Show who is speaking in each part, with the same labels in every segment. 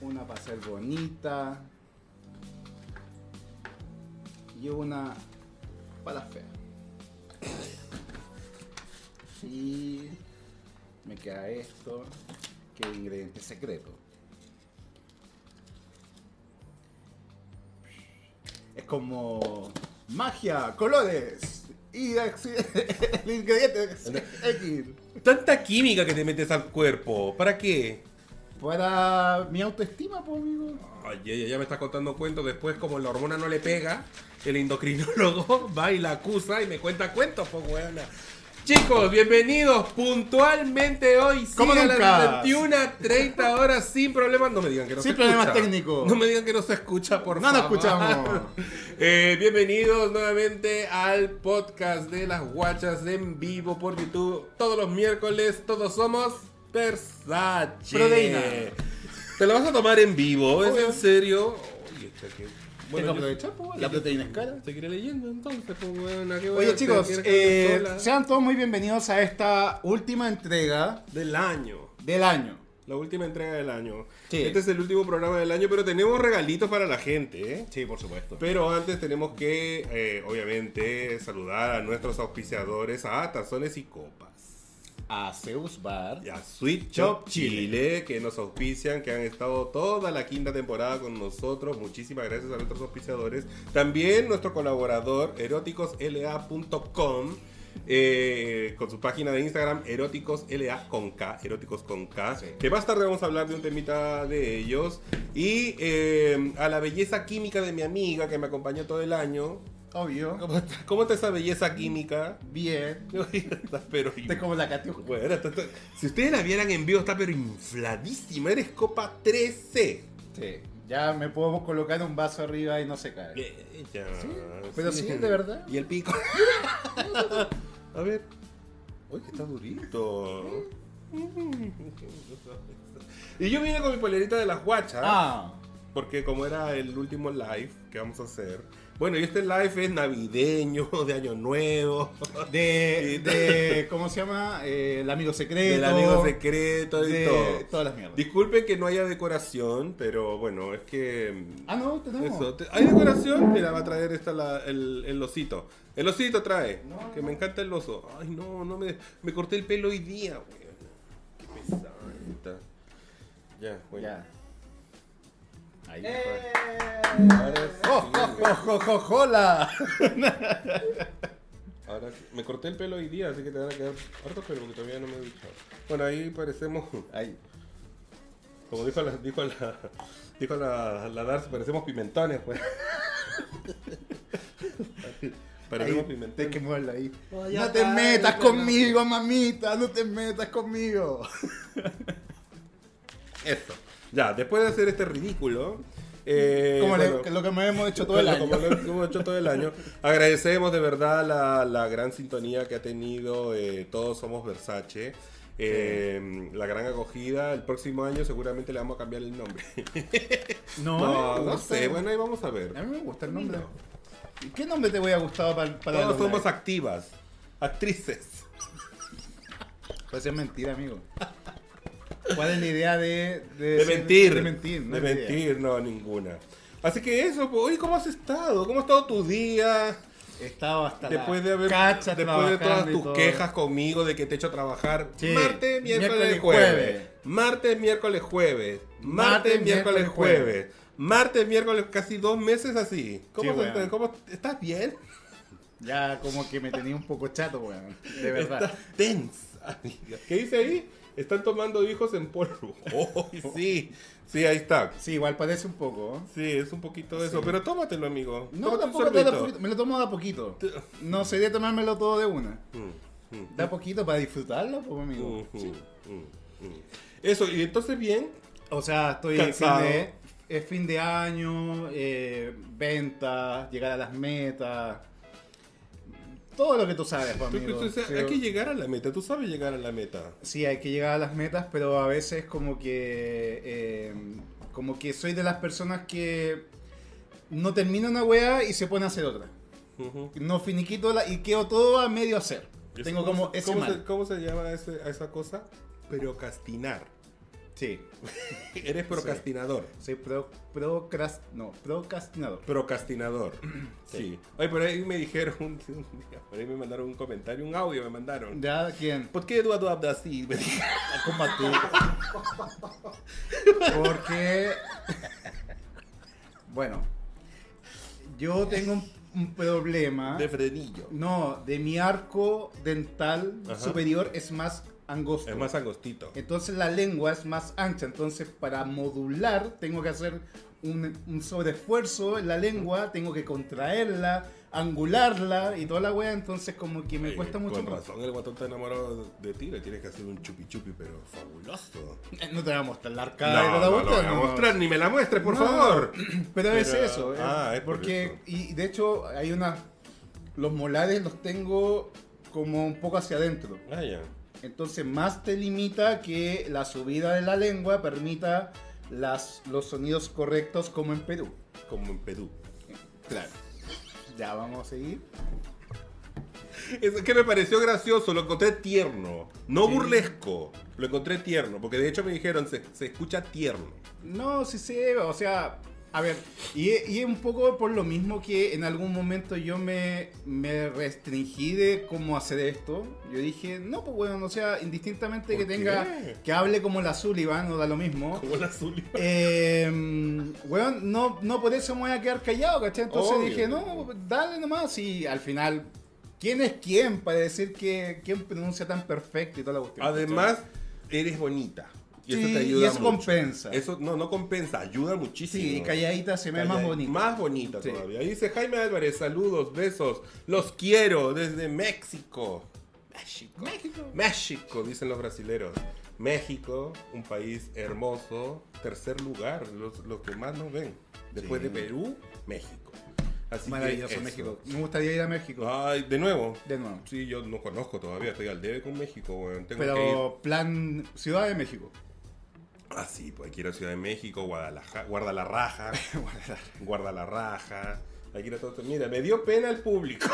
Speaker 1: Una para ser bonita. Y una para la fea. Y me queda esto, que es ingrediente secreto. Es como magia, colores y acci- el ingrediente X.
Speaker 2: Tanta química que te metes al cuerpo. ¿Para qué?
Speaker 1: Para mi autoestima, pues amigo.
Speaker 2: Ay, ella ya me está contando cuentos. Después, como la hormona no le pega, el endocrinólogo va y la acusa y me cuenta cuentos, pues, weona. Chicos, bienvenidos puntualmente hoy. sí,
Speaker 1: Como
Speaker 2: a
Speaker 1: nunca.
Speaker 2: las 21, 30 horas sin problemas. No me digan que no
Speaker 1: Sin
Speaker 2: se
Speaker 1: problemas
Speaker 2: escucha.
Speaker 1: técnicos.
Speaker 2: No me digan que no se escucha, por
Speaker 1: No nos
Speaker 2: favor.
Speaker 1: escuchamos.
Speaker 2: Eh, bienvenidos nuevamente al podcast de las guachas en vivo por YouTube. Todos los miércoles, todos somos Versace.
Speaker 1: Proteína.
Speaker 2: ¿Te lo vas a tomar en vivo? ¿Es
Speaker 1: Obvio.
Speaker 2: en serio? Oye, este, está que-
Speaker 1: Tengo que
Speaker 2: yo-
Speaker 1: aprovechar, pues, la proteína es cara.
Speaker 2: Seguiré leyendo entonces, pues, weona, qué
Speaker 1: Oye
Speaker 2: bueno,
Speaker 1: chicos,
Speaker 2: te quieres
Speaker 1: eh,
Speaker 2: quedar sola.
Speaker 1: sean todos muy bienvenidos a esta última entrega
Speaker 2: Del año.
Speaker 1: del año.
Speaker 2: La última entrega del año.
Speaker 1: Sí.
Speaker 2: Este es el último programa del año, pero tenemos regalitos para la gente, ¿eh?
Speaker 1: Sí, por supuesto.
Speaker 2: Pero antes tenemos que, eh, obviamente, saludar a nuestros auspiciadores, a Tazones y Copas,
Speaker 1: A Zeus Bar.
Speaker 2: y a Sweet
Speaker 1: Shop
Speaker 2: Shop Chile, que nos auspician, que han estado toda la quinta temporada con nosotros. Muchísimas gracias a nuestros auspiciadores. También nuestro colaborador, eróticosla.com. eh, con su página de Instagram eróticosla con K, eróticos con K, que más tarde vamos a hablar de un temita de ellos y eh, a la belleza química de mi amiga que me acompañó todo el año,
Speaker 1: Obvio.
Speaker 2: ¿Cómo está, cómo está esa belleza química?
Speaker 1: Bien.
Speaker 2: Está pero in-
Speaker 1: Este es como la Catiusca.
Speaker 2: Bueno, está- está- Si ustedes la vieran en vivo, está pero infladísima. Eres copa 13.
Speaker 1: Sí. Ya me puedo colocar un vaso arriba y no se cae.
Speaker 2: Ya,
Speaker 1: pero sí, de verdad.
Speaker 2: Y el pico. A ver. Oye, está durito. Y yo vine con mi polerita de las guachas.
Speaker 1: Ah.
Speaker 2: Porque como era el último live que vamos a hacer. Bueno, y este live es navideño, de año nuevo.
Speaker 1: De, de ¿cómo se llama? Eh, el amigo secreto.
Speaker 2: Del amigo secreto y
Speaker 1: de
Speaker 2: todo.
Speaker 1: todas las mierdas.
Speaker 2: Disculpen que no haya decoración, pero bueno, es que. mm,
Speaker 1: Ah, no, tenemos.
Speaker 2: Eso, te- ¿Hay decoración? Mira, va a traer esta la- el, el osito. El osito trae. que me encanta el oso. Ay, no, no me. Me corté el pelo hoy día, weón. Qué pesada esta. Ya, bueno.
Speaker 1: Ya. Ahí. ¡Oh,
Speaker 2: Ahora sí,
Speaker 1: ¡Jo, jo, jo, jo, jola!
Speaker 2: ahora sí. Me corté el pelo hoy día, así que te van a quedar hartos pelos porque todavía no me he dicho. Bueno, ahí parecemos.
Speaker 1: Ahí.
Speaker 2: Como dijo la, dijo la, dijo la, la Darcy, parecemos pimentones, pues.
Speaker 1: Ahí,
Speaker 2: parecemos pimentones.
Speaker 1: Ten que moverla ahí.
Speaker 2: Oh, ya
Speaker 1: no te
Speaker 2: está,
Speaker 1: metas
Speaker 2: ya
Speaker 1: conmigo, mamita. No te metas conmigo.
Speaker 2: Esto. Ya, después de hacer este ridículo. eh,
Speaker 1: como le-
Speaker 2: bueno,
Speaker 1: lo que me hemos hecho todo el año.
Speaker 2: Como lo hemos hecho todo el año. Agradecemos de verdad la, la gran sintonía que ha tenido eh, Todos Somos Versace. eh, La gran acogida. El próximo año seguramente le vamos a cambiar el nombre. No, no sé. Bueno, ahí vamos a ver.
Speaker 1: A mí me gusta el nombre. ¿Y ¿Qué nombre te voy a gustar para, para
Speaker 2: Todos
Speaker 1: los
Speaker 2: somos
Speaker 1: likes?
Speaker 2: activas. Actrices.
Speaker 1: Pues es mentira, amigo. ¿Cuál es la idea de... De,
Speaker 2: De mentir.
Speaker 1: De mentir. no
Speaker 2: De
Speaker 1: es la idea.
Speaker 2: mentir, no, ninguna. Así que eso, pues, oye, ¿cómo has estado? ¿Cómo ha estado tu día?
Speaker 1: He estado hasta
Speaker 2: Después
Speaker 1: la
Speaker 2: de haber
Speaker 1: cacha
Speaker 2: después de todas
Speaker 1: trabajando y
Speaker 2: tus
Speaker 1: todo.
Speaker 2: quejas conmigo de que te he hecho trabajar
Speaker 1: Sí.
Speaker 2: martes, miércoles,
Speaker 1: Miércoles,
Speaker 2: jueves.
Speaker 1: jueves.
Speaker 2: Martes, miércoles, jueves.
Speaker 1: Martes,
Speaker 2: Martes, miércoles,
Speaker 1: miércoles,
Speaker 2: jueves. Martes, miércoles, casi dos meses así. ¿Cómo,
Speaker 1: Sí,
Speaker 2: se-
Speaker 1: weón.
Speaker 2: cómo- estás bien?
Speaker 1: Ya como que me tenía un poco chato, weón. De verdad.
Speaker 2: Estás tensa, amiga. ¿Qué dice ahí? Están tomando hijos en polvo. Oh, sí, sí, ahí está.
Speaker 1: Sí, igual parece un poco. ¿eh?
Speaker 2: Sí, es un poquito de eso, pero tómatelo, amigo.
Speaker 1: No,
Speaker 2: Tómate un
Speaker 1: tampoco de a
Speaker 2: sorbito.
Speaker 1: poquito. Me lo tomo de a poquito. No sería tomármelo todo de una.
Speaker 2: Mm, mm.
Speaker 1: Da poquito para disfrutarlo, pues, amigo.
Speaker 2: Ujú, mm, mm. Eso, y entonces bien,
Speaker 1: O sea, estoy
Speaker 2: Cansado.
Speaker 1: fin de, es fin de año, eh, ventas, llegar a las metas. Todo lo que tú sabes, pues,
Speaker 2: Tú-
Speaker 1: amigo.
Speaker 2: tú- tú- o sea,
Speaker 1: Creo-
Speaker 2: Hay que llegar a la meta, tú sabes llegar a la meta.
Speaker 1: Sí, hay que llegar a las metas, pero a veces como que eh, como que soy de las personas que no termina una weá y se pone a hacer otra.
Speaker 2: Ujú.
Speaker 1: No finiquito la, y quedo todo a medio hacer.
Speaker 2: ¿Eso
Speaker 1: Tengo
Speaker 2: cómo
Speaker 1: como
Speaker 2: se-
Speaker 1: ese
Speaker 2: ¿cómo
Speaker 1: mal.
Speaker 2: Se, ¿Cómo se llama a, ese- a esa cosa? Procrastinar.
Speaker 1: Sí,
Speaker 2: Eres procrastinador.
Speaker 1: soy pro, procras- no, procrastinador.
Speaker 2: Procrastinador. Sí. Oye, por ahí me dijeron un día, por ahí me mandaron un comentario, un audio me mandaron.
Speaker 1: ¿Ya quién?
Speaker 2: ¿Por qué tú hablas así? Me dijeron.
Speaker 1: Como tú. Porque. Bueno. Yo tengo un, un problema.
Speaker 2: De frenillo.
Speaker 1: ¿Ah? No, de mi arco dental
Speaker 2: Ajá.
Speaker 1: superior es más angosto.
Speaker 2: Es más angostito.
Speaker 1: Entonces la lengua es más ancha. Entonces para modular tengo que hacer un, un sobreesfuerzo en la lengua. Tengo que contraerla, angularla y toda la wea. Entonces como que me
Speaker 2: Oye,
Speaker 1: cuesta mucho.
Speaker 2: Con
Speaker 1: más.
Speaker 2: razón, el guatón está enamorado de ti, le tienes que hacer un chupi chupi, pero fabuloso.
Speaker 1: No te voy a mostrar la arcada. y toda la
Speaker 2: no,
Speaker 1: vuelta,
Speaker 2: lo voy a
Speaker 1: no.
Speaker 2: mostrar, ni me la muestres, por
Speaker 1: No,
Speaker 2: favor.
Speaker 1: Pero es
Speaker 2: Pero-
Speaker 1: eso.
Speaker 2: ah,
Speaker 1: eh,
Speaker 2: es por
Speaker 1: porque,
Speaker 2: eso.
Speaker 1: y y de hecho, hay una. Los molares los tengo como un poco hacia adentro.
Speaker 2: Ah, ya.
Speaker 1: Entonces, más te limita que la subida de la lengua permita las, los sonidos correctos, como en Perú.
Speaker 2: Como en Perú.
Speaker 1: Claro. Ya vamos a seguir.
Speaker 2: Es que me pareció gracioso, lo encontré tierno. No
Speaker 1: Sí.
Speaker 2: burlesco, lo encontré tierno, porque de hecho me dijeron, se, se escucha tierno.
Speaker 1: No, sí sé, o sea, a ver, y, y es un poco por lo mismo que en algún momento yo me, me restringí de cómo hacer esto. Yo dije, no, pues bueno, o sea, indistintamente que
Speaker 2: ¿Por
Speaker 1: tenga,
Speaker 2: qué?
Speaker 1: que hable como la Sullivan, no da lo mismo.
Speaker 2: Como la azul.
Speaker 1: Eh, weón, no, no por eso me voy a quedar callado, ¿cachai? Entonces
Speaker 2: Obvio.
Speaker 1: dije, no, dale nomás y al final, ¿quién es quién para decir que quién pronuncia tan perfecto y toda la cuestión?
Speaker 2: Además, eres bonita. Y eso
Speaker 1: Sí,
Speaker 2: te
Speaker 1: y
Speaker 2: ayuda
Speaker 1: eso
Speaker 2: mucho.
Speaker 1: compensa.
Speaker 2: Eso no, no compensa, ayuda muchísimo.
Speaker 1: Sí, calladita se me ve más
Speaker 2: Calla-
Speaker 1: bonito.
Speaker 2: Más bonita
Speaker 1: Sí.
Speaker 2: todavía. Dice Jaime Álvarez, saludos, besos. Los quiero desde México. México.
Speaker 1: México.
Speaker 2: México, dicen los brasileros. México, un país hermoso, tercer lugar, los, los que más nos ven. Después
Speaker 1: Sí.
Speaker 2: de Perú, México. Así que
Speaker 1: Maravilloso
Speaker 2: eso. Ah.
Speaker 1: México. Me gustaría ir a México.
Speaker 2: Ay, de nuevo.
Speaker 1: De nuevo.
Speaker 2: Sí, yo no conozco todavía, estoy al debe con México, weón. Tengo que ir.
Speaker 1: Pero plan Ciudad de México.
Speaker 2: Ah, sí, pues quiero Ciudad de México, Guadalajara, guarda la raja, guarda la raja. Hay que ir a todo- Mira, me dio pena el público.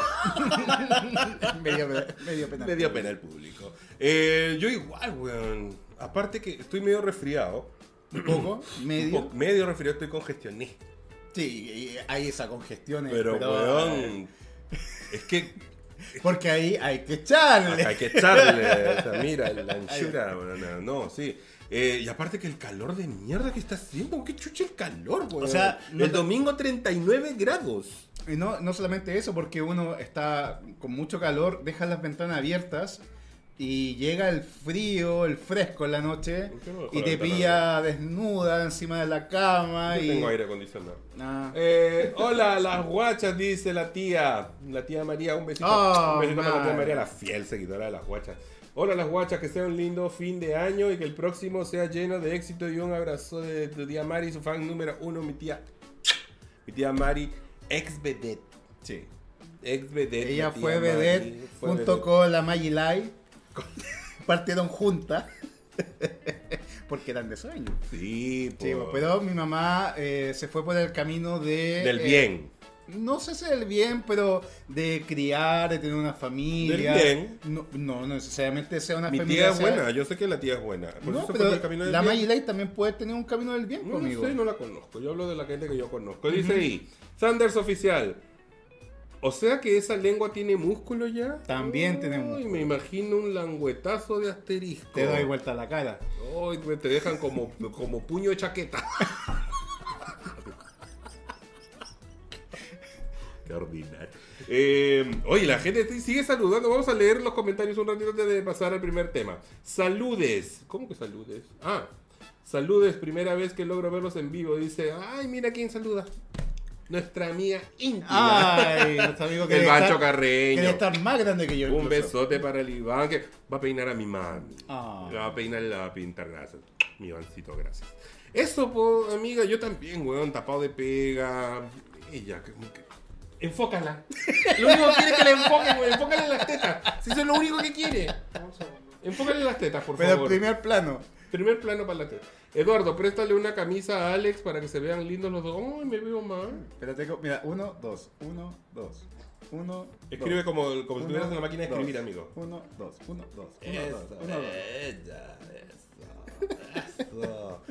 Speaker 1: medio, medio pena.
Speaker 2: Me dio pena el público. Eh, yo igual, weón. Aparte que estoy medio resfriado.
Speaker 1: Un poco,
Speaker 2: Un
Speaker 1: medio.
Speaker 2: poco- medio resfriado, estoy congestioné.
Speaker 1: Sí, y hay esa congestión. eh,
Speaker 2: Pero, weón. Es que
Speaker 1: Porque ahí hay que echarle.
Speaker 2: hay que echarle. o sea, mira, la anchura, weón. No, sí. Eh, y aparte que el calor de mierda que está haciendo, qué chucha el calor, weón.
Speaker 1: sea, no
Speaker 2: el
Speaker 1: te-
Speaker 2: domingo 39 grados.
Speaker 1: Y no, no solamente eso, porque uno está con mucho calor, deja las ventanas abiertas y llega el frío, el fresco en la noche
Speaker 2: ¿Por qué no dejó
Speaker 1: y
Speaker 2: la
Speaker 1: te
Speaker 2: ventana
Speaker 1: pilla desnuda encima de la cama
Speaker 2: Yo
Speaker 1: y...
Speaker 2: tengo aire acondicionado.
Speaker 1: Ah.
Speaker 2: Eh, hola, las guachas, dice la tía. La tía María, un besito.
Speaker 1: Oh,
Speaker 2: un besito para la tía
Speaker 1: man.
Speaker 2: María, la fiel seguidora de las guachas. Hola, las guachas, que sea un lindo fin de año y que el próximo sea lleno de éxito. Y un abrazo de tu tía Mari, su fan número uno, mi tía. Mi tía Mari, ex vedette.
Speaker 1: Sí.
Speaker 2: Ex vedette.
Speaker 1: Ella
Speaker 2: la tía
Speaker 1: fue
Speaker 2: Mari,
Speaker 1: vedette
Speaker 2: fue
Speaker 1: junto
Speaker 2: vedette.
Speaker 1: con la Maggie Lai. Partieron juntas. porque eran de sueño.
Speaker 2: Sí, pues.
Speaker 1: Sí, pues,
Speaker 2: po.
Speaker 1: pero mi mamá eh, se fue por el camino de...
Speaker 2: Del
Speaker 1: eh,
Speaker 2: bien.
Speaker 1: No sé si del bien, pero de criar, de tener una familia.
Speaker 2: Del bien.
Speaker 1: No, no, no necesariamente sea una
Speaker 2: mi
Speaker 1: familia.
Speaker 2: tía es
Speaker 1: sea-
Speaker 2: buena, yo sé que la tía es buena. Por
Speaker 1: no,
Speaker 2: eso fue
Speaker 1: pero
Speaker 2: por el camino del
Speaker 1: la
Speaker 2: bien.
Speaker 1: Maggie Light también puede tener un camino del bien
Speaker 2: No,
Speaker 1: conmigo.
Speaker 2: no sé, no la conozco. Yo hablo de la gente que yo conozco. Dice ahí, Sanders oficial. O sea que esa lengua tiene músculo ya.
Speaker 1: También tiene
Speaker 2: Ay,
Speaker 1: músculo.
Speaker 2: me imagino un languetazo de asterisco.
Speaker 1: Te doy vuelta la cara.
Speaker 2: Ay, güey, te dejan como, como puño de chaqueta. Qué ordinario. Eh, oye, la gente te- sigue saludando. Vamos a leer los comentarios un ratito antes de pasar al primer tema. Saludes. ¿Cómo que saludes? Ah, saludes. Primera vez que logro verlos en vivo. Dice, ay, mira quién saluda. Nuestra amiga íntima.
Speaker 1: Ah, Ay, nuestro amigo que
Speaker 2: el
Speaker 1: debe
Speaker 2: Bancho
Speaker 1: estar- que
Speaker 2: Carreño.
Speaker 1: debe estar más grande que yo.
Speaker 2: Un
Speaker 1: incluso.
Speaker 2: besote para el Iván que va a peinar a mi mami.
Speaker 1: Ah.
Speaker 2: Le va a peinar y la va a pintar gracias. Mi Ivancito, gracias. Eso, po, amiga, yo también, weón, tapado de pega. Ella, que, que- Enfócala. Lo único que quiere es que la enfoquen, weón. Enfócala en las tetas. Si eso es lo único que quiere. Enfócala en las tetas, por
Speaker 1: Pero en
Speaker 2: favor.
Speaker 1: primer plano.
Speaker 2: Primer plano para la tele. Eduardo, préstale una camisa a Alex para que se vean lindos los dos. ¡Ay, me veo mal!
Speaker 1: Espérate, co- mira, uno, dos, uno, dos, uno.
Speaker 2: Escribe
Speaker 1: dos.
Speaker 2: como, como si
Speaker 1: Uno,
Speaker 2: estuvieras en la máquina de
Speaker 1: dos.
Speaker 2: escribir, amigo.
Speaker 1: Uno, dos, uno, dos, uno,
Speaker 2: Eso,
Speaker 1: dos, uno, dos.
Speaker 2: eso, eso.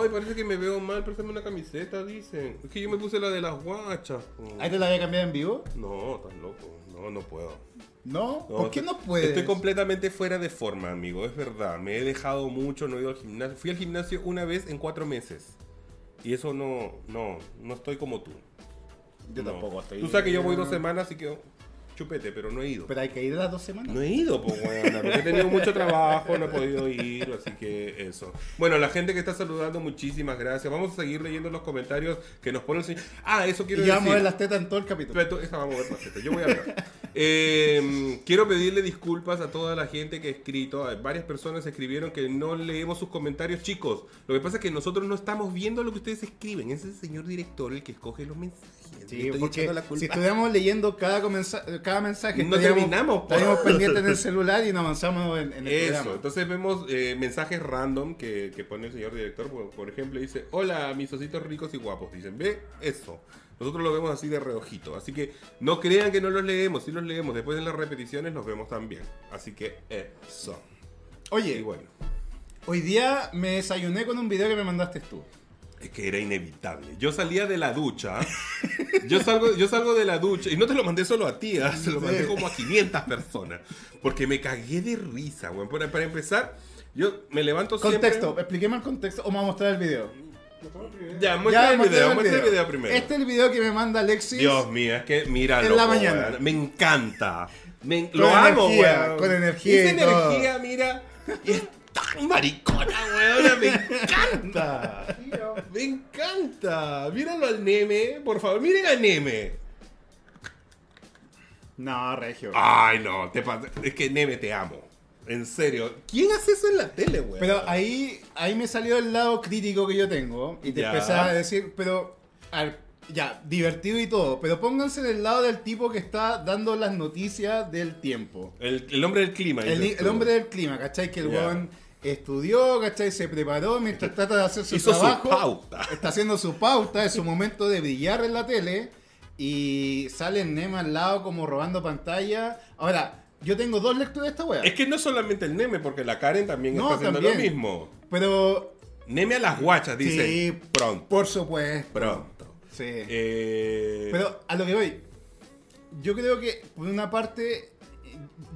Speaker 2: Ay, parece que me veo mal, préstame una camiseta, dicen. Es que yo me puse la de las guachas. po.
Speaker 1: ¿Ahí te la voy a cambiar en vivo?
Speaker 2: No, estás loco. No, no puedo.
Speaker 1: No,
Speaker 2: No,
Speaker 1: ¿por qué
Speaker 2: estoy-
Speaker 1: no puedes?
Speaker 2: Estoy completamente fuera de forma, amigo, es verdad. Me he dejado mucho, no he ido al gimnasio. Fui al gimnasio una vez en cuatro meses. Y eso no, no, no estoy como tú.
Speaker 1: Yo
Speaker 2: No.
Speaker 1: tampoco estoy.
Speaker 2: Tú sabes que yo voy dos semanas y quedo chupete, pero no he ido.
Speaker 1: Pero hay que ir las dos semanas.
Speaker 2: No he ido, pues, weona, porque he tenido mucho trabajo, no he podido ir, así que eso. Bueno, la gente que está saludando, muchísimas gracias. Vamos a seguir leyendo los comentarios que nos pone el señor. Ah, eso quiero
Speaker 1: y ya
Speaker 2: decir.
Speaker 1: vamos a ver las tetas en todo el capítulo.
Speaker 2: Pero tú- esa va a mover maceta, Yo voy a hablar. Eh, quiero pedirle disculpas a toda la gente que ha escrito. Eh, Varias personas escribieron que no leemos sus comentarios, chicos. Lo que pasa es que nosotros no estamos viendo lo que ustedes escriben. Es el señor director el que escoge los mensajes. Le
Speaker 1: Sí,
Speaker 2: estoy
Speaker 1: porque
Speaker 2: echando la culpa.
Speaker 1: si estuviéramos leyendo cada, comensa- cada mensaje,
Speaker 2: No
Speaker 1: estaríamos-
Speaker 2: terminamos, po.
Speaker 1: Estaríamos pendientes en el celular y no avanzamos en, en el
Speaker 2: Eso,
Speaker 1: programa.
Speaker 2: entonces vemos eh, mensajes random que, que pone el señor director. Por, por ejemplo, dice: Hola, mis ositos ricos y guapos. Dicen: Ve eso. Nosotros lo vemos así de reojito. Así que no crean que no los leemos. Sí los leemos. Después en las repeticiones los vemos también. Así que eso. Y
Speaker 1: Oye,
Speaker 2: bueno,
Speaker 1: hoy día me desayuné con un video que me mandaste tú.
Speaker 2: es que era inevitable. Yo salía de la ducha. Yo salgo, yo salgo de la ducha. Y no te lo mandé solo a ti, ¿ah? se lo mandé
Speaker 1: Sí.
Speaker 2: como a 500 personas. Porque me cagué de risa, weón. Para, para empezar, yo me levanto
Speaker 1: Contexto, expliquemos el contexto o me va a mostrar el video.
Speaker 2: siempre. Ya, muestra el
Speaker 1: mostré
Speaker 2: video, muestra el video primero.
Speaker 1: Este es el video que me manda Alexis.
Speaker 2: Dios mío, es que mira
Speaker 1: En la mañana.
Speaker 2: Me encanta. Me,
Speaker 1: Con
Speaker 2: lo amo,
Speaker 1: energía,
Speaker 2: weón.
Speaker 1: con energía
Speaker 2: Esa
Speaker 1: y todo.
Speaker 2: energía, mira, es tan maricona, weón. Me
Speaker 1: Ah.
Speaker 2: encanta. Me encanta. Míralo al Neme, por favor. Miren al Neme.
Speaker 1: No, Regio.
Speaker 2: Ay, no, te pas- es que Neme te amo. En serio. ¿Quién hace eso en la tele, weón?
Speaker 1: Pero ahí, ahí me salió el lado crítico que yo tengo y te
Speaker 2: Ya.
Speaker 1: empezaba a decir, pero a ver, ya, divertido y todo, pero pónganse del lado del tipo que está dando las noticias del tiempo.
Speaker 2: El, el hombre del clima.
Speaker 1: El,
Speaker 2: dices
Speaker 1: el
Speaker 2: tú.
Speaker 1: hombre del clima, ¿cachai? Que el
Speaker 2: Ya.
Speaker 1: weón estudió, ¿cachai? Se preparó mientras trata de hacer su
Speaker 2: hizo
Speaker 1: trabajo.
Speaker 2: su pauta.
Speaker 1: Está haciendo su pauta, es su momento de brillar en la tele. Y sale Nema al lado como robando pantalla. Ahora, yo tengo dos lecturas de esta weá.
Speaker 2: Es que no solamente el Neme, porque la Karen también
Speaker 1: No,
Speaker 2: está haciendo lo
Speaker 1: también.
Speaker 2: mismo.
Speaker 1: Pero,
Speaker 2: Neme a las guachas, dice.
Speaker 1: Sí.
Speaker 2: Pronto,
Speaker 1: por supuesto.
Speaker 2: pronto.
Speaker 1: Sí.
Speaker 2: Eh,
Speaker 1: Pero a lo que voy, yo creo que por una parte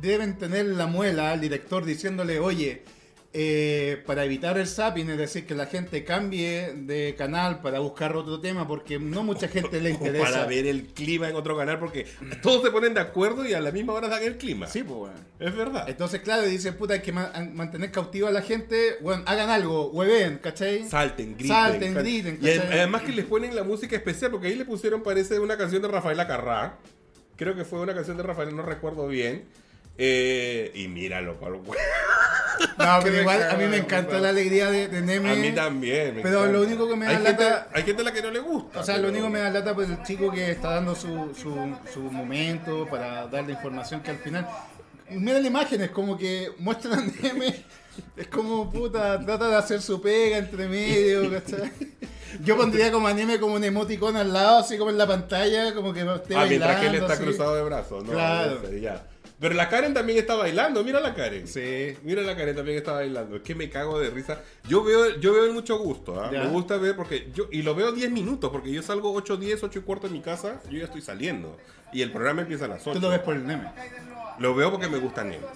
Speaker 1: deben tener la muela al director diciéndole, oye, eh, para evitar el zapping, es decir, que la gente cambie de canal para buscar otro tema, porque no mucha gente le
Speaker 2: o
Speaker 1: interesa.
Speaker 2: para ver el clima en otro canal, porque todos se ponen de acuerdo y a la misma hora dan el clima.
Speaker 1: Sí, pues, bueno.
Speaker 2: Es verdad.
Speaker 1: Entonces, claro, dice, puta, hay que ma- mantener cautiva a la gente, bueno, hagan algo, hueven, ¿cachai?
Speaker 2: Salten, griten.
Speaker 1: Salten, griten,
Speaker 2: Y
Speaker 1: ¿cachai?
Speaker 2: además que les ponen la música especial, porque ahí le pusieron, parece, una canción de Rafael Acarrá. Creo que fue una canción de Rafael, no recuerdo bien. Eh, y míralo, palo.
Speaker 1: No,
Speaker 2: Que me
Speaker 1: pero igual a mí
Speaker 2: cago,
Speaker 1: me
Speaker 2: puta.
Speaker 1: encanta la alegría de, de Neme.
Speaker 2: A mí también. me
Speaker 1: Pero lo
Speaker 2: encanta.
Speaker 1: único que me da
Speaker 2: hay gente,
Speaker 1: lata-
Speaker 2: Hay gente a la que no le gusta.
Speaker 1: O sea, lo
Speaker 2: pero-
Speaker 1: único que me da lata por el chico que está dando su, su, su momento para dar la información que al final. Miren imágenes, como que muestran memes. Es como puta, trata de hacer su pega entre medio, ¿cachai? Yo pondría como anime como un emoticón al lado, así como en la pantalla, como que esté
Speaker 2: Ah, mientras que él
Speaker 1: bailando,
Speaker 2: está
Speaker 1: así.
Speaker 2: cruzado de brazos, ¿no?
Speaker 1: Claro.
Speaker 2: Ese, ya. Pero la Karen también está bailando, mira la Karen.
Speaker 1: Sí.
Speaker 2: Mira la Karen también está bailando. Es que me cago de risa. Yo veo, yo veo en mucho gusto, ¿ah?
Speaker 1: Ya.
Speaker 2: Me gusta ver porque yo, y lo veo 10 minutos, porque yo salgo 8, 10, 8 y cuarto de mi casa, yo ya estoy saliendo. Y el programa empieza a las 8.
Speaker 1: Tú lo ves por el meme.
Speaker 2: Lo veo porque me gusta Nemo.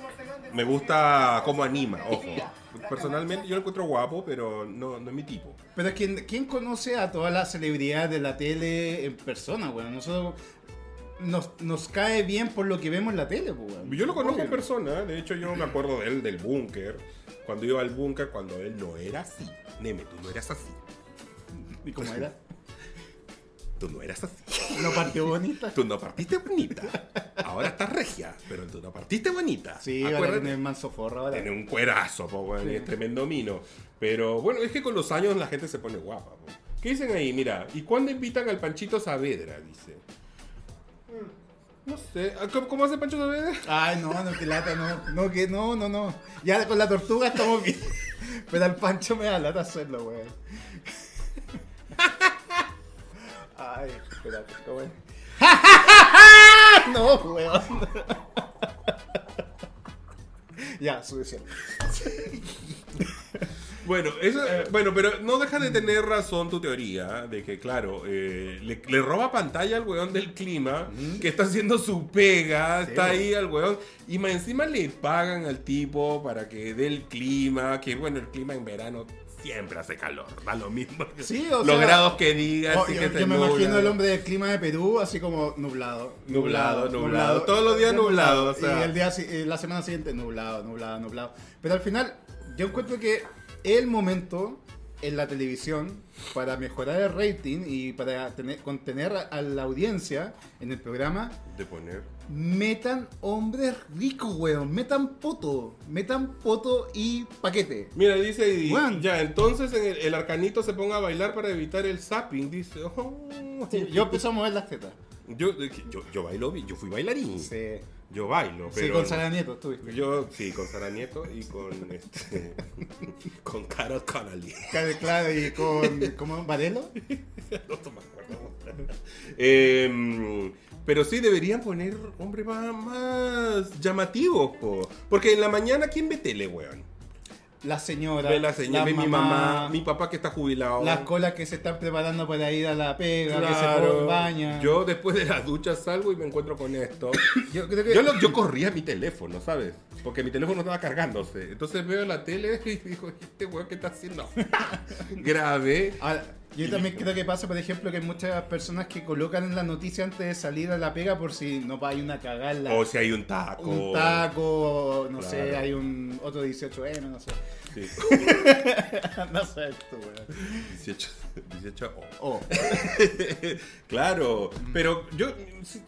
Speaker 2: Me gusta cómo anima, ojo. Personalmente yo lo encuentro guapo, pero no, no es mi tipo.
Speaker 1: Pero es que, ¿quién conoce a todas las celebridades de la tele en persona, weón? Nosotros nos, nos cae bien por lo que vemos en la tele, pues, weón.
Speaker 2: Yo lo conozco en
Speaker 1: Obvio.
Speaker 2: persona, de hecho yo me acuerdo de él, del búnker, cuando iba al búnker, cuando él no era así. Neme, tú no eras así.
Speaker 1: ¿Y cómo era?
Speaker 2: Tú no eras así.
Speaker 1: Lo partió bonita.
Speaker 2: Tú no partiste bonita. Ahora estás regia, pero tú no partiste bonita.
Speaker 1: Sí, ahora
Speaker 2: Acuérdate,
Speaker 1: tiene manso forro ahora.
Speaker 2: tiene un cuerazo, po, weón,
Speaker 1: Sí.
Speaker 2: y es tremendo mino. Pero bueno, es que con los años la gente se pone guapa. po.
Speaker 1: Mm,
Speaker 2: ¿Qué dicen ahí? Mira, ¿y cuándo invitan al Panchito Saavedra? Dice. No sé. ¿Cómo, cómo hace Pancho Saavedra?
Speaker 1: Ay, no, no, que lata, no. No, que no, no, no. Ya con la tortuga estamos bien. Pero al pancho me da lata hacerlo, weón. Ay, espérate, ¿cómo es? No, weón. Ya, suficiente.
Speaker 2: Bueno, eso,
Speaker 1: Eh.
Speaker 2: bueno, pero no deja de tener razón tu teoría de que, claro, eh, le, le roba pantalla al weón del clima, que está haciendo su pega, está
Speaker 1: bueno.
Speaker 2: ahí al weón, y más encima le pagan al tipo para que dé el clima, que bueno, el clima en verano siempre hace calor, da lo mismo.
Speaker 1: Sí, o
Speaker 2: Los
Speaker 1: sea-
Speaker 2: grados que digas,
Speaker 1: Oh,
Speaker 2: sí
Speaker 1: yo
Speaker 2: que te
Speaker 1: yo me
Speaker 2: nubla.
Speaker 1: imagino el hombre del clima de Perú así como nublado.
Speaker 2: Nublado, nublado. Todos los días nublado, o sea.
Speaker 1: Y el día, si- eh, la semana siguiente nublado, nublado, nublado. Pero al final, yo encuentro que el momento en la televisión para mejorar el rating y para tener, contener a- a la audiencia en el programa
Speaker 2: De poner.
Speaker 1: Metan hombres ricos, weón. Metan poto. Metan poto y paquete.
Speaker 2: Mira, dice y
Speaker 1: Weón.
Speaker 2: ya, entonces en el, el arcanito se ponga a bailar para evitar el zapping, dice. oh.
Speaker 1: Yo empecé a mover las tetas.
Speaker 2: Yo, yo, yo bailo, bien, yo fui bailarín.
Speaker 1: Sí.
Speaker 2: Yo bailo,
Speaker 1: Sí,
Speaker 2: pero.
Speaker 1: con Sara Nieto estuviste.
Speaker 2: Yo, sí, con Sara Nieto y con este. con Carol Connolly.
Speaker 1: Claro, claro, y con. ¿Cómo? ¿Varelo?
Speaker 2: No me acuerdo. Em, pero sí, deberían poner hombre más, más llamativos, po. Porque en la mañana, ¿quién ve tele, weón?
Speaker 1: La señora.
Speaker 2: Ve la señora,
Speaker 1: la
Speaker 2: ve mi mamá, mi papá que está jubilado.
Speaker 1: Las colas que se están preparando para ir a la pega, que se
Speaker 2: Claro.
Speaker 1: ponen baña.
Speaker 2: Yo después de las duchas salgo y me encuentro con esto.
Speaker 1: Yo creo que.
Speaker 2: Yo, lo- yo corría mi teléfono, ¿sabes? Porque mi teléfono estaba cargándose. Entonces veo la tele y digo, este weón qué está haciendo? Grave.
Speaker 1: Ahora, yo también creo que pasa, por ejemplo, que hay muchas personas que colocan en la noticia antes de salir a la pega por si no hay una cagarla.
Speaker 2: O si hay un taco.
Speaker 1: un taco, no
Speaker 2: Oh, Claro.
Speaker 1: sé, hay un otro 18M, no sé.
Speaker 2: Sí.
Speaker 1: no sé esto, weón.
Speaker 2: 18, 18, oh.
Speaker 1: Oh,
Speaker 2: Claro,
Speaker 1: Mm.
Speaker 2: pero yo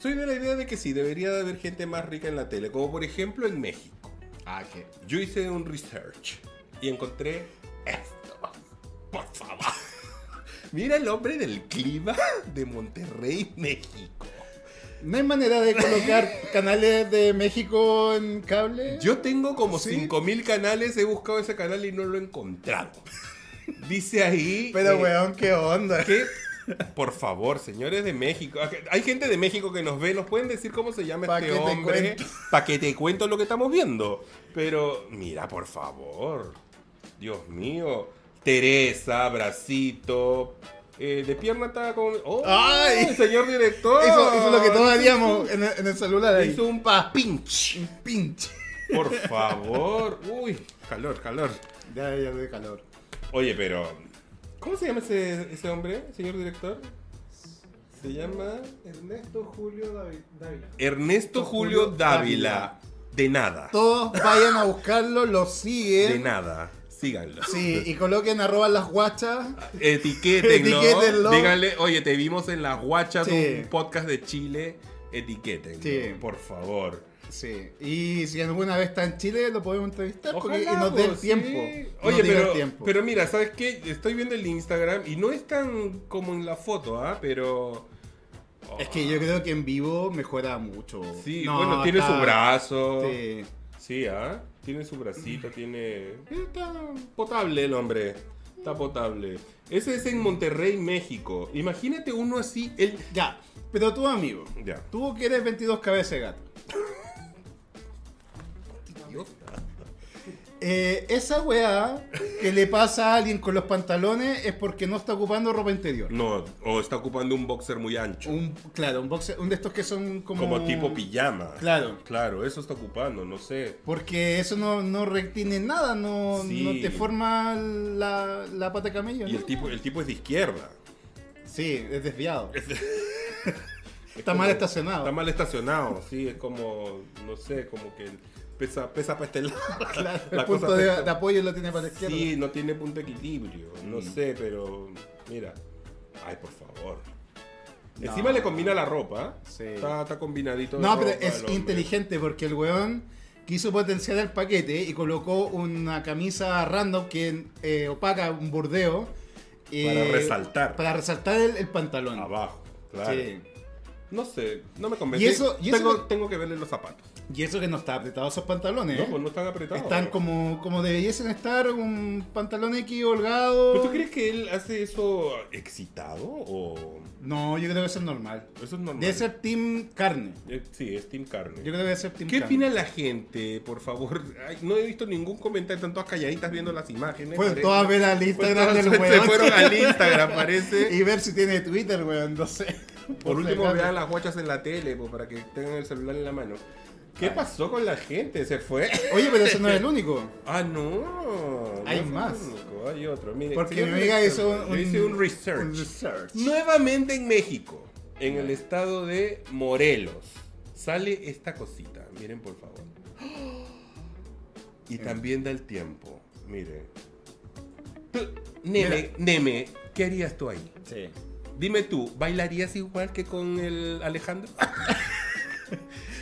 Speaker 2: soy de la idea de que sí, debería de haber gente más rica en la tele. Como por ejemplo en México.
Speaker 1: ah, qué.
Speaker 2: Yo hice un research y encontré esto. Por favor. Mira el hombre del clima de Monterrey, México.
Speaker 1: ¿No hay manera de colocar canales de México en cable?
Speaker 2: Yo tengo como
Speaker 1: ¿Sí?
Speaker 2: 5000 canales, he buscado ese canal y no lo he encontrado. Dice ahí.
Speaker 1: Pero,
Speaker 2: eh,
Speaker 1: weón, qué onda.
Speaker 2: que, por favor, señores de México, ah, hay gente de México que nos ve, nos pueden decir cómo se llama
Speaker 1: Pa'
Speaker 2: este
Speaker 1: que te
Speaker 2: hombre
Speaker 1: cuento.
Speaker 2: para que te cuento lo que estamos viendo. Pero mira, por favor, Dios mío, Teresa, bracito, eh, de pierna está con. ¡Oh,
Speaker 1: ¡Ay!
Speaker 2: señor director!
Speaker 1: Eso, eso es lo que todos haríamos en, el- en el celular. ahí.
Speaker 2: Oh, Hizo un pa pinch.
Speaker 1: Un pinche.
Speaker 2: Por favor. Uy, calor, calor.
Speaker 1: Ya, ya, de calor.
Speaker 2: Oye, pero. ¿Cómo se llama ese, ese hombre, señor director? Se llama
Speaker 3: Ernesto Julio Davi- Dávila.
Speaker 2: Ernesto Julio,
Speaker 1: Julio
Speaker 2: Dávila.
Speaker 1: Dávila.
Speaker 2: De nada.
Speaker 1: Todos vayan a buscarlo, lo
Speaker 2: De
Speaker 1: siguen.
Speaker 2: nada. Síganlo.
Speaker 1: Sí, y coloquen arroba las guachas.
Speaker 2: Etiquétenlo.
Speaker 1: Etiquétenlo.
Speaker 2: Díganle, oye, te vimos en las guachas de
Speaker 1: Sí.
Speaker 2: un podcast de Chile. Etiquétenlo,
Speaker 1: Sí.
Speaker 2: por favor.
Speaker 1: Sí. Y si alguna vez está en Chile, lo podemos entrevistar porque, y nos dé
Speaker 2: pues,
Speaker 1: el
Speaker 2: sí.
Speaker 1: tiempo. Nos
Speaker 2: Oye,
Speaker 1: diga el
Speaker 2: pero,
Speaker 1: tiempo.
Speaker 2: pero mira, ¿sabes qué? Estoy viendo el Instagram y no es tan como en la foto, ¿ah? Pero.
Speaker 1: Es que yo creo que en vivo mejora mucho.
Speaker 2: Sí,
Speaker 1: No,
Speaker 2: bueno, tiene
Speaker 1: está-
Speaker 2: su brazo.
Speaker 1: Sí.
Speaker 2: Sí, ¿ah? Tiene su bracito, tiene... Está potable el hombre. Está potable. Ese es en Monterrey, México. Imagínate uno así... El...
Speaker 1: Ya, pero tú, amigo,
Speaker 2: Ya.
Speaker 1: tú que eres 22 cabezas de gato. Eh, esa weá que le pasa a alguien con los pantalones es porque no está ocupando ropa interior.
Speaker 2: No, o está ocupando un boxer muy ancho.
Speaker 1: Un, claro, un boxer, un de estos que son como.
Speaker 2: Como tipo pijama.
Speaker 1: Claro.
Speaker 2: Claro, eso está ocupando, no sé.
Speaker 1: Porque eso no, no retiene nada, no,
Speaker 2: Sí.
Speaker 1: no te forma la, la pata de camello.
Speaker 2: Y el
Speaker 1: ¿no?
Speaker 2: tipo, el tipo es de izquierda.
Speaker 1: Sí, es desviado.
Speaker 2: Es
Speaker 1: Está
Speaker 2: como-
Speaker 1: mal estacionado.
Speaker 2: Está mal estacionado, sí. Es como, no sé, como que pesa, pesa para este lado.
Speaker 1: Claro, el
Speaker 2: La cosa
Speaker 1: punto de,
Speaker 2: está-
Speaker 1: de apoyo lo tiene para la izquierda.
Speaker 2: Sí, no tiene punto de equilibrio. No
Speaker 1: Mm.
Speaker 2: sé, pero. Mira. Ay, por favor.
Speaker 1: No.
Speaker 2: Encima le combina la ropa. ¿ah?
Speaker 1: Sí.
Speaker 2: Está, está combinadito. de
Speaker 1: No, pero
Speaker 2: ropa el
Speaker 1: es
Speaker 2: hombre.
Speaker 1: inteligente porque el weón quiso potenciar el paquete y colocó una camisa random que eh, opaca un bordeo. eh,
Speaker 2: Para resaltar.
Speaker 1: Para resaltar el, el pantalón.
Speaker 2: Abajo, claro.
Speaker 1: Sí.
Speaker 2: No sé, no me convence.
Speaker 1: Y eso- y eso
Speaker 2: tengo,
Speaker 1: que-
Speaker 2: tengo que verle los zapatos.
Speaker 1: Y eso que no está apretado esos pantalones. ¿eh?
Speaker 2: No, pues no están apretados.
Speaker 1: Están como, como debiesen estar, un pantalón X holgado.
Speaker 2: ¿Pero Pues tú crees que él hace eso excitado o
Speaker 1: No, yo creo que eso es normal.
Speaker 2: eso es normal?
Speaker 1: Debe ser Team Carne.
Speaker 2: Eh, Sí, es Team Carne.
Speaker 1: Yo creo que debe ser Team
Speaker 2: ¿Qué
Speaker 1: Carne.
Speaker 2: opina la gente? Por favor, Ay, no he visto ningún comentario, están todas calladitas viendo las imágenes.
Speaker 1: Pues
Speaker 2: parece.
Speaker 1: todas ver al
Speaker 2: Pues
Speaker 1: Instagram
Speaker 2: todas
Speaker 1: del
Speaker 2: se- se
Speaker 1: weón.
Speaker 2: fueron al Instagram, parece.
Speaker 1: Y pues, ver si tiene Twitter, weón, no sé.
Speaker 2: Por
Speaker 1: si
Speaker 2: último,
Speaker 1: acaso.
Speaker 2: vean las guachas en la tele, pues, para que tengan el celular en la mano. ¿Qué pasó con la gente? ¿Se fue?
Speaker 1: Oye, pero ese no es el único.
Speaker 2: Ah, no.
Speaker 1: Hay
Speaker 2: No es el
Speaker 1: más.
Speaker 2: único, hay otro. Mire,
Speaker 1: Porque
Speaker 2: señor
Speaker 1: mi amiga hizo
Speaker 2: director,
Speaker 1: un,
Speaker 2: yo hice un research.
Speaker 1: un research.
Speaker 2: Nuevamente en México, en el estado de Morelos, sale esta cosita. Miren, por favor. Y también da el tiempo. Miren. Tú, Neme, Neme, ¿qué harías tú ahí?
Speaker 1: Sí.
Speaker 2: Dime tú, ¿bailarías igual que con el Alejandro?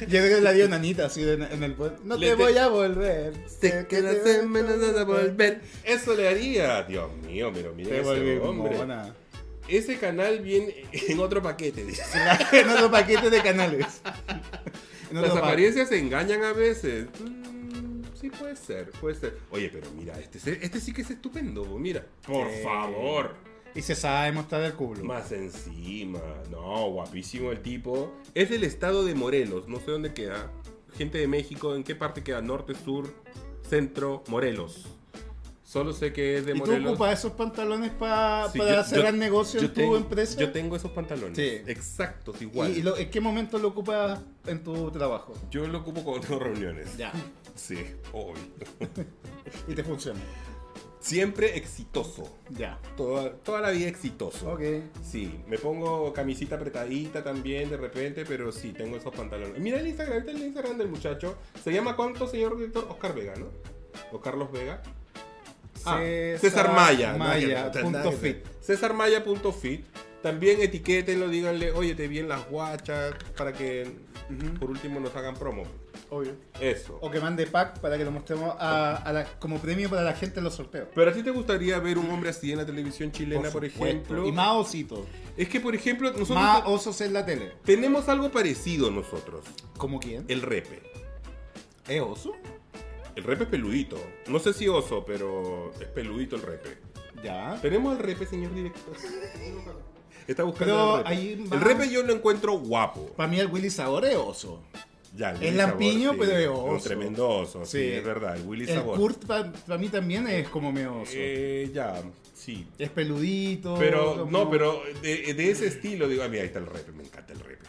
Speaker 1: Yo creo que la dio Nanita así de- en el pueblo. No
Speaker 2: Le
Speaker 1: te
Speaker 2: te-
Speaker 1: voy a volver.
Speaker 2: Sé que las semanas van a volver. Eso le haría. Dios mío, pero miren
Speaker 1: Te volví
Speaker 2: ese hombre.
Speaker 1: mona.
Speaker 2: Ese canal viene en otro paquete, dice.
Speaker 1: en otro paquete de canales. En
Speaker 2: Las
Speaker 1: otro pa-
Speaker 2: apariencias se engañan a veces. Mm, sí, puede ser, puede ser. Oye, pero mira, este, se- este sí que es estupendo, mira. Por
Speaker 1: Sí.
Speaker 2: favor.
Speaker 1: Y se sabe mostrar el culo.
Speaker 2: Más encima. No, guapísimo el tipo. Es del estado de Morelos, no sé dónde queda. Gente de México, ¿en qué parte queda? Norte, sur, centro, Morelos. Solo sé que es de
Speaker 1: ¿Y tú
Speaker 2: Morelos.
Speaker 1: ocupas esos pantalones pa-
Speaker 2: Sí,
Speaker 1: para
Speaker 2: yo-
Speaker 1: hacer
Speaker 2: yo-
Speaker 1: el negocio
Speaker 2: yo
Speaker 1: en tu
Speaker 2: tengo-
Speaker 1: empresa?
Speaker 2: Yo tengo esos pantalones.
Speaker 1: Sí.
Speaker 2: Exactos,
Speaker 1: ¿Y,
Speaker 2: igual.
Speaker 1: y lo- en qué momento lo ocupas en tu trabajo?
Speaker 2: Yo lo ocupo cuando tengo reuniones.
Speaker 1: Ya.
Speaker 2: Sí, obvio.
Speaker 1: Y te funciona.
Speaker 2: Siempre exitoso.
Speaker 1: Ya.
Speaker 2: Toda, toda la vida exitoso.
Speaker 1: Ok.
Speaker 2: Sí, me pongo camisita apretadita también de repente, pero sí, tengo esos pantalones. Mira el Instagram, este es el Instagram del muchacho. ¿Se llama cuánto, señor director? Oscar Vega, ¿no? O Carlos Vega. Ah, César, Maya. ¿no?
Speaker 1: Maya.
Speaker 2: Que-
Speaker 1: punto
Speaker 2: nada que
Speaker 1: fit.
Speaker 2: ver. César Maya punto fit. También etiquétenlo, díganle, oye, te vi en las guachas, para que
Speaker 1: Ujú.
Speaker 2: por último nos hagan promo.
Speaker 1: Obvio.
Speaker 2: Eso.
Speaker 1: O que mande pack para que lo mostremos a, a la- como premio para la gente en los sorteos.
Speaker 2: Pero a ti te gustaría ver un hombre así en la televisión chilena, por,
Speaker 1: supuesto.
Speaker 2: ejemplo.
Speaker 1: Y más ositos.
Speaker 2: Es que, por ejemplo, nosotros
Speaker 1: Más osos en la tele.
Speaker 2: tenemos algo parecido nosotros.
Speaker 1: ¿Como quién?
Speaker 2: El repe.
Speaker 1: ¿Es oso?
Speaker 2: El repe es peludito. No sé si oso, pero es peludito el repe.
Speaker 1: Ya.
Speaker 2: Tenemos al repe, señor director. Está
Speaker 1: Pero
Speaker 2: buscando al repe.
Speaker 1: ahí va-
Speaker 2: El repe yo lo encuentro guapo.
Speaker 1: Para mí el Willy Sabor es oso.
Speaker 2: Ya, el
Speaker 1: Es
Speaker 2: Willy Sabor,
Speaker 1: lampiño, pero es
Speaker 2: Un
Speaker 1: oso.
Speaker 2: tremendo oso, sí,
Speaker 1: Sí.
Speaker 2: es verdad. El Willy
Speaker 1: el
Speaker 2: Sabor.
Speaker 1: Kurt para mí también es como medio oso.
Speaker 2: Eh, ya, sí.
Speaker 1: es peludito.
Speaker 2: Pero,
Speaker 1: como-
Speaker 2: no, pero de, de ese estilo, digo, ah, mira, ahí está el repe, me encanta el repe.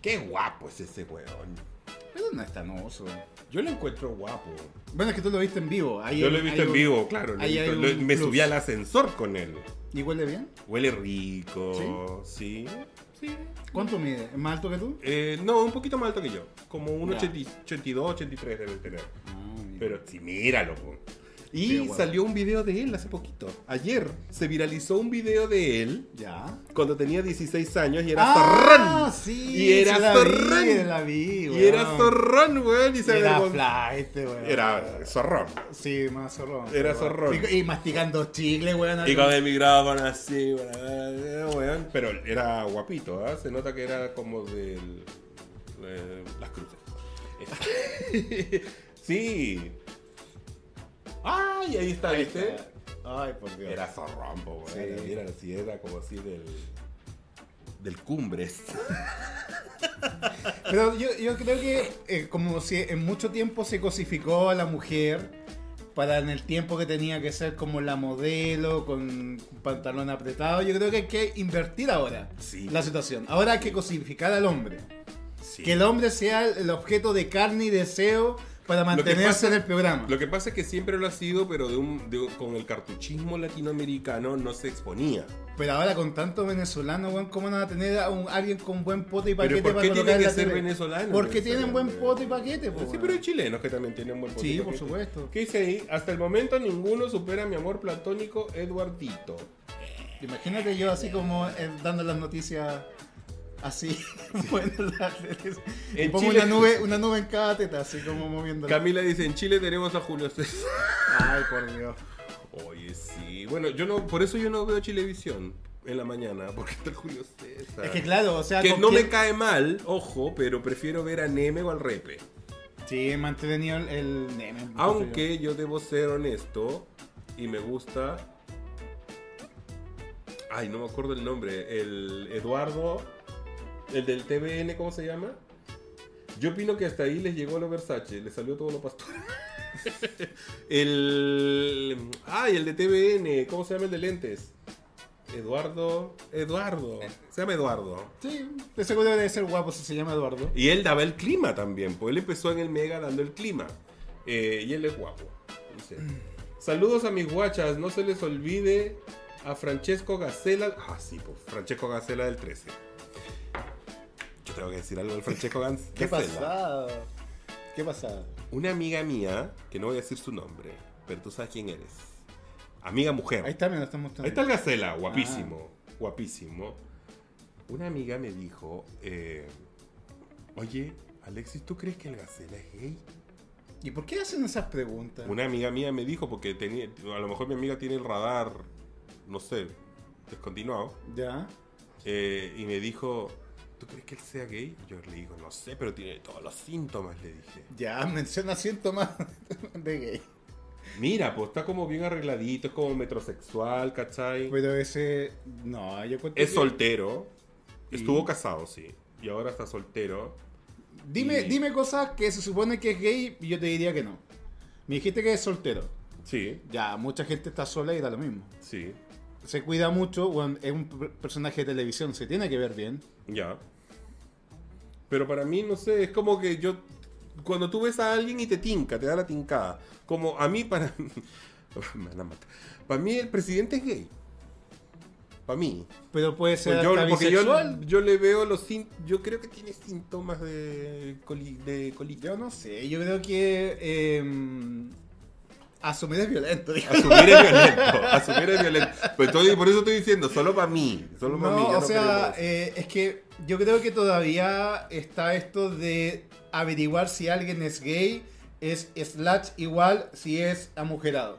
Speaker 2: Qué guapo es ese weón.
Speaker 1: Pero no es tan oso.
Speaker 2: Yo lo encuentro guapo.
Speaker 1: Bueno, es que tú lo viste en vivo. Ahí
Speaker 2: Yo
Speaker 1: hay-
Speaker 2: lo he visto
Speaker 1: hay
Speaker 2: en
Speaker 1: un-
Speaker 2: vivo, claro. lo he
Speaker 1: ahí hay
Speaker 2: visto. Lo-
Speaker 1: un
Speaker 2: me
Speaker 1: plus.
Speaker 2: subí al ascensor con él.
Speaker 1: ¿Y huele bien?
Speaker 2: Huele rico, ¿sí? Sí.
Speaker 1: ¿Cuánto mide? ¿Es más alto que tú?
Speaker 2: Eh, no, un poquito más alto que yo. Como un
Speaker 1: Ya.
Speaker 2: 80 82, 83 debe tener.
Speaker 1: Ah, mira.
Speaker 2: Pero sí, míralo. po. Y
Speaker 1: Qué guapo.
Speaker 2: salió un video de él hace poquito. Ayer se viralizó un video de él
Speaker 1: Ya.
Speaker 2: cuando tenía 16 años y era
Speaker 1: ah,
Speaker 2: zorrón.
Speaker 1: sí.
Speaker 2: Y era
Speaker 1: se la
Speaker 2: zorrón.
Speaker 1: vi, eh, la vi,
Speaker 2: Y
Speaker 1: weón.
Speaker 2: era zorrón, weón. Y
Speaker 1: Y
Speaker 2: se
Speaker 1: Era
Speaker 2: avergon-
Speaker 1: flight, weón.
Speaker 2: Era zorrón.
Speaker 1: Sí, más zorrón.
Speaker 2: Era
Speaker 1: weón.
Speaker 2: zorrón.
Speaker 1: Y, y masticando chicle, weón.
Speaker 2: Y con el micrófono así, eh, weón. Pero era guapito, ¿ah? Se nota que era como del. de las cruces. sí. ¡Ay! Ahí está, ¿viste?
Speaker 1: Ay, por Dios.
Speaker 2: Era zorrombo, weón.
Speaker 1: Sí.
Speaker 2: Era así, era como así del. del cumbres.
Speaker 1: Pero yo, yo creo que eh, como si en mucho tiempo se cosificó a la mujer para en el tiempo que tenía que ser como la modelo, con pantalón apretado, yo creo que hay que invertir ahora
Speaker 2: Sí.
Speaker 1: la situación. Ahora hay que cosificar al hombre.
Speaker 2: Sí.
Speaker 1: Que el hombre sea el objeto de carne y deseo para
Speaker 2: que
Speaker 1: mantenerse
Speaker 2: pasa-
Speaker 1: en el programa.
Speaker 2: Lo que pasa es que siempre lo ha sido, pero de un, de un- con el cartuchismo latinoamericano no se exponía.
Speaker 1: Pero ahora con tanto venezolano, weón, ¿cómo van a tener a un, alguien con buen pote y
Speaker 2: Pero
Speaker 1: paquete
Speaker 2: ¿por
Speaker 1: para
Speaker 2: qué
Speaker 1: colocar
Speaker 2: tiene
Speaker 1: en
Speaker 2: que
Speaker 1: la
Speaker 2: ser
Speaker 1: tele?
Speaker 2: venezolano?
Speaker 1: Porque tienen buen
Speaker 2: Venezolano.
Speaker 1: pote y paquete, po,
Speaker 2: Pues Sí,
Speaker 1: weón.
Speaker 2: pero hay chilenos que también tienen buen
Speaker 1: Sí,
Speaker 2: poquito
Speaker 1: por
Speaker 2: que-
Speaker 1: supuesto.
Speaker 2: ¿Qué dice ahí? Hasta el momento ninguno supera a mi amor platónico Eduardito.
Speaker 1: Imagínate yo así como eh, dando las noticias así. bueno, la-
Speaker 2: En
Speaker 1: pongo
Speaker 2: Chile-
Speaker 1: una nube, una nube en cada teta, así como moviendo.
Speaker 2: Camila dice, en Chile tenemos a Julio César.
Speaker 1: Ay, por Dios.
Speaker 2: Oye, sí. Bueno, yo no, por eso yo no veo Chilevisión. en la mañana porque está el Julio César.
Speaker 1: Es que claro, o sea.
Speaker 2: Que
Speaker 1: ¿con
Speaker 2: no me
Speaker 1: quién?
Speaker 2: cae mal, ojo, pero prefiero ver a Neme o al Repe.
Speaker 1: Sí, he mantenido el, el neme, encuentro yo.
Speaker 2: Aunque yo debo ser honesto y me gusta. Ay, no me acuerdo el nombre. El Eduardo, el del TVN, ¿cómo se llama? Yo opino que hasta ahí les llegó lo Versace, les salió todo lo pastor. el. Ay, el de TVN, ¿cómo se llama el de lentes? Eduardo. Eduardo. Se llama Eduardo.
Speaker 1: Sí, de seguro debe ser guapo si se llama Eduardo.
Speaker 2: Y él daba el clima también, pues él empezó en el Mega dando el clima. Eh, y él es guapo. dice.
Speaker 1: Mm.
Speaker 2: Saludos a mis guachas, no se les olvide a Francesco Gacela. Ah, sí, pues Francesco Gacela del 13. Yo tengo que decir algo del Francesco Gan- Gacela.
Speaker 1: ¿Qué pasado? ¿Qué pasado?
Speaker 2: Una amiga mía, que no voy a decir su nombre, pero tú sabes quién eres. Amiga mujer.
Speaker 1: Ahí está, me lo están mostrando.
Speaker 2: Ahí está Ah. el Gacela, guapísimo, guapísimo. Una amiga me dijo, eh, oye, Alexis, ¿tú crees que el Gacela es gay?
Speaker 1: ¿Y por qué hacen esas preguntas?
Speaker 2: Una amiga mía me dijo, porque tenía, a lo mejor mi amiga tiene el radar, no sé, descontinuado,
Speaker 1: Ya.
Speaker 2: eh, y me dijo, ¿tú crees que él sea gay? Yo le digo, no sé, pero tiene todos los síntomas, le dije.
Speaker 1: Ya, menciona síntomas de gay.
Speaker 2: Mira, pues está como bien arregladito, es como metrosexual, ¿cachai?
Speaker 1: Pero ese. No, yo cuento.
Speaker 2: Es
Speaker 1: que-
Speaker 2: soltero,
Speaker 1: Y-
Speaker 2: estuvo casado, sí, y ahora está soltero.
Speaker 1: Dime,
Speaker 2: y-
Speaker 1: dime cosas que se supone que es gay y yo te diría que no. Me dijiste que es soltero.
Speaker 2: Sí,
Speaker 1: Ya, mucha gente está sola y da lo mismo.
Speaker 2: sí,
Speaker 1: Se cuida mucho, weón, es un per- personaje de televisión, se tiene que ver bien.
Speaker 2: ya. Pero para mí, no sé, es como que yo. Cuando tú ves a alguien y te tinca, te da la tincada. Como a mí, para. Me van a matar. Para mí, el presidente es gay. Para mí.
Speaker 1: Pero puede ser
Speaker 2: Pues yo,
Speaker 1: hasta
Speaker 2: porque yo,
Speaker 1: bisexual.
Speaker 2: yo le veo los sin- Yo creo que tiene síntomas de, coli- de colitis.
Speaker 1: Yo no sé, yo creo que eh, asumir es violento. dijo.
Speaker 2: Asumir es violento. Asumir es violento. Pues estoy- por eso estoy diciendo, solo para mí. Solo para mí.
Speaker 1: No,
Speaker 2: yo
Speaker 1: o
Speaker 2: no
Speaker 1: sea,
Speaker 2: creo en eso.
Speaker 1: eh, es que yo creo que todavía está esto de averiguar si alguien es gay, es slash igual si es amujerado.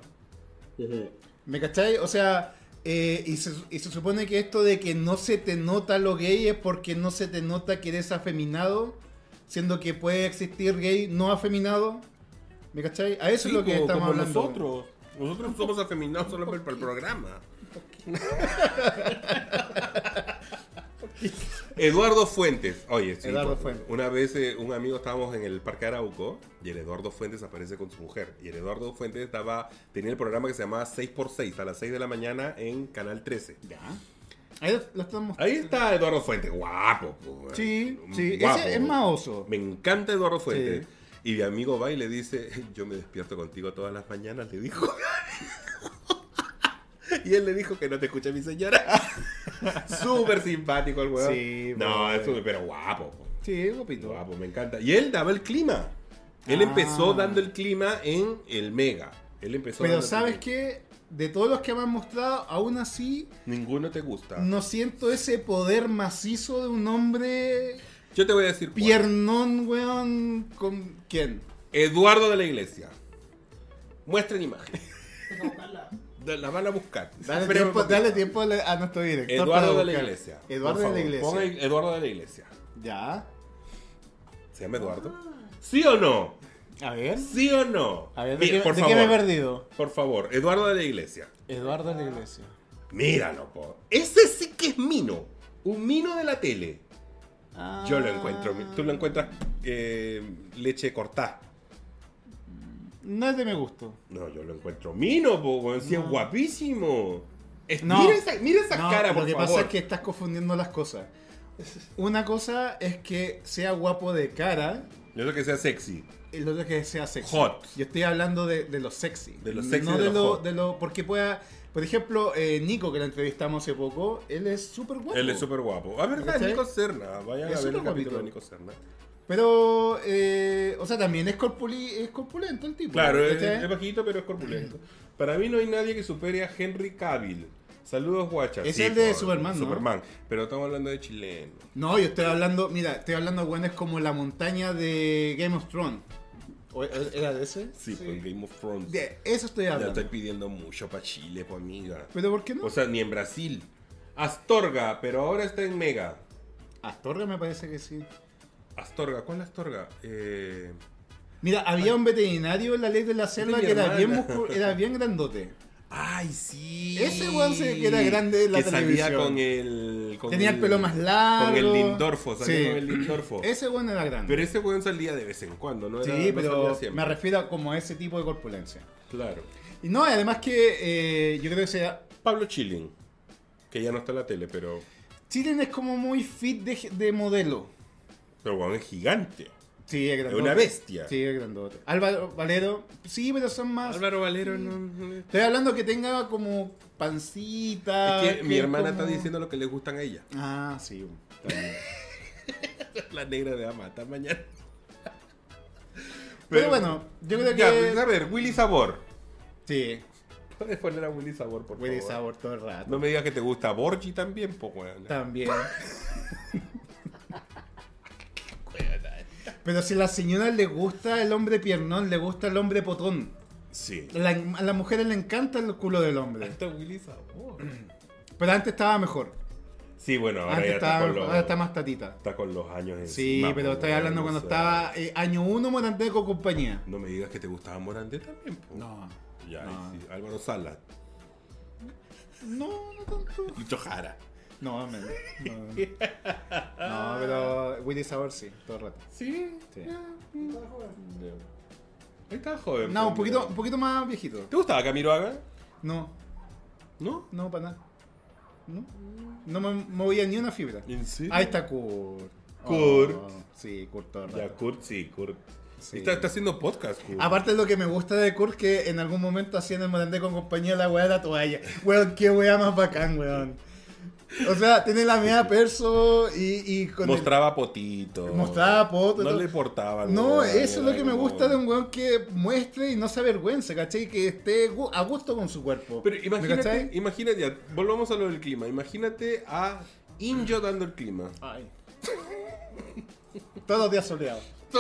Speaker 1: ¿Me cacháis? O sea, eh, y, se, y se supone que esto de que no se te nota lo gay es porque no se te nota que eres afeminado, siendo que puede existir gay no afeminado. ¿Me cacháis? A eso
Speaker 2: Sí,
Speaker 1: es lo que
Speaker 2: como-
Speaker 1: estamos
Speaker 2: como
Speaker 1: hablando.
Speaker 2: Nosotros. Nosotros somos afeminados solo para el- para el programa. Eduardo Fuentes. Oye, sí,
Speaker 1: Eduardo
Speaker 2: pues,
Speaker 1: Fuentes.
Speaker 2: Una vez eh, un amigo estábamos en el Parque Arauco y el Eduardo Fuentes aparece con su mujer. Y el Eduardo Fuentes estaba, tenía el programa que se llamaba 6x6 a las 6 de la mañana en Canal 13.
Speaker 1: Ya. Ahí lo estamos.
Speaker 2: Ahí está Eduardo Fuentes, guapo. pues,
Speaker 1: Sí, sí.
Speaker 2: guapo.
Speaker 1: Ese es más oso.
Speaker 2: Me encanta Eduardo Fuentes.
Speaker 1: Sí.
Speaker 2: Y mi amigo va y le dice, yo me despierto contigo todas las mañanas, le dijo. y él le dijo que no te escucha mi señora. súper simpático el weón.
Speaker 1: Sí,
Speaker 2: no,
Speaker 1: pues.
Speaker 2: es súper, pero guapo. pues.
Speaker 1: Sí, guapito.
Speaker 2: Guapo, me encanta. Y él daba el clima. Él
Speaker 1: Ah.
Speaker 2: empezó dando el clima en el Mega. Él empezó
Speaker 1: Pero
Speaker 2: dando el
Speaker 1: sabes
Speaker 2: clima.
Speaker 1: que de todos los que me han mostrado, aún así
Speaker 2: Ninguno te gusta.
Speaker 1: no siento ese poder macizo de un hombre
Speaker 2: Yo te voy a decir. cuál.
Speaker 1: piernón, weón, con quién.
Speaker 2: Eduardo de la Iglesia. Muestren imagen.
Speaker 3: No, Carla.
Speaker 2: La van a buscar.
Speaker 1: Dale
Speaker 2: Espérame
Speaker 1: tiempo,
Speaker 2: un poquito.
Speaker 1: dale tiempo a la- a nuestro director. para
Speaker 2: Eduardo de la
Speaker 1: buscar.
Speaker 2: Iglesia.
Speaker 1: Eduardo
Speaker 2: por
Speaker 1: de la
Speaker 2: favor.
Speaker 1: Iglesia.
Speaker 2: Ponga Eduardo de la Iglesia.
Speaker 1: Ya.
Speaker 2: ¿Se llama Eduardo? ¿Sí o no?
Speaker 1: A ver.
Speaker 2: ¿Sí o no?
Speaker 1: Ah. A ver, ¿de,
Speaker 2: Mira,
Speaker 1: qué,
Speaker 2: por
Speaker 1: de qué
Speaker 2: favor.
Speaker 1: me he perdido?
Speaker 2: Por favor, Eduardo de la Iglesia.
Speaker 1: Eduardo de la Iglesia.
Speaker 2: Míralo, po. Ese sí que es Mino. Un Mino de la tele.
Speaker 1: Ah.
Speaker 2: Yo lo encuentro. Tú lo encuentras eh, leche cortada.
Speaker 1: Ah, No es de mi gusto.
Speaker 2: No, yo lo encuentro Mino, po. weón. Sí, es
Speaker 1: No.
Speaker 2: guapísimo. Es-
Speaker 1: No.
Speaker 2: Mira esa, mira esa
Speaker 1: No,
Speaker 2: cara,
Speaker 1: lo
Speaker 2: por
Speaker 1: que
Speaker 2: favor.
Speaker 1: pasa es que estás confundiendo las cosas. Una cosa es que sea guapo de cara
Speaker 2: Yo creo que sea sexy.
Speaker 1: El otro que sea sexy.
Speaker 2: Hot.
Speaker 1: Yo estoy hablando de, de lo sexy.
Speaker 2: De lo sexy,
Speaker 1: No
Speaker 2: de
Speaker 1: de,
Speaker 2: lo
Speaker 1: lo,
Speaker 2: hot.
Speaker 1: de lo- Porque pueda. Por ejemplo, eh, Nico, que la entrevistamos hace poco, él es súper guapo.
Speaker 2: Él es súper guapo. A ver,
Speaker 1: ¿Cachai?
Speaker 2: Nico Serna. Vayan
Speaker 1: Es
Speaker 2: a ver
Speaker 1: súper
Speaker 2: el capítulo
Speaker 1: guapito.
Speaker 2: de Nico Serna.
Speaker 1: Pero. eh, o sea, también es, corpuli- es corpulento el tipo.
Speaker 2: Claro, eh, es,
Speaker 1: ¿cachai?
Speaker 2: es bajito, pero es corpulento. Para mí no hay nadie que supere a Henry Cavill. Saludos, guachas.
Speaker 1: Es el de
Speaker 2: por
Speaker 1: Superman, ¿no?
Speaker 2: Superman. Pero estamos hablando de chileno.
Speaker 1: No, yo estoy hablando. Mira, estoy hablando de es como la montaña de Game of Thrones. ¿O- ¿Era de ese?
Speaker 2: Sí, pues Game of Thrones.
Speaker 1: De eso estoy
Speaker 2: Ya
Speaker 1: hablando.
Speaker 2: estoy pidiendo mucho para Chile, pues amiga.
Speaker 1: Pero ¿por qué no?
Speaker 2: O sea, ni en Brasil. Astorga, pero ahora está en Mega.
Speaker 1: Astorga me parece que sí.
Speaker 2: Astorga, ¿cuál Astorga? Eh,
Speaker 1: Mira, había un veterinario en la ley de la selva
Speaker 2: Ah. mi
Speaker 1: que era
Speaker 2: hermana.
Speaker 1: bien, muscu- era bien grandote.
Speaker 2: Ay, sí.
Speaker 1: Ese weón se- que era grande en la
Speaker 2: que salía
Speaker 1: televisión.
Speaker 2: con el. con
Speaker 1: Tenía el pelo más largo.
Speaker 2: Con el Lindorfo, salía
Speaker 1: Sí.
Speaker 2: con el Lindorfo.
Speaker 1: Ese bueno era grande.
Speaker 2: Pero ese weón salía de vez en cuando, ¿no? Era-
Speaker 1: sí,
Speaker 2: no salía
Speaker 1: pero
Speaker 2: siempre.
Speaker 1: me refiero a como a ese tipo de corpulencia.
Speaker 2: Claro.
Speaker 1: Y no, además que eh, yo creo que sea...
Speaker 2: Pablo Chilling, que ya no está en la tele, pero.
Speaker 1: Chilen es como muy fit de, de modelo.
Speaker 2: Pero weón es gigante.
Speaker 1: Sí, es grandote.
Speaker 2: una bestia.
Speaker 1: Sí, es grandote. Álvaro Valero, sí, pero son más...
Speaker 2: Álvaro Valero no.
Speaker 1: Estoy hablando que tenga como pancita.
Speaker 2: Es que mi hermana está
Speaker 1: Ah, como-
Speaker 2: diciendo lo que le gustan a ella.
Speaker 1: Ah, sí. también.
Speaker 2: La negra de ama, hasta mañana.
Speaker 1: Pero, bueno, yo creo que.
Speaker 2: Ya, pues, a ver, Willy Sabor.
Speaker 1: Sí,
Speaker 2: Puedes poner a Willy Sabor, por
Speaker 1: huele
Speaker 2: favor.
Speaker 1: sabor todo el rato.
Speaker 2: No me digas que te gusta Borgi también, po, weón.
Speaker 1: También. Pero si a las señoras les gusta el hombre piernón, le gusta el hombre potón.
Speaker 2: Sí.
Speaker 1: La- a las mujeres le encanta el culo del hombre.
Speaker 2: Hasta Willy Sabor.
Speaker 1: Pero antes estaba mejor.
Speaker 2: Sí, bueno, ahora
Speaker 1: Antes
Speaker 2: ya está
Speaker 1: estaba
Speaker 2: con,
Speaker 1: mejor,
Speaker 2: los,
Speaker 1: ahora está más tatita.
Speaker 2: está con los años encima.
Speaker 1: Sí, pero
Speaker 2: po,
Speaker 1: estoy
Speaker 2: weón,
Speaker 1: hablando cuando
Speaker 2: o sea,
Speaker 1: estaba eh, año 1 Moranteco compañía.
Speaker 2: No me digas que te gustaba Morandé también, po.
Speaker 1: No.
Speaker 2: Ya,
Speaker 1: no.
Speaker 2: y sí, Álvaro Sala,
Speaker 1: No, no tanto.
Speaker 2: Lucho Jara.
Speaker 1: No, no, no. No, pero Willy Sabor sí, todo el rato.
Speaker 2: Sí.
Speaker 1: Sí.
Speaker 3: Estaba joven.
Speaker 2: Ahí está joven.
Speaker 1: No,
Speaker 2: po,
Speaker 1: un poquito,
Speaker 2: mira.
Speaker 1: un poquito más viejito.
Speaker 2: ¿Te gustaba Camiroaga?
Speaker 1: No,
Speaker 2: ¿No?
Speaker 1: no, para nada. No, no me movía ni una fibra.
Speaker 2: ¿En serio?
Speaker 1: Ahí está Kurt. Oh,
Speaker 2: Kurt.
Speaker 1: sí, Kurt todo el
Speaker 2: Ya,
Speaker 1: rato.
Speaker 2: Kurt, sí, Kurt.
Speaker 1: Sí.
Speaker 2: Está, está haciendo podcast, Kurt.
Speaker 1: Aparte lo que me gusta de Kurt que en algún momento hacían el Morandé con compañía la weá de la toalla. Weón, qué weá más bacán, weón. O sea, tiene la media perso y, y con el-
Speaker 2: Mostraba potito.
Speaker 1: Mostraba poto,
Speaker 2: No
Speaker 1: todo.
Speaker 2: le importaba.
Speaker 1: No,
Speaker 2: weón,
Speaker 1: eso es lo
Speaker 2: era
Speaker 1: que me
Speaker 2: como-
Speaker 1: gusta de un weón que muestre y no se avergüence, ¿cachai? Que esté gu- a gusto con su cuerpo.
Speaker 2: Pero
Speaker 1: ¿Me
Speaker 2: imagínate,
Speaker 1: cachai?
Speaker 2: imagínate, ya, volvamos a lo del clima. Imagínate a Injo dando el clima.
Speaker 1: Ay. Todos los días soleados.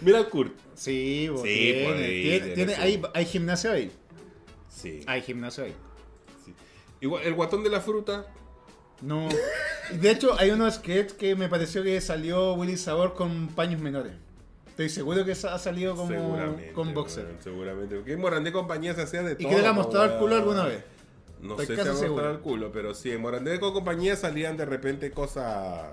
Speaker 2: Mira al Kurt.
Speaker 1: Sí, bo,
Speaker 2: Sí,
Speaker 1: tiene,
Speaker 2: pues,
Speaker 1: tiene-
Speaker 2: tiene,
Speaker 1: tiene-
Speaker 2: sí.
Speaker 1: hay, hay gimnasio ahí.
Speaker 2: Sí.
Speaker 1: Hay gimnasio ahí.
Speaker 2: sí. Igual, el guatón de la fruta.
Speaker 1: No. De hecho, hay unos sketch que me pareció que salió Willy Sabor con paños menores. Estoy seguro que sa- ha salido como
Speaker 2: seguramente.
Speaker 1: con boxer.
Speaker 2: weón, seguramente. Porque Morandé compañía se hacía de
Speaker 1: y
Speaker 2: todo.
Speaker 1: que le ha mostrado el
Speaker 2: weón.
Speaker 1: culo alguna vez.
Speaker 2: No
Speaker 1: Estoy
Speaker 2: sé si
Speaker 1: casi
Speaker 2: ha
Speaker 1: seguro.
Speaker 2: mostrado el culo, pero sí, en Morandé con compañía salían de repente cosas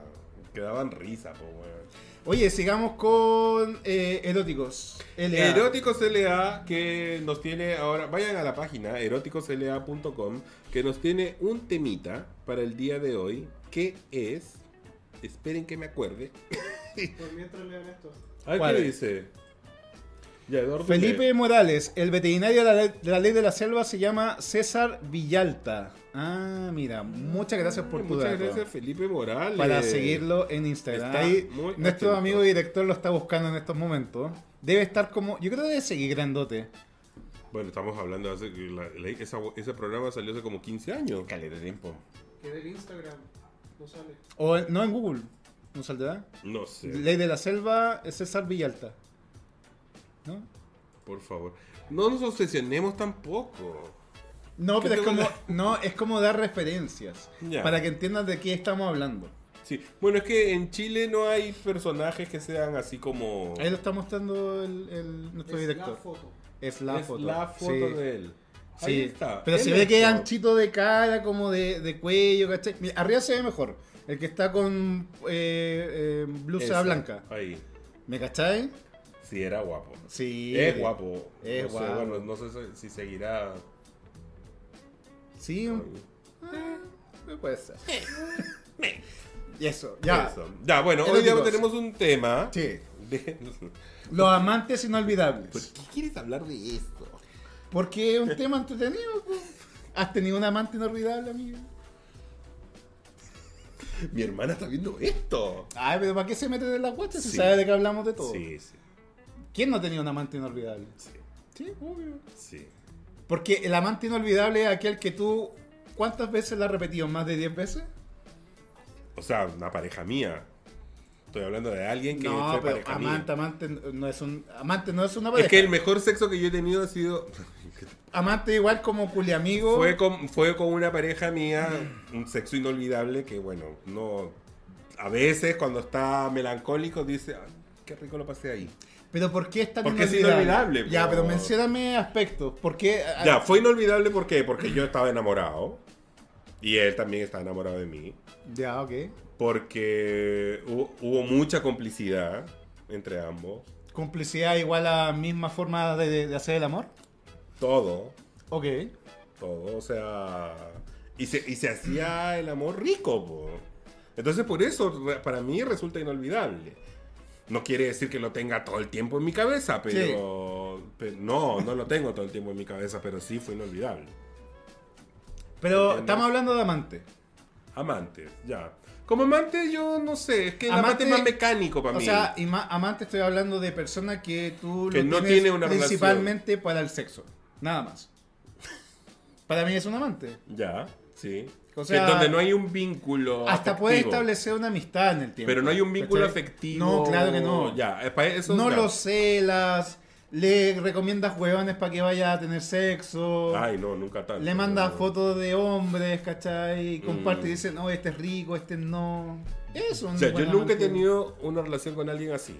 Speaker 2: que daban risa, po, weón.
Speaker 1: Oye, sigamos con eh, eróticos. eh, LA.
Speaker 2: Eróticos LA que nos tiene ahora, vayan a la página eróticosla.com que nos tiene un temita para el día de hoy que es, esperen que me acuerde,
Speaker 3: Por Pues mientras lean esto.
Speaker 2: a ver
Speaker 1: ¿Cuál
Speaker 2: qué
Speaker 1: es?
Speaker 2: dice. Ya, Eduardo,
Speaker 1: Felipe
Speaker 2: ¿qué?
Speaker 1: Morales, el veterinario de la, de la ley de la selva se llama César Villalta. Ah, mira, muchas gracias por tu
Speaker 2: Muchas
Speaker 1: dato.
Speaker 2: gracias Felipe Morales.
Speaker 1: Para seguirlo en Instagram.
Speaker 2: Está
Speaker 1: Ahí
Speaker 2: muy
Speaker 1: nuestro
Speaker 2: atento.
Speaker 1: amigo director lo está buscando en estos momentos. Debe estar como. Yo creo que debe seguir grandote.
Speaker 2: Bueno, estamos hablando de hace que la- la- esa- ese programa salió hace como 15 años. Caleta de tiempo.
Speaker 3: Que del Instagram. No sale.
Speaker 1: O en- no en Google. ¿No saldrá?
Speaker 2: No sé.
Speaker 1: Ley de la selva, César Villalta. ¿No?
Speaker 2: Por favor. No nos obsesionemos tampoco.
Speaker 1: No,
Speaker 2: ¿Qué
Speaker 1: pero es
Speaker 2: te
Speaker 1: como,
Speaker 2: gusta?
Speaker 1: no, es como dar referencias.
Speaker 2: Ya.
Speaker 1: Para que entiendas de qué estamos hablando.
Speaker 2: Sí, bueno, es que en Chile no hay personajes que sean así como.
Speaker 1: Ahí lo está mostrando el, el- nuestro
Speaker 3: es
Speaker 1: director.
Speaker 3: la foto.
Speaker 1: Es la
Speaker 2: es
Speaker 1: foto.
Speaker 2: la foto
Speaker 1: Sí,
Speaker 2: de él. Ahí
Speaker 1: sí.
Speaker 2: está.
Speaker 1: Pero
Speaker 2: él
Speaker 1: se ve que es
Speaker 2: está.
Speaker 1: anchito de cara, como de, de cuello, ¿cachai? Mira, arriba se ve mejor. El que está con eh, eh, blusa
Speaker 2: Esa,
Speaker 1: blanca.
Speaker 2: Ahí.
Speaker 1: ¿Me cachai?
Speaker 2: Sí, era guapo.
Speaker 1: Sí.
Speaker 2: Es guapo.
Speaker 1: Es
Speaker 2: no sé,
Speaker 1: guapo.
Speaker 2: bueno, no sé si- si seguirá.
Speaker 1: Sí, un- eh, puede ser. y eso, ya.
Speaker 2: Eso. Ya, bueno, hoy día
Speaker 1: Eróticos.
Speaker 2: tenemos un tema.
Speaker 1: Sí.
Speaker 2: de-
Speaker 1: Los amantes inolvidables.
Speaker 2: qué quieres hablar de esto?
Speaker 1: Porque es un tema entretenido. po. ¿Has tenido un amante inolvidable, amigo?
Speaker 2: Mi hermana está viendo esto.
Speaker 1: Ay, pero ¿para qué se mete en la guacha si
Speaker 2: Sí.
Speaker 1: sabe de qué hablamos de todo?
Speaker 2: Sí, sí,
Speaker 1: ¿Quién no ha tenido un amante inolvidable?
Speaker 2: sí,
Speaker 1: Sí, obvio.
Speaker 2: sí.
Speaker 1: Porque el amante inolvidable es aquel que tú. ¿Cuántas veces lo has repetido? ¿Más de 10 veces?
Speaker 2: O sea, una pareja mía. Estoy hablando de alguien que
Speaker 1: No,
Speaker 2: fue
Speaker 1: pero
Speaker 2: pareja mía.
Speaker 1: amante, amante no es un. Amante no es una pareja.
Speaker 2: Es que el mejor sexo que yo he tenido ha sido.
Speaker 1: Amante igual como culiamigo.
Speaker 2: Fue con, fue con una pareja mía, un sexo inolvidable que, bueno, no. A veces cuando está melancólico dice, "Ah, qué rico lo pasé ahí.
Speaker 1: Pero ¿por qué es tan
Speaker 2: Porque es inolvidable,
Speaker 1: Ya,
Speaker 2: po.
Speaker 1: pero mencióname aspectos. ¿Por qué? a-
Speaker 2: Ya, fue inolvidable ¿por qué? porque yo estaba enamorado y él también estaba enamorado de mí.
Speaker 1: Ya, ok.
Speaker 2: Porque hubo, hubo mucha complicidad entre ambos.
Speaker 1: ¿Complicidad igual a misma forma de, de- de hacer el amor?
Speaker 2: Todo,
Speaker 1: Ok.
Speaker 2: todo, o sea. Y se, y se hacía el amor rico, po. Entonces, por eso, re- para mí resulta inolvidable. No quiere decir que lo tenga todo el tiempo en mi cabeza, pero. pe- no, no lo tengo todo el tiempo en mi cabeza, pero sí fue inolvidable.
Speaker 1: Pero
Speaker 2: Entiendo.
Speaker 1: estamos hablando de amante.
Speaker 2: Amantes, ya. Como amante, yo no sé, es que el amante,
Speaker 1: Amante-
Speaker 2: es más mecánico para
Speaker 1: O
Speaker 2: mí.
Speaker 1: sea, y ma- amante estoy hablando de persona que tú
Speaker 2: Que no tiene una relación.
Speaker 1: principalmente para el sexo. Nada más. Para mí es un amante.
Speaker 2: ya, sí.
Speaker 1: O
Speaker 2: Que
Speaker 1: sea,
Speaker 2: donde no hay un vínculo.
Speaker 1: Hasta puede
Speaker 2: afectivo.
Speaker 1: establecer una amistad en el tiempo.
Speaker 2: Pero no hay un vínculo
Speaker 1: ¿cachai?
Speaker 2: afectivo.
Speaker 1: No, claro que no.
Speaker 2: Ya, es pa- eso
Speaker 1: no
Speaker 2: ya.
Speaker 1: lo celas, le recomiendas huevones para que vaya a tener sexo.
Speaker 2: Ay, no, nunca tanto.
Speaker 1: Le manda
Speaker 2: no.
Speaker 1: fotos de hombres, ¿cachai? Y comparte
Speaker 2: Mm.
Speaker 1: y dice, no, este es rico, este no. Eso.
Speaker 2: O sea, yo nunca he tenido una relación con alguien así.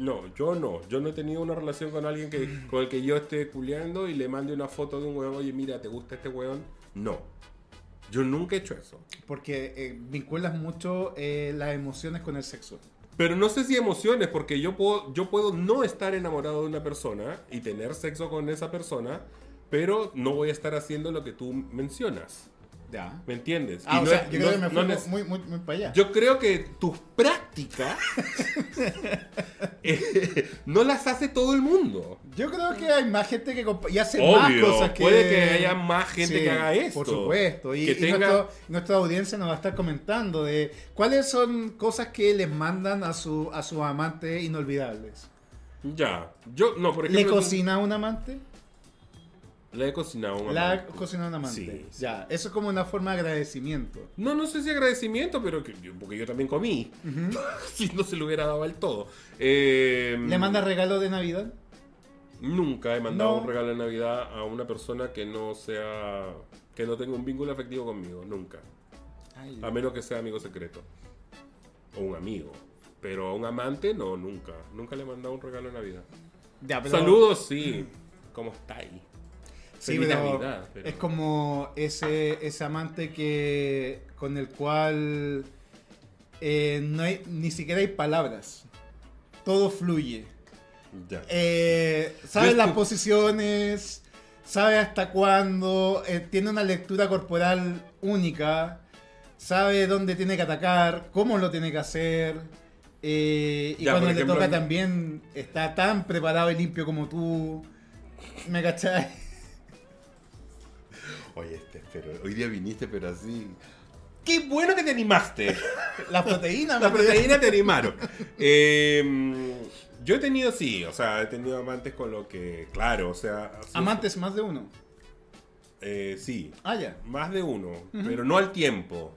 Speaker 2: No, yo no. Yo no he tenido una relación con alguien
Speaker 1: Mm.
Speaker 2: que, con el que yo esté culeando y le mande una foto de un huevón. Oye, mira, ¿te gusta este huevón? No. Yo nunca he hecho eso.
Speaker 1: Porque eh, vinculas mucho eh, las emociones con el sexo.
Speaker 2: Pero no sé si emociones, porque yo puedo, yo puedo no estar enamorado de una persona y tener sexo con esa persona, pero no voy a estar haciendo lo que tú mencionas.
Speaker 1: Ya.
Speaker 2: ¿Me entiendes?
Speaker 1: Ah,
Speaker 2: Y
Speaker 1: o
Speaker 2: no
Speaker 1: sea,
Speaker 2: es-
Speaker 1: yo
Speaker 2: no-
Speaker 1: creo que me
Speaker 2: no
Speaker 1: fui
Speaker 2: neces-
Speaker 1: muy, muy, muy para allá.
Speaker 2: Yo creo que tus prácticas eh, no las hace todo el mundo.
Speaker 1: Yo creo que hay más gente que compa- y hace más
Speaker 2: Obvio,
Speaker 1: cosas que.
Speaker 2: puede que haya más gente
Speaker 1: Sí,
Speaker 2: que haga esto.
Speaker 1: Por supuesto. Y,
Speaker 2: que
Speaker 1: y
Speaker 2: tenga-
Speaker 1: nuestro- nuestra audiencia nos va a estar comentando de cuáles son cosas que les mandan a, su, a sus amantes inolvidables.
Speaker 2: Ya, yo no, por
Speaker 1: ¿Le
Speaker 2: ejemplo,
Speaker 1: cocina a un amante?
Speaker 2: le he cocinado a un
Speaker 1: La
Speaker 2: amante.
Speaker 1: cocina a un amante.
Speaker 2: Sí, sí.
Speaker 1: Ya, eso es como una forma de agradecimiento.
Speaker 2: No, no sé si agradecimiento, pero que yo- porque yo también comí. si no se lo hubiera dado al todo. Eh,
Speaker 1: ¿Le mandas regalo de Navidad?
Speaker 2: Nunca he mandado
Speaker 1: No.
Speaker 2: un regalo de Navidad a una persona que no sea. que no tenga un vínculo afectivo conmigo. Nunca.
Speaker 1: Ay,
Speaker 2: A menos que sea amigo secreto. O un amigo. Pero a un amante, no, nunca. Nunca le he mandado un regalo de Navidad.
Speaker 1: ya, pero-
Speaker 2: Saludos, sí. ¿Cómo estáis?
Speaker 1: Sí,
Speaker 2: Feliz
Speaker 1: pero
Speaker 2: Navidad, pero-
Speaker 1: Es como ese, ese amante que con el cual eh, no hay, ni siquiera hay palabras. Todo fluye.
Speaker 2: Ya.
Speaker 1: Eh,
Speaker 2: Yo
Speaker 1: sabe
Speaker 2: estu-
Speaker 1: las posiciones, sabe hasta cuándo, eh, tiene una lectura corporal única, sabe dónde tiene que atacar, cómo lo tiene que hacer. eh, y
Speaker 2: Ya,
Speaker 1: cuando
Speaker 2: por
Speaker 1: le
Speaker 2: ejemplo,
Speaker 1: toca
Speaker 2: a mí-
Speaker 1: también está tan preparado y limpio como tú. ¿Me cachai?
Speaker 2: Oye, este, pero hoy día viniste, pero así. ¡Qué bueno que te animaste!
Speaker 1: Las proteínas.
Speaker 2: La
Speaker 1: me pide-
Speaker 2: proteína te animaron. Eh, yo he tenido, sí, o sea, he tenido amantes con lo que, claro, o sea... ha sido-
Speaker 1: Amantes más de uno.
Speaker 2: Eh, sí,
Speaker 1: Ah, ya.
Speaker 2: más de uno, pero no al tiempo.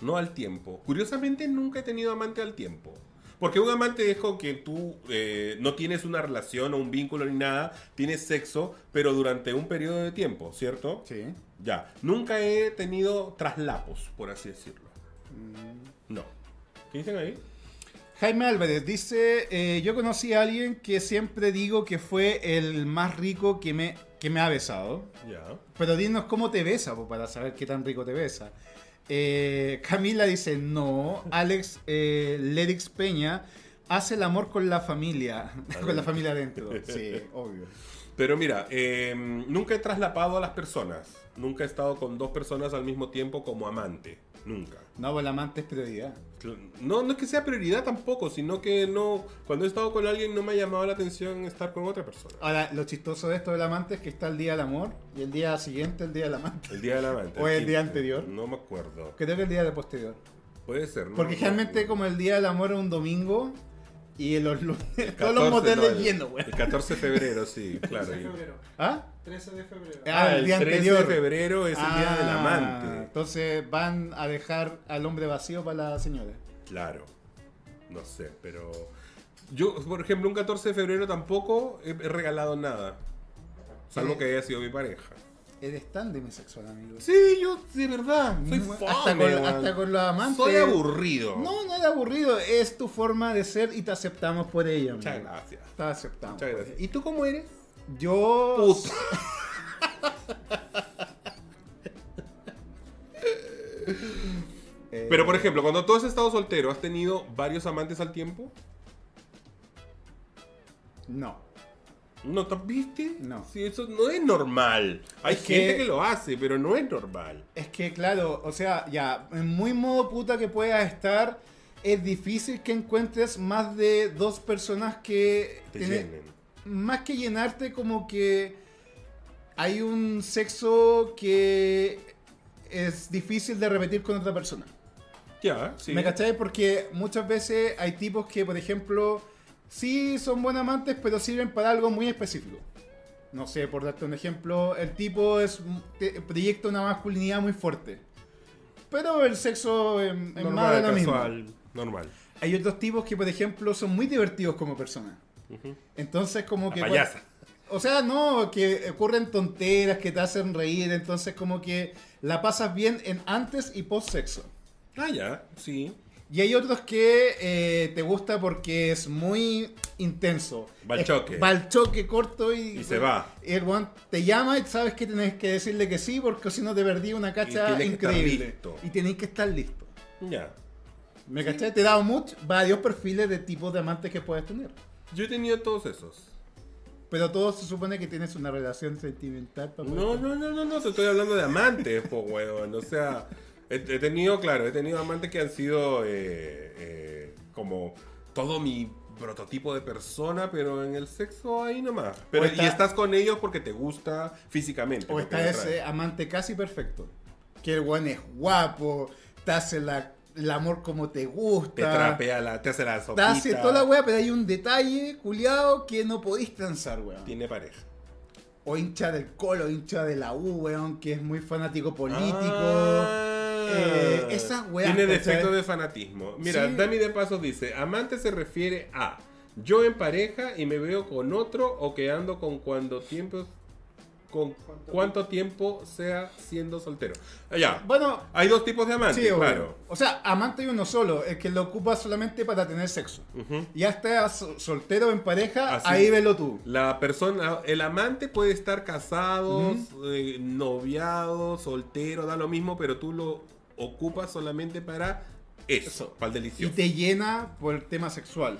Speaker 2: No al tiempo. Curiosamente nunca he tenido amante al tiempo. Porque un amante es con quien tú eh, no tienes una relación o un vínculo ni nada, tienes sexo, pero durante un periodo de tiempo, ¿cierto?
Speaker 1: Sí.
Speaker 2: Ya, nunca he tenido traslapos, por así decirlo. No. ¿Qué dicen ahí?
Speaker 1: Jaime Álvarez dice, eh, yo conocí a alguien que siempre digo que fue el más rico que me, que me ha besado.
Speaker 2: Ya.
Speaker 1: Pero dinos cómo te besa, po, para saber qué tan rico te besa. Eh, Camila dice, no, Alex eh, Lerix Peña hace el amor con la familia, con la familia adentro. Sí, obvio.
Speaker 2: Pero mira, eh, nunca he traslapado a las personas. Nunca he estado con dos personas al mismo tiempo como amante. Nunca.
Speaker 1: No, pues el amante es prioridad.
Speaker 2: Cl- No, no es que sea prioridad tampoco, sino que no. Cuando he estado con alguien no me ha llamado la atención estar con otra persona.
Speaker 1: Ahora, lo chistoso de esto del amante es que está el día del amor y el día siguiente el día del amante.
Speaker 2: El día del amante.
Speaker 1: ¿O el día
Speaker 2: 15,
Speaker 1: anterior?
Speaker 2: No me acuerdo.
Speaker 1: Creo que el día de posterior.
Speaker 2: Puede ser. ¿no?
Speaker 1: Porque
Speaker 2: No,
Speaker 1: generalmente
Speaker 2: no.
Speaker 1: como el Día del Amor es un domingo Y los lunes, todos los moteles
Speaker 2: no, el-
Speaker 1: llenos, weón.
Speaker 2: El 14 de febrero, sí, claro.
Speaker 3: 13 de
Speaker 2: y-
Speaker 3: febrero.
Speaker 1: ¿Ah?
Speaker 3: 13 de febrero.
Speaker 1: Ah, el día
Speaker 2: 13
Speaker 1: anterior.
Speaker 2: de febrero es el día del
Speaker 1: Ah,
Speaker 2: amante.
Speaker 1: Entonces van a dejar al hombre vacío para la señora.
Speaker 2: Claro. No sé, pero. Yo, por ejemplo, un 14 de febrero tampoco he he regalado nada. Salvo
Speaker 1: Sí.
Speaker 2: que haya sido mi pareja.
Speaker 1: Eres tan demisexual, amigo.
Speaker 2: Sí, yo, de verdad. Soy
Speaker 1: Hasta
Speaker 2: fome,
Speaker 1: con-
Speaker 2: weón.
Speaker 1: hasta con los amantes.
Speaker 2: Soy aburrido.
Speaker 1: No, no era aburrido. Es tu forma de ser y te aceptamos por ello.
Speaker 2: Muchas
Speaker 1: amigo.
Speaker 2: gracias.
Speaker 1: Te aceptamos.
Speaker 2: Muchas gracias.
Speaker 1: ¿Y tú cómo eres? Yo.
Speaker 2: Puta.
Speaker 1: eh,
Speaker 2: Pero por ejemplo, cuando tú has estado soltero, ¿has tenido varios amantes al tiempo?
Speaker 1: No.
Speaker 2: ¿No te viste?
Speaker 1: No.
Speaker 2: Sí, eso no es normal. Hay
Speaker 1: Es que-
Speaker 2: gente que... lo hace, pero no es normal.
Speaker 1: Es que claro, o sea, ya, en muy modo puta que puedas estar, es difícil que encuentres más de dos personas que...
Speaker 2: Te
Speaker 1: tiene-
Speaker 2: llenen.
Speaker 1: Más que llenarte, como que hay un sexo que es difícil de repetir con otra persona.
Speaker 2: Ya, sí.
Speaker 1: ¿Me cacháis? Porque muchas veces hay tipos que, por ejemplo, sí son buenos amantes, pero sirven para algo muy específico. No sé, por darte un ejemplo, el tipo es te- proyecta una masculinidad muy fuerte. Pero el sexo es, es más de
Speaker 2: normal,
Speaker 1: lo mismo.
Speaker 2: casual, normal.
Speaker 1: Hay otros tipos que, por ejemplo, son muy divertidos como personas.
Speaker 2: Ujú.
Speaker 1: Entonces, como
Speaker 2: La
Speaker 1: que.
Speaker 2: payasa.
Speaker 1: O sea, no, que ocurren tonteras que te hacen reír. Entonces, como que la pasas bien en antes y post sexo.
Speaker 2: Ah, ya, sí.
Speaker 1: Y hay otros que eh, te gusta porque es muy intenso.
Speaker 2: Va al
Speaker 1: Es-
Speaker 2: choque.
Speaker 1: Va al choque corto y,
Speaker 2: Y se va.
Speaker 1: y el weón te llama y sabes que tenés que decirle que sí porque si no te perdí una
Speaker 2: tienes
Speaker 1: cacha
Speaker 2: que estar
Speaker 1: increíble.
Speaker 2: listo.
Speaker 1: Y tenés que estar listo.
Speaker 2: Ya.
Speaker 1: ¿Me caché? Te he dado much- varios perfiles de tipos de amantes que puedes tener.
Speaker 2: Yo he tenido todos esos.
Speaker 1: Pero todo se supone que tienes una relación sentimental. para
Speaker 2: No,
Speaker 1: poder-
Speaker 2: no, no, no, no, te estoy hablando de amantes, po, weón. O sea, he, he tenido, claro, he tenido amantes que han sido eh, eh, como todo mi prototipo de persona, pero en el sexo ahí nomás. Pero
Speaker 1: O está-
Speaker 2: y estás con ellos porque te gusta físicamente.
Speaker 1: O
Speaker 2: porque
Speaker 1: está
Speaker 2: te atrae.
Speaker 1: ese amante casi perfecto. Que el weón es guapo, te hace la- el amor como te gusta.
Speaker 2: Te trapea, la, te hace la
Speaker 1: Te
Speaker 2: sopita.
Speaker 1: hace toda la wea, pero hay un detalle, culiado, que no podéis transar, weón.
Speaker 2: Tiene pareja.
Speaker 1: O hincha del colo, hincha de la U, weón, que es muy fanático político.
Speaker 2: Ah.
Speaker 1: eh, esas weas,
Speaker 2: Tiene
Speaker 1: ¿cachai?
Speaker 2: defecto de fanatismo. Mira,
Speaker 1: Sí.
Speaker 2: Dani de Paso dice, amante se refiere a yo en pareja y me veo con otro o que ando con cuando tiempo con
Speaker 3: ¿Cuánto?
Speaker 2: cuánto tiempo sea siendo soltero. Ah, Ya.
Speaker 1: Bueno,
Speaker 2: Hay dos tipos de amantes,
Speaker 1: sí, obvio.
Speaker 2: claro.
Speaker 1: O sea, amante hay uno solo, el que lo ocupa solamente para tener sexo.
Speaker 2: Ujú.
Speaker 1: Ya estás so- soltero o en pareja,
Speaker 2: Así.
Speaker 1: ahí velo tú.
Speaker 2: La persona, el amante puede estar casado, eh, noviado, soltero, da lo mismo, pero tú lo ocupas solamente para eso,
Speaker 1: Eso.
Speaker 2: para el
Speaker 1: Y
Speaker 2: delicioso.
Speaker 1: te llena por el tema sexual.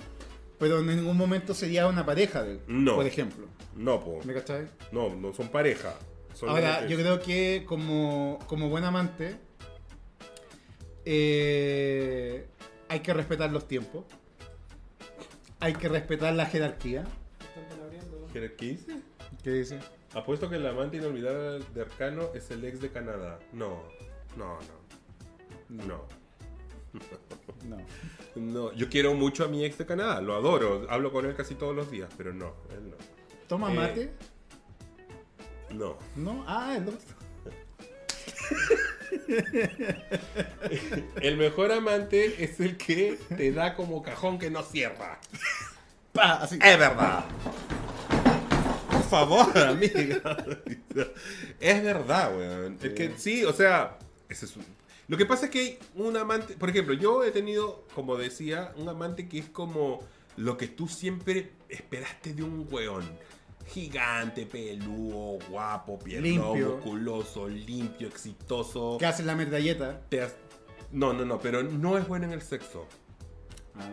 Speaker 1: Pero en ningún momento sería una pareja de él,
Speaker 2: No.
Speaker 1: por ejemplo.
Speaker 2: No, po.
Speaker 1: ¿Me cachai?
Speaker 2: No, no son pareja. Son
Speaker 1: Ahora,
Speaker 2: amantes.
Speaker 1: yo creo que como, como buen amante, eh, hay que respetar los tiempos. Hay que respetar la jerarquía.
Speaker 3: Están palabreando.
Speaker 2: ¿Qué- ¿Qué dice?
Speaker 1: ¿Qué dice?
Speaker 2: Apuesto que el amante inolvidable de Arcano es el ex de Canadá. No, no, no, no.
Speaker 1: No.
Speaker 2: No, yo quiero mucho a mi ex de Canadá, lo adoro, hablo con él casi todos los días, pero no, él no.
Speaker 1: ¿Toma
Speaker 2: Eh.
Speaker 1: mate?
Speaker 2: No.
Speaker 1: No. Ah, el otro.
Speaker 2: El mejor amante es el que te da como cajón que no cierra.
Speaker 1: Pa, así.
Speaker 2: Es verdad. Por favor, amiga. es verdad, weón. Es que sí, o sea, ese es un- Lo que pasa es que hay un amante, por ejemplo, yo he tenido, como decía, un amante que es como lo que tú siempre esperaste de un weón. Gigante, peludo, guapo, pierno,
Speaker 1: Limpio.
Speaker 2: musculoso, limpio, exitoso.
Speaker 1: Que hace la medalleta.
Speaker 2: Te has- No, no, no, pero no es bueno en el sexo
Speaker 1: Ah.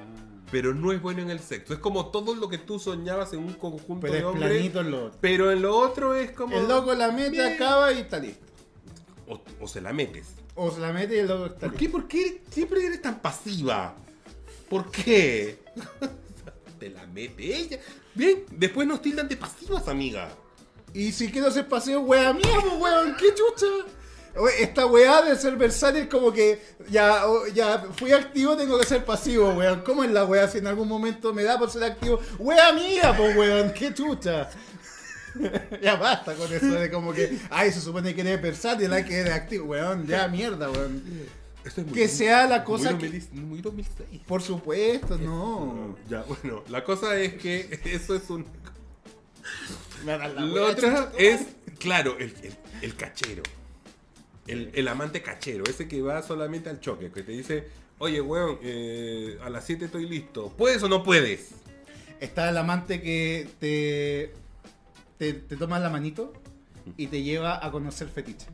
Speaker 2: pero no es bueno en el sexo. Es como todo lo que tú soñabas en un conjunto
Speaker 1: Pero
Speaker 2: de
Speaker 1: es
Speaker 2: hombres.
Speaker 1: planito el otro.
Speaker 2: Pero en lo otro es como.
Speaker 1: El loco la mete,
Speaker 2: Bien.
Speaker 1: acaba y está listo.
Speaker 2: O, o se la metes.
Speaker 1: O se la mete y el loco está
Speaker 2: ¿Por
Speaker 1: listo.
Speaker 2: qué? ¿Por qué siempre eres tan pasiva? ¿Por qué? Te la mete ella. Bien, después nos tildan de pasivas, amiga.
Speaker 1: Y si quiero hacer paseo, wea mía, pues, weón, qué chucha. Oye, Esta weá de ser versátil es como que ya, o- ya fui activo, tengo que ser pasivo, weón. ¿Cómo es la weá si en algún momento me da por ser activo? ¡Weá mía, pues weón! ¡Qué chucha! ya basta con eso de como que, ay, se supone que eres versátil, hay que eres activo, weón. Ya mierda, weón.
Speaker 2: Esto es muy-
Speaker 1: Que sea la
Speaker 2: muy
Speaker 1: cosa que.
Speaker 2: 2000 Muy 2006.
Speaker 1: Por supuesto, no.
Speaker 2: Mm, Ya, bueno, la cosa es que eso es un...
Speaker 1: Me da la
Speaker 2: La
Speaker 1: wea,
Speaker 2: otra es, claro, el, el- el cachero. El, el amante cachero, ese que va solamente al choque, que te dice, oye, weón, eh, a las 7 estoy listo. ¿Puedes o no puedes?
Speaker 1: Está el amante que te, te, te toma la manito y te lleva a conocer fetiche.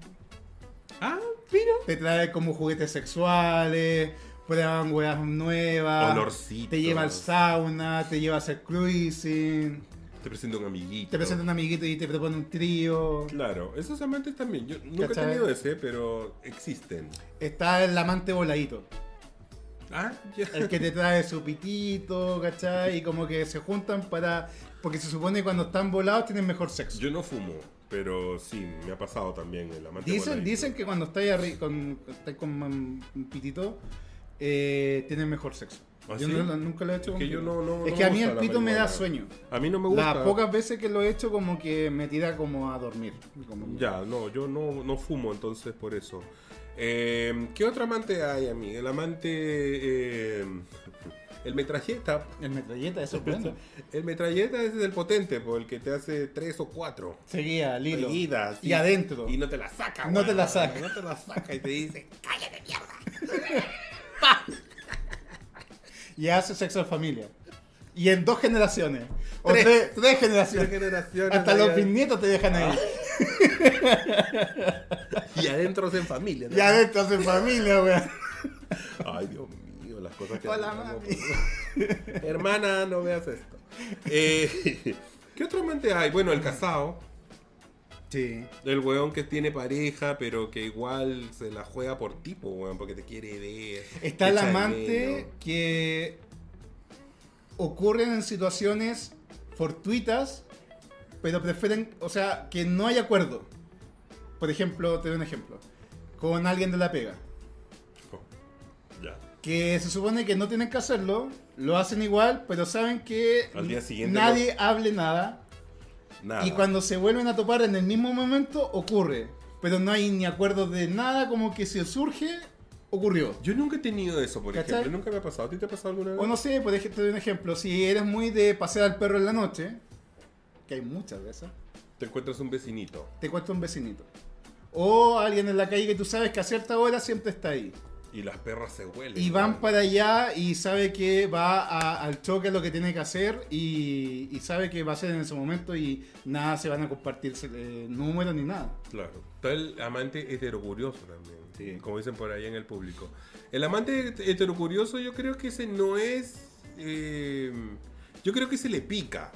Speaker 2: Ah, mira.
Speaker 1: Te trae como juguetes sexuales, prueban huevas nuevas.
Speaker 2: Olorcitos.
Speaker 1: Te lleva al sauna, te lleva a hacer cruising.
Speaker 2: Te presento un amiguito.
Speaker 1: Te presenta un amiguito y te propone un trío.
Speaker 2: Claro, esos amantes también. Yo nunca
Speaker 1: ¿Cachai?
Speaker 2: he tenido ese, pero existen.
Speaker 1: Está el amante voladito.
Speaker 2: Ah, ya.
Speaker 1: El que te trae su pitito, ¿cachai? Y como que se juntan para... Porque se supone que cuando están volados tienen mejor sexo.
Speaker 2: Yo no fumo, pero sí, me ha pasado también el amante.
Speaker 1: Dicen,
Speaker 2: voladito.
Speaker 1: dicen que cuando estáis arri- con, estáis con man- un pitito, eh, tienes mejor sexo.
Speaker 2: ¿Ah,
Speaker 1: yo
Speaker 2: sí?
Speaker 1: no lo- nunca lo he hecho
Speaker 2: Es
Speaker 1: con
Speaker 2: que
Speaker 1: pito.
Speaker 2: yo no- no-
Speaker 1: Es
Speaker 2: no
Speaker 1: que a
Speaker 2: me
Speaker 1: mí el
Speaker 2: gusta la
Speaker 1: pito me da
Speaker 2: marihuana.
Speaker 1: sueño.
Speaker 2: A mí no me gusta.
Speaker 1: Las pocas veces que lo he hecho, como que me tira como a dormir. como que-
Speaker 2: Ya, no, yo no, no fumo, entonces por eso. Eh, ¿Qué otro amante hay a mí? El amante. eh, el metralleta.
Speaker 1: El metralleta, eso es bueno.
Speaker 2: El metralleta ese es el potente, por el que te hace tres o cuatro.
Speaker 1: Seguía, Lilo.
Speaker 2: seguidas,
Speaker 1: Y adentro.
Speaker 2: Y no te la saca,
Speaker 1: No te
Speaker 2: weón.
Speaker 1: la saca.
Speaker 2: No te la saca y te dice.
Speaker 1: Y hace sexo en familia. Y en dos generaciones. O tres,
Speaker 2: Tres.
Speaker 1: tres
Speaker 2: "Tres
Speaker 1: generaciones.
Speaker 2: generaciones Ah,
Speaker 1: Hasta los
Speaker 2: allá".
Speaker 1: bisnietos te dejan ahí.
Speaker 2: Y adentro es en familia. ¿no?
Speaker 1: Y adentro hacen familia, weón.
Speaker 2: Ay, Dios mío, las cosas que.
Speaker 1: Hola,
Speaker 2: hacemos,
Speaker 1: mami.
Speaker 2: pues. Hermana, no veas esto. Eh, ¿Qué otro amante hay? Bueno, el casado.
Speaker 1: Sí.
Speaker 2: El weón que tiene pareja, pero que igual se la juega por tipo, weón, porque te quiere ver.
Speaker 1: Está
Speaker 2: te
Speaker 1: el
Speaker 2: echa de
Speaker 1: amante
Speaker 2: menos.
Speaker 1: que ocurren en situaciones fortuitas, pero prefieren, o sea, que no hay acuerdo. Por ejemplo, te doy un ejemplo, con alguien de la pega,
Speaker 2: Ya.
Speaker 1: que se supone que no tienen que hacerlo, lo hacen igual, pero saben que
Speaker 2: Al día siguiente
Speaker 1: nadie hable nada,
Speaker 2: Nada.
Speaker 1: y cuando se vuelven a topar en el mismo momento ocurre, pero no hay ni acuerdo de nada, como que si surge, ocurrió.
Speaker 2: Yo nunca he tenido eso, por
Speaker 1: ¿Cachai?
Speaker 2: ejemplo. Nunca me ha pasado. ¿A ti te ha pasado alguna vez?
Speaker 1: O no sé, por ejemplo, te doy un ejemplo, si eres muy de pasear al perro en la noche, que hay muchas de esas,
Speaker 2: Te encuentras un vecinito
Speaker 1: te cuesta un vecinito. O alguien en la calle que tú sabes que a cierta hora siempre está ahí.
Speaker 2: y las perras se huelen.
Speaker 1: Y van
Speaker 2: weón.
Speaker 1: para allá y sabe que va a- al choque lo que tiene que hacer y, y sabe que va a ser en ese momento y nada se van a compartir eh, números ni nada.
Speaker 2: Claro. Está el amante heterocurioso también.
Speaker 1: Sí.
Speaker 2: Como dicen por ahí en el público. El amante heterocurioso, yo creo que ese no es. eh, yo creo que se le pica.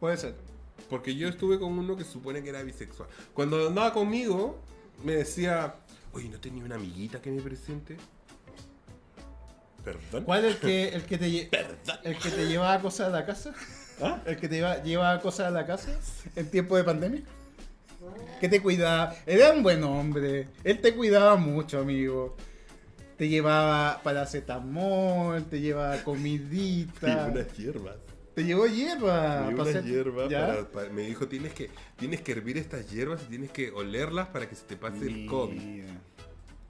Speaker 1: Puede ser.
Speaker 2: Porque yo estuve con uno que se supone que era bisexual. Cuando andaba conmigo, me decía, oye, ¿no tenía una amiguita que me presente? ¿Perdón?
Speaker 1: ¿Cuál es el que, el que te lle- el que te lleva cosas a la casa?
Speaker 2: ¿Ah?
Speaker 1: El que te lleva, lleva cosas a la casa en tiempo de pandemia. Que te cuidaba. Era un buen hombre. Él te cuidaba mucho, amigo. Te llevaba paracetamol, te llevaba comidita.
Speaker 2: unas hierbas.
Speaker 1: Te llevó hierba.
Speaker 2: Y
Speaker 1: pa'
Speaker 2: unas
Speaker 1: hacer-
Speaker 2: hierbas
Speaker 1: ¿Ya?
Speaker 2: para- para- me dijo, tienes que, tienes que hervir estas hierbas y tienes que olerlas para que se te pase el
Speaker 1: Mira,
Speaker 2: COVID.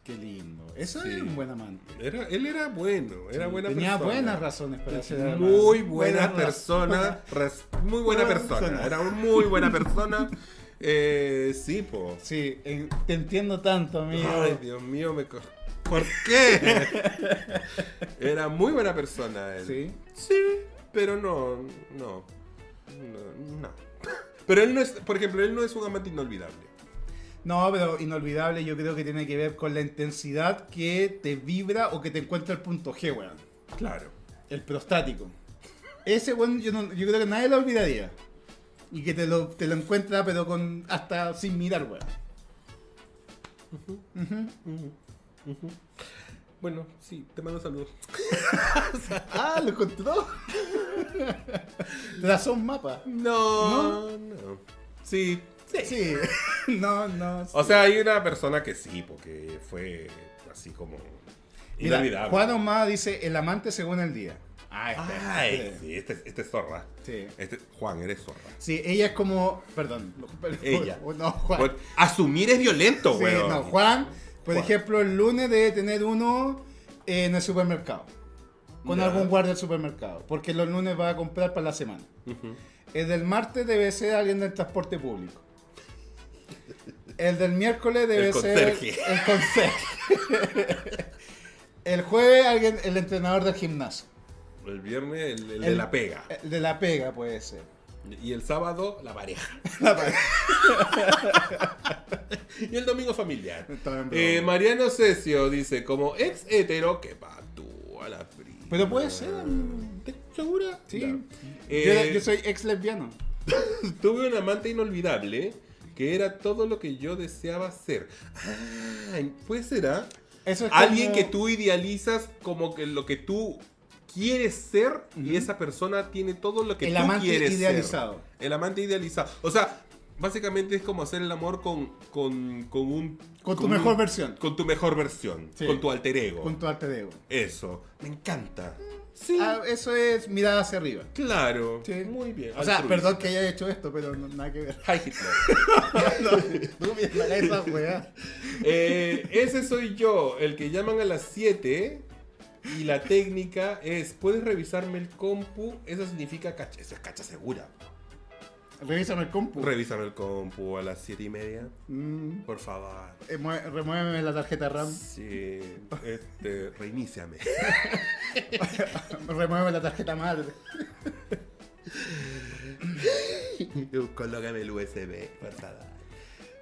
Speaker 1: Qué lindo. Eso
Speaker 2: Sí.
Speaker 1: es un buen amante.
Speaker 2: Era, él era bueno, era buena
Speaker 1: Tenía
Speaker 2: persona.
Speaker 1: buenas razones para ser amante.
Speaker 2: Muy buena
Speaker 1: Buenas
Speaker 2: persona. res- muy buena
Speaker 1: Buena
Speaker 2: persona.
Speaker 1: persona.
Speaker 2: Era un muy buena persona. Eh, sí, po.
Speaker 1: Sí, en- te entiendo tanto, amigo.
Speaker 2: Ay, Dios mío, me co- ¿Por qué? Era muy buena persona él.
Speaker 1: Sí.
Speaker 2: Sí, pero no, no. No. no. Pero él no es, por ejemplo, él no es un amante inolvidable.
Speaker 1: No, pero inolvidable yo creo que tiene que ver con la intensidad que te vibra o que te encuentra el punto G, weón.
Speaker 2: Claro.
Speaker 1: El prostático. Ese weón yo, no- yo creo que nadie lo olvidaría. Y que te lo, te lo encuentra pero con hasta sin mirar, weón. Ujú.
Speaker 2: Bueno, sí, te mando saludos.
Speaker 1: Ah, lo encontró. Trazó un mapa.
Speaker 2: No, no. Sí, sí. Sí.
Speaker 1: Sí, no, no.
Speaker 2: O
Speaker 1: sí.
Speaker 2: sea, hay una persona que sí, porque fue así como
Speaker 1: Mira,
Speaker 2: inolvidable.
Speaker 1: Juan Omada dice: el amante según el día. Ah,
Speaker 2: Ay,
Speaker 1: sí.
Speaker 2: sí, este, este es zorra.
Speaker 1: Sí.
Speaker 2: Este, Juan, eres zorra.
Speaker 1: Sí, ella es como. Perdón. perdón,
Speaker 2: Ella.
Speaker 1: No, Juan.
Speaker 2: Bueno, Asumir es violento,
Speaker 1: Sí,
Speaker 2: güey.
Speaker 1: no, Juan, por
Speaker 2: Juan.
Speaker 1: ejemplo, el lunes debe tener uno en el supermercado. Con
Speaker 2: Ya.
Speaker 1: algún guardia del supermercado. Porque los lunes va a comprar para la semana. El del martes debe ser alguien del transporte público. El del miércoles debe
Speaker 2: El
Speaker 1: ser
Speaker 2: conserje.
Speaker 1: el conserje. El jueves alguien, el entrenador del gimnasio.
Speaker 2: El viernes, el, el de
Speaker 1: El- eh,
Speaker 2: la pega.
Speaker 1: El de la pega puede ser.
Speaker 2: Y el sábado, la pareja. y el domingo, familiar.
Speaker 1: Estaba en broma.
Speaker 2: Eh, Mariano Cesio dice, como ex hetero, que va tú a la prima.
Speaker 1: Pero puede ser,
Speaker 2: ¿Te segura?
Speaker 1: Sí.
Speaker 2: Ya.
Speaker 1: yo,
Speaker 2: Eh,
Speaker 1: yo soy ex lesbiano.
Speaker 2: Tuve un amante inolvidable que era todo lo que yo deseaba ser. Ah, pues será
Speaker 1: Eso es
Speaker 2: alguien
Speaker 1: como-
Speaker 2: que tú idealizas como que lo que tú quieres ser y esa persona tiene todo lo que
Speaker 1: El
Speaker 2: tú
Speaker 1: amante
Speaker 2: quieres ser.
Speaker 1: idealizado.
Speaker 2: El amante idealizado. O sea, básicamente es como hacer el amor con, con, con un...
Speaker 1: Con tu mejor
Speaker 2: un-
Speaker 1: versión.
Speaker 2: Con tu mejor versión.
Speaker 1: Sí.
Speaker 2: Con tu alter ego.
Speaker 1: Con tu arte de ego.
Speaker 2: Eso. Me encanta. Sí.
Speaker 1: Ah, eso es mirada hacia arriba.
Speaker 2: claro.
Speaker 1: Sí.
Speaker 2: Muy bien.
Speaker 1: O sea,
Speaker 2: Altruista.
Speaker 1: perdón que haya hecho esto, pero no- nada que ver.
Speaker 2: Hi, Hitler.
Speaker 1: Tú mira esa weá.
Speaker 2: Eh, ese soy yo, el que llaman a las 7 y la técnica es, ¿puedes revisarme el compu? Eso significa cacha, eso es cacha segura.
Speaker 1: Revísame el compu.
Speaker 2: Revísame el compu a las 7 y media,
Speaker 1: Mm,
Speaker 2: por favor.
Speaker 1: eh, mue- remuéveme la tarjeta RAM.
Speaker 2: Sí, este, reiníciame.
Speaker 1: Remuéveme la tarjeta madre.
Speaker 2: Colócame el USB, por favor.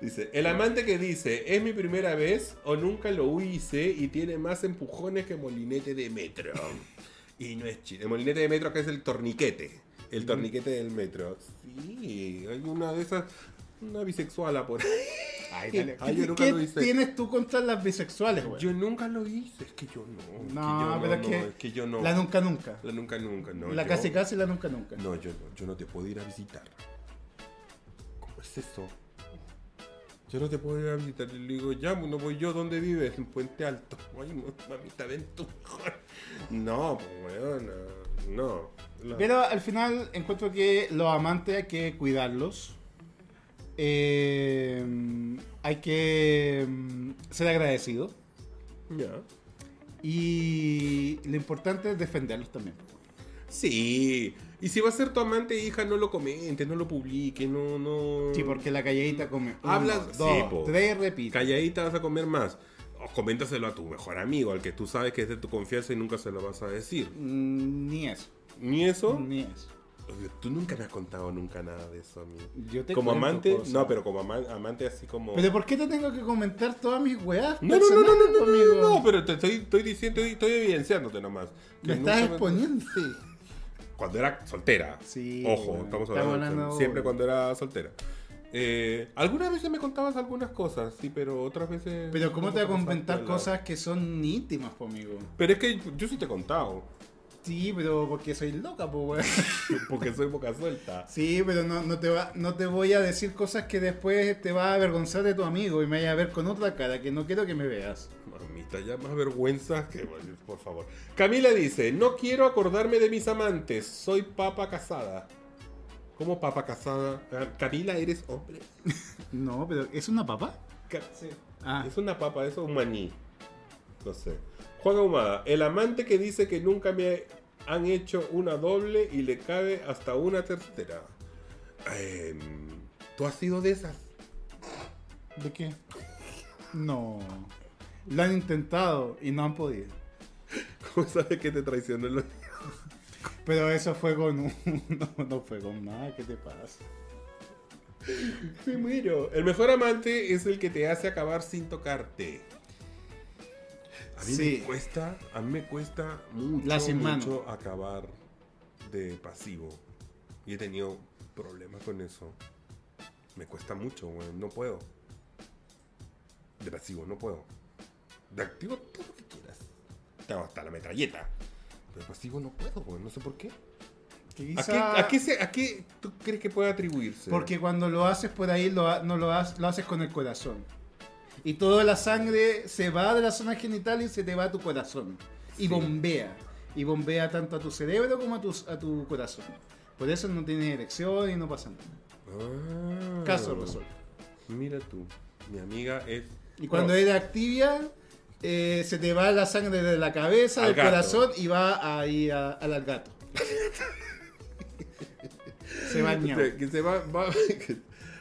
Speaker 2: Dice, el amante que dice, es mi primera vez o nunca lo hice y tiene más empujones que molinete de metro. Y no es chiste. El molinete de metro que es el torniquete. El torniquete del metro. Sí, hay una de esas, una bisexuala por ahí.
Speaker 1: ¿Qué,
Speaker 2: Ay, yo nunca
Speaker 1: qué
Speaker 2: lo hice.
Speaker 1: tienes tú contra las bisexuales, weón?
Speaker 2: Yo nunca lo hice, es que yo no. es que
Speaker 1: No,
Speaker 2: yo
Speaker 1: pero es
Speaker 2: no,
Speaker 1: que
Speaker 2: es que yo no.
Speaker 1: La nunca nunca.
Speaker 2: La nunca, nunca, no.
Speaker 1: la
Speaker 2: yo-
Speaker 1: casi casi la nunca nunca.
Speaker 2: No, yo no, yo no te puedo ir a visitar. ¿Cómo es eso? Yo no te puedo ir a visitar. Y le digo, ya, no voy yo, ¿dónde vives? En Puente Alto. Ay, no, mamita, ven tú mejor. No, pues, weón, no. La-
Speaker 1: Pero al final encuentro que los amantes hay que cuidarlos. Eh, hay que mm, ser agradecido.
Speaker 2: Ya.
Speaker 1: Y lo importante es defenderlos también.
Speaker 2: Sí. Y si va a ser tu amante, hija, no lo comentes, no lo publiques, no, no.
Speaker 1: Sí, porque la calladita come. uno,
Speaker 2: Hablas-
Speaker 1: dos,
Speaker 2: sí, po.
Speaker 1: tres, repite.
Speaker 2: Calladita vas a comer más. O coméntaselo a tu mejor amigo, al que tú sabes que es de tu confianza y nunca se lo vas a decir.
Speaker 1: Mm, Ni eso.
Speaker 2: Ni eso,
Speaker 1: Ni eso.
Speaker 2: Oye, Tú nunca me has contado nunca nada de eso a mí.
Speaker 1: Yo te
Speaker 2: como
Speaker 1: cuento
Speaker 2: amante,
Speaker 1: cosas.
Speaker 2: no, pero como ama- amante así como...
Speaker 1: Pero ¿por qué te tengo que comentar todas mis weas?
Speaker 2: no, no, no, no, no,
Speaker 1: personales,
Speaker 2: no, no,
Speaker 1: amigo?
Speaker 2: no, no, pero te estoy, estoy diciendo, estoy, estoy evidenciándote nomás. Que
Speaker 1: Me estás
Speaker 2: nunca me-
Speaker 1: exponiendo.
Speaker 2: Cuando era soltera.
Speaker 1: Sí,
Speaker 2: Ojo,
Speaker 1: bueno,
Speaker 2: estamos
Speaker 1: estamos
Speaker 2: hablando,
Speaker 1: hablando-
Speaker 2: siempre cuando era soltera. Eh, algunas veces me contabas algunas cosas, sí, pero otras veces...
Speaker 1: Pero ¿cómo te voy a
Speaker 2: pasaste
Speaker 1: comentar
Speaker 2: al lado.
Speaker 1: cosas que son íntimas, po, amigo?
Speaker 2: Pero es que yo sí te he contado,
Speaker 1: Sí, pero porque soy loca, po, weón.
Speaker 2: porque soy boca suelta.
Speaker 1: Sí, pero no, no, te va- no te voy a decir cosas que después te va a avergonzar de tu amigo y me vaya a ver con otra cara que no quiero que me veas.
Speaker 2: Mamita, ya más vergüenza que... Por favor. Camila dice, no quiero acordarme de mis amantes, soy papa casada. ¿Cómo papa casada? Ah, Camila, ¿eres hombre?
Speaker 1: No, pero ¿es una papá?
Speaker 2: Ca-
Speaker 3: Sí.
Speaker 1: Ah,
Speaker 2: Es una papa, eso es un maní. No sé. Juan Ahumada, el amante que dice que nunca me han hecho una doble y le cabe hasta una tercera. Em, ¿Tú has sido de esas?
Speaker 1: ¿de qué? No. Lo han intentado y no han podido.
Speaker 2: ¿Cómo sabes que te traicionó el...
Speaker 1: Pero eso fue con un... No, no fue con nada, ¿qué te pasa?
Speaker 2: Me muero. El mejor amante es el que te hace acabar sin tocarte. A mí
Speaker 1: Sí.
Speaker 2: me cuesta, a mí me cuesta mucho,
Speaker 1: La sin mano.
Speaker 2: mucho acabar de pasivo. Y he tenido problemas con eso. Me cuesta mucho, güey. No puedo. De pasivo, no puedo. De activo, todo lo que quieras. Tengo hasta la metralleta. Pero pasivo no puedo, güey. No sé por qué.
Speaker 1: Porque
Speaker 2: ¿A
Speaker 1: quizá...
Speaker 2: qué, a qué se- a qué tú crees que puede atribuirse?
Speaker 1: Porque cuando lo haces por ahí, lo, ha- no lo, has- lo haces con el corazón. Y toda la sangre se va de la zona genital y se te va a tu corazón. Y
Speaker 2: Sí.
Speaker 1: bombea. Y bombea tanto a tu cerebro como a tu, a tu corazón. Por eso no tienes erección y no pasa nada.
Speaker 2: Ah.
Speaker 1: Caso resuelto.
Speaker 2: Mira tú, mi amiga es.
Speaker 1: Y cuando
Speaker 2: No,
Speaker 1: eres activa, eh, se te va la sangre de la cabeza,
Speaker 2: Al
Speaker 1: del
Speaker 2: gato.
Speaker 1: corazón y va ahí a- al al gato. se va al ñao.
Speaker 2: te- que se va- va- que-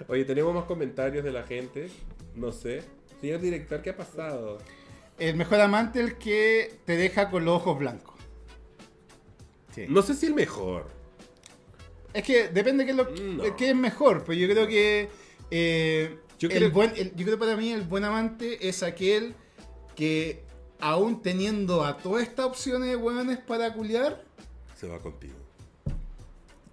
Speaker 2: Oye, tenemos más comentarios de la gente. No sé. Señor director, ¿qué ha pasado?
Speaker 1: El mejor amante es el que te deja con los ojos blancos. Sí.
Speaker 2: No sé si el mejor.
Speaker 1: Es que depende de qué es, lo,
Speaker 2: Mm, No.
Speaker 1: de qué es mejor, pero yo creo que. eh,
Speaker 2: Yo
Speaker 1: el
Speaker 2: creo-
Speaker 1: buen- el- yo creo para mí el buen amante es aquel que, aún teniendo a todas estas opciones de hueones para culiar,
Speaker 2: Se va contigo.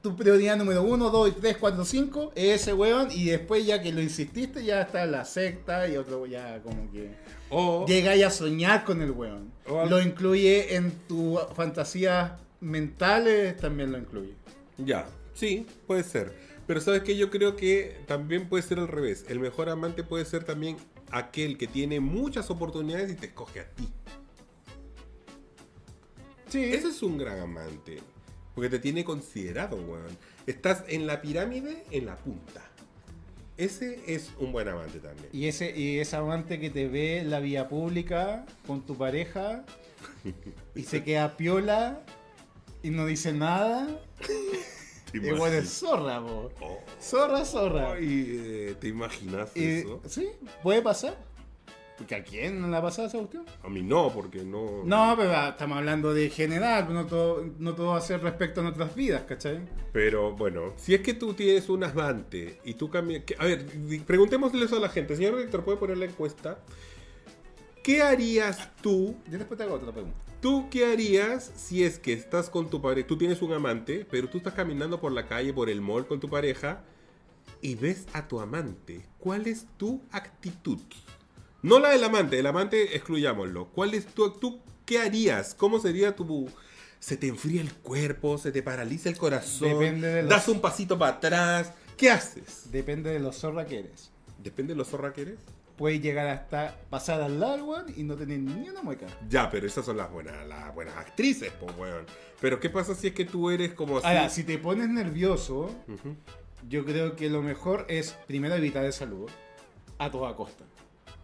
Speaker 1: tu prioridad número 1, 2, 3, 4, 5 es ese hueón y después ya que lo insististe ya está la secta y otro ya como que
Speaker 2: O.
Speaker 1: llegáis a soñar con el hueón.
Speaker 2: O al-
Speaker 1: Lo incluye en tus fantasías mentales, también lo incluye.
Speaker 2: Ya, sí, puede ser. Pero sabes que yo creo que también puede ser al revés. El mejor amante puede ser también aquel que tiene muchas oportunidades y te escoge a ti.
Speaker 1: Sí.
Speaker 2: Ese es un gran amante. Porque te tiene considerado, weón. Estás en la pirámide, en la punta. Ese es un buen amante también.
Speaker 1: Y ese, y ese amante que te ve en la vía pública con tu pareja y se queda piola y no dice nada.
Speaker 2: ¿Te
Speaker 1: Y bueno, es zorra, po.
Speaker 2: Oh,
Speaker 1: Zorra, zorra.
Speaker 2: y, eh, ¿Te imaginas
Speaker 1: Y-
Speaker 2: eso?
Speaker 1: sí, puede pasar. Porque a quién no le ha pasado esa cuestión.
Speaker 2: A mí no, porque no...
Speaker 1: No, pero ah, estamos hablando de general, no todo, no todo va a ser respecto a nuestras vidas, ¿cachai?
Speaker 2: Pero bueno, si es que tú tienes un amante y tú cambias... que- A ver, di- preguntémosle eso a la gente. Señor director, ¿puede poner la encuesta? ¿Qué harías tú
Speaker 1: Yo después te hago otra pregunta.
Speaker 2: ¿Tú qué harías si es que estás con tu pareja? Tú tienes un amante, pero tú estás caminando por la calle, por el mall con tu pareja y ves a tu amante. ¿Cuál es tu actitud? No la del amante, el amante excluyámoslo. ¿Cuál es tu actitud? ¿Qué harías? ¿Cómo sería tu... Se te enfría el cuerpo, se te paraliza el corazón,
Speaker 1: Depende de los-
Speaker 2: das un pasito para atrás. ¿Qué haces?
Speaker 1: Depende de lo zorra que eres.
Speaker 2: Depende de lo zorra que eres.
Speaker 1: Puedes llegar hasta pasar al largo y no tener ni una mueca.
Speaker 2: Ya, pero esas son las buenas, las buenas actrices, pues, weón. Pero ¿qué pasa si es que tú eres como así?
Speaker 1: Ahora, si te pones nervioso,
Speaker 2: Ujú.
Speaker 1: Yo creo que lo mejor es primero evitar el saludo a toda costa.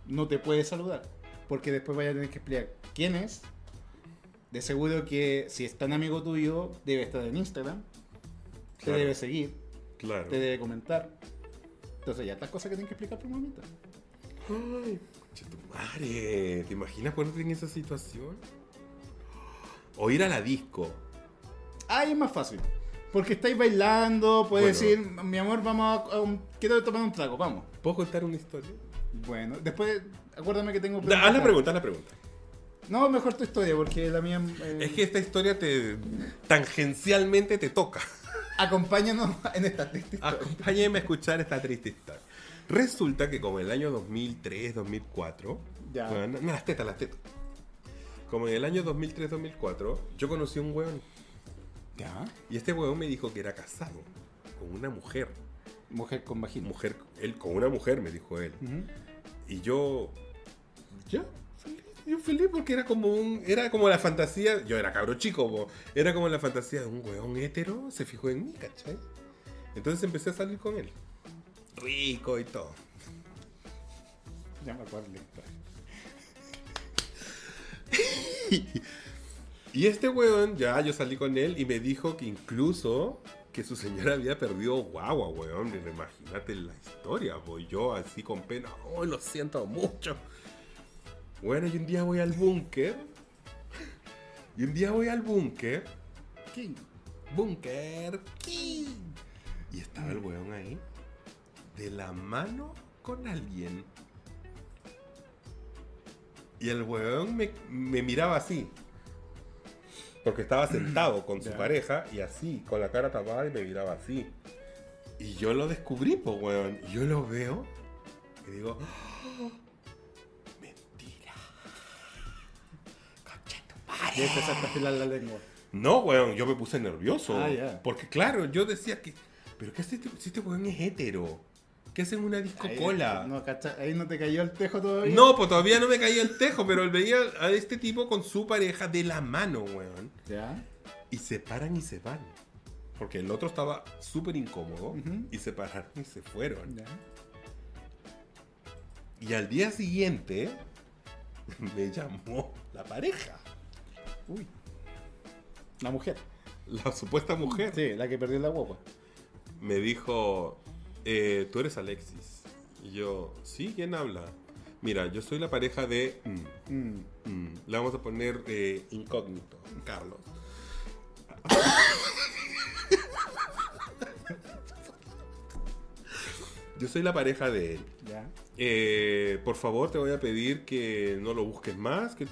Speaker 1: No te puedes saludar, porque después vaya a tener que explicar quién es. De seguro que si es tan amigo tuyo, debe estar en Instagram,
Speaker 2: Claro.
Speaker 1: te debe seguir,
Speaker 2: Claro.
Speaker 1: te debe comentar. Entonces ya estas cosas que tienen que explicar por un momento.
Speaker 2: Ay, che, tu madre. ¿Te imaginas ponerte en esa situación? O ir a la disco.
Speaker 1: Ahí es más fácil, porque estáis bailando, puedes
Speaker 2: Bueno.
Speaker 1: decir, mi amor, vamos a, a un- quiero tomar un trago, vamos.
Speaker 2: ¿Puedo contar una historia?
Speaker 1: Bueno, después acuérdame que tengo...
Speaker 2: Da- haz la pregunta, haz la pregunta.
Speaker 1: No, mejor tu historia, porque la mía... eh,
Speaker 2: Es que esta historia te tangencialmente te toca.
Speaker 1: Acompáñanos en esta triste
Speaker 2: Acompáñenme a escuchar esta triste historia. Resulta que como en el año 2003, 2004,
Speaker 1: Ya.
Speaker 2: Bueno, no, las tetas, las tetas. Como en el año 2003, 2004, yo conocí a un weón
Speaker 1: Ya.
Speaker 2: y este weón me dijo que era casado con una mujer,
Speaker 1: Mujer con vagina.
Speaker 2: mujer, él con una mujer me dijo él.
Speaker 1: Ujú.
Speaker 2: Y yo. Ya, feliz. Yo feliz porque era como un. Era como la fantasía. Yo era cabro chico, po, era como la fantasía de un weón hétero. Se fijó en mí, ¿cachai? Entonces empecé a salir con él. Rico y todo.
Speaker 1: Ya me acuerdo. de esto.
Speaker 2: Y este weón, ya yo salí con él y me dijo que incluso que su señora había perdido guagua, weón. Imagínate la historia, voy yo así con pena. Oh, lo siento mucho. Bueno, y un día voy al búnker. Y un día voy al búnker.
Speaker 1: ¿Quién?
Speaker 2: Bunker King. Y estaba el weón ahí, de la mano con alguien. Y el weón me, me miraba así. Porque estaba sentado con su
Speaker 1: Ya.
Speaker 2: pareja y así, con la cara tapada y me miraba así. Y yo lo descubrí, pues, weón. Yo lo veo y digo, "¡Ah! mentira. Concha de tu madre".
Speaker 1: Ya empezaste a afilar la lengua.
Speaker 2: No, weón, yo me puse nervioso.
Speaker 4: Ah, ya.
Speaker 2: Porque claro, yo decía que. ¿Pero qué hace este, si este weón es hétero? ¿Qué hacen una disco cola?
Speaker 1: No, cacha, ahí no te cayó el tejo todavía.
Speaker 2: No, pues todavía no me caía el tejo, pero él veía a este tipo con su pareja de la mano, weón.
Speaker 1: Ya.
Speaker 2: Y se paran y se van. Porque el otro estaba súper incómodo
Speaker 1: Ujú.
Speaker 2: y se pararon y se fueron.
Speaker 1: ya.
Speaker 2: Y al día siguiente me llamó la pareja,
Speaker 1: Uy. La mujer.
Speaker 2: la supuesta mujer.
Speaker 1: Sí, la que perdió la guapa.
Speaker 2: Me dijo, eh, tú eres Alexis. Y yo, sí, ¿quién habla? Mira, yo soy la pareja de... mm,
Speaker 1: Mm.
Speaker 2: Mm, Le vamos a poner eh, incógnito, Carlos. Yo soy la pareja de él.
Speaker 1: Ya.
Speaker 2: Eh, por favor, te voy a pedir que no lo busques más. que-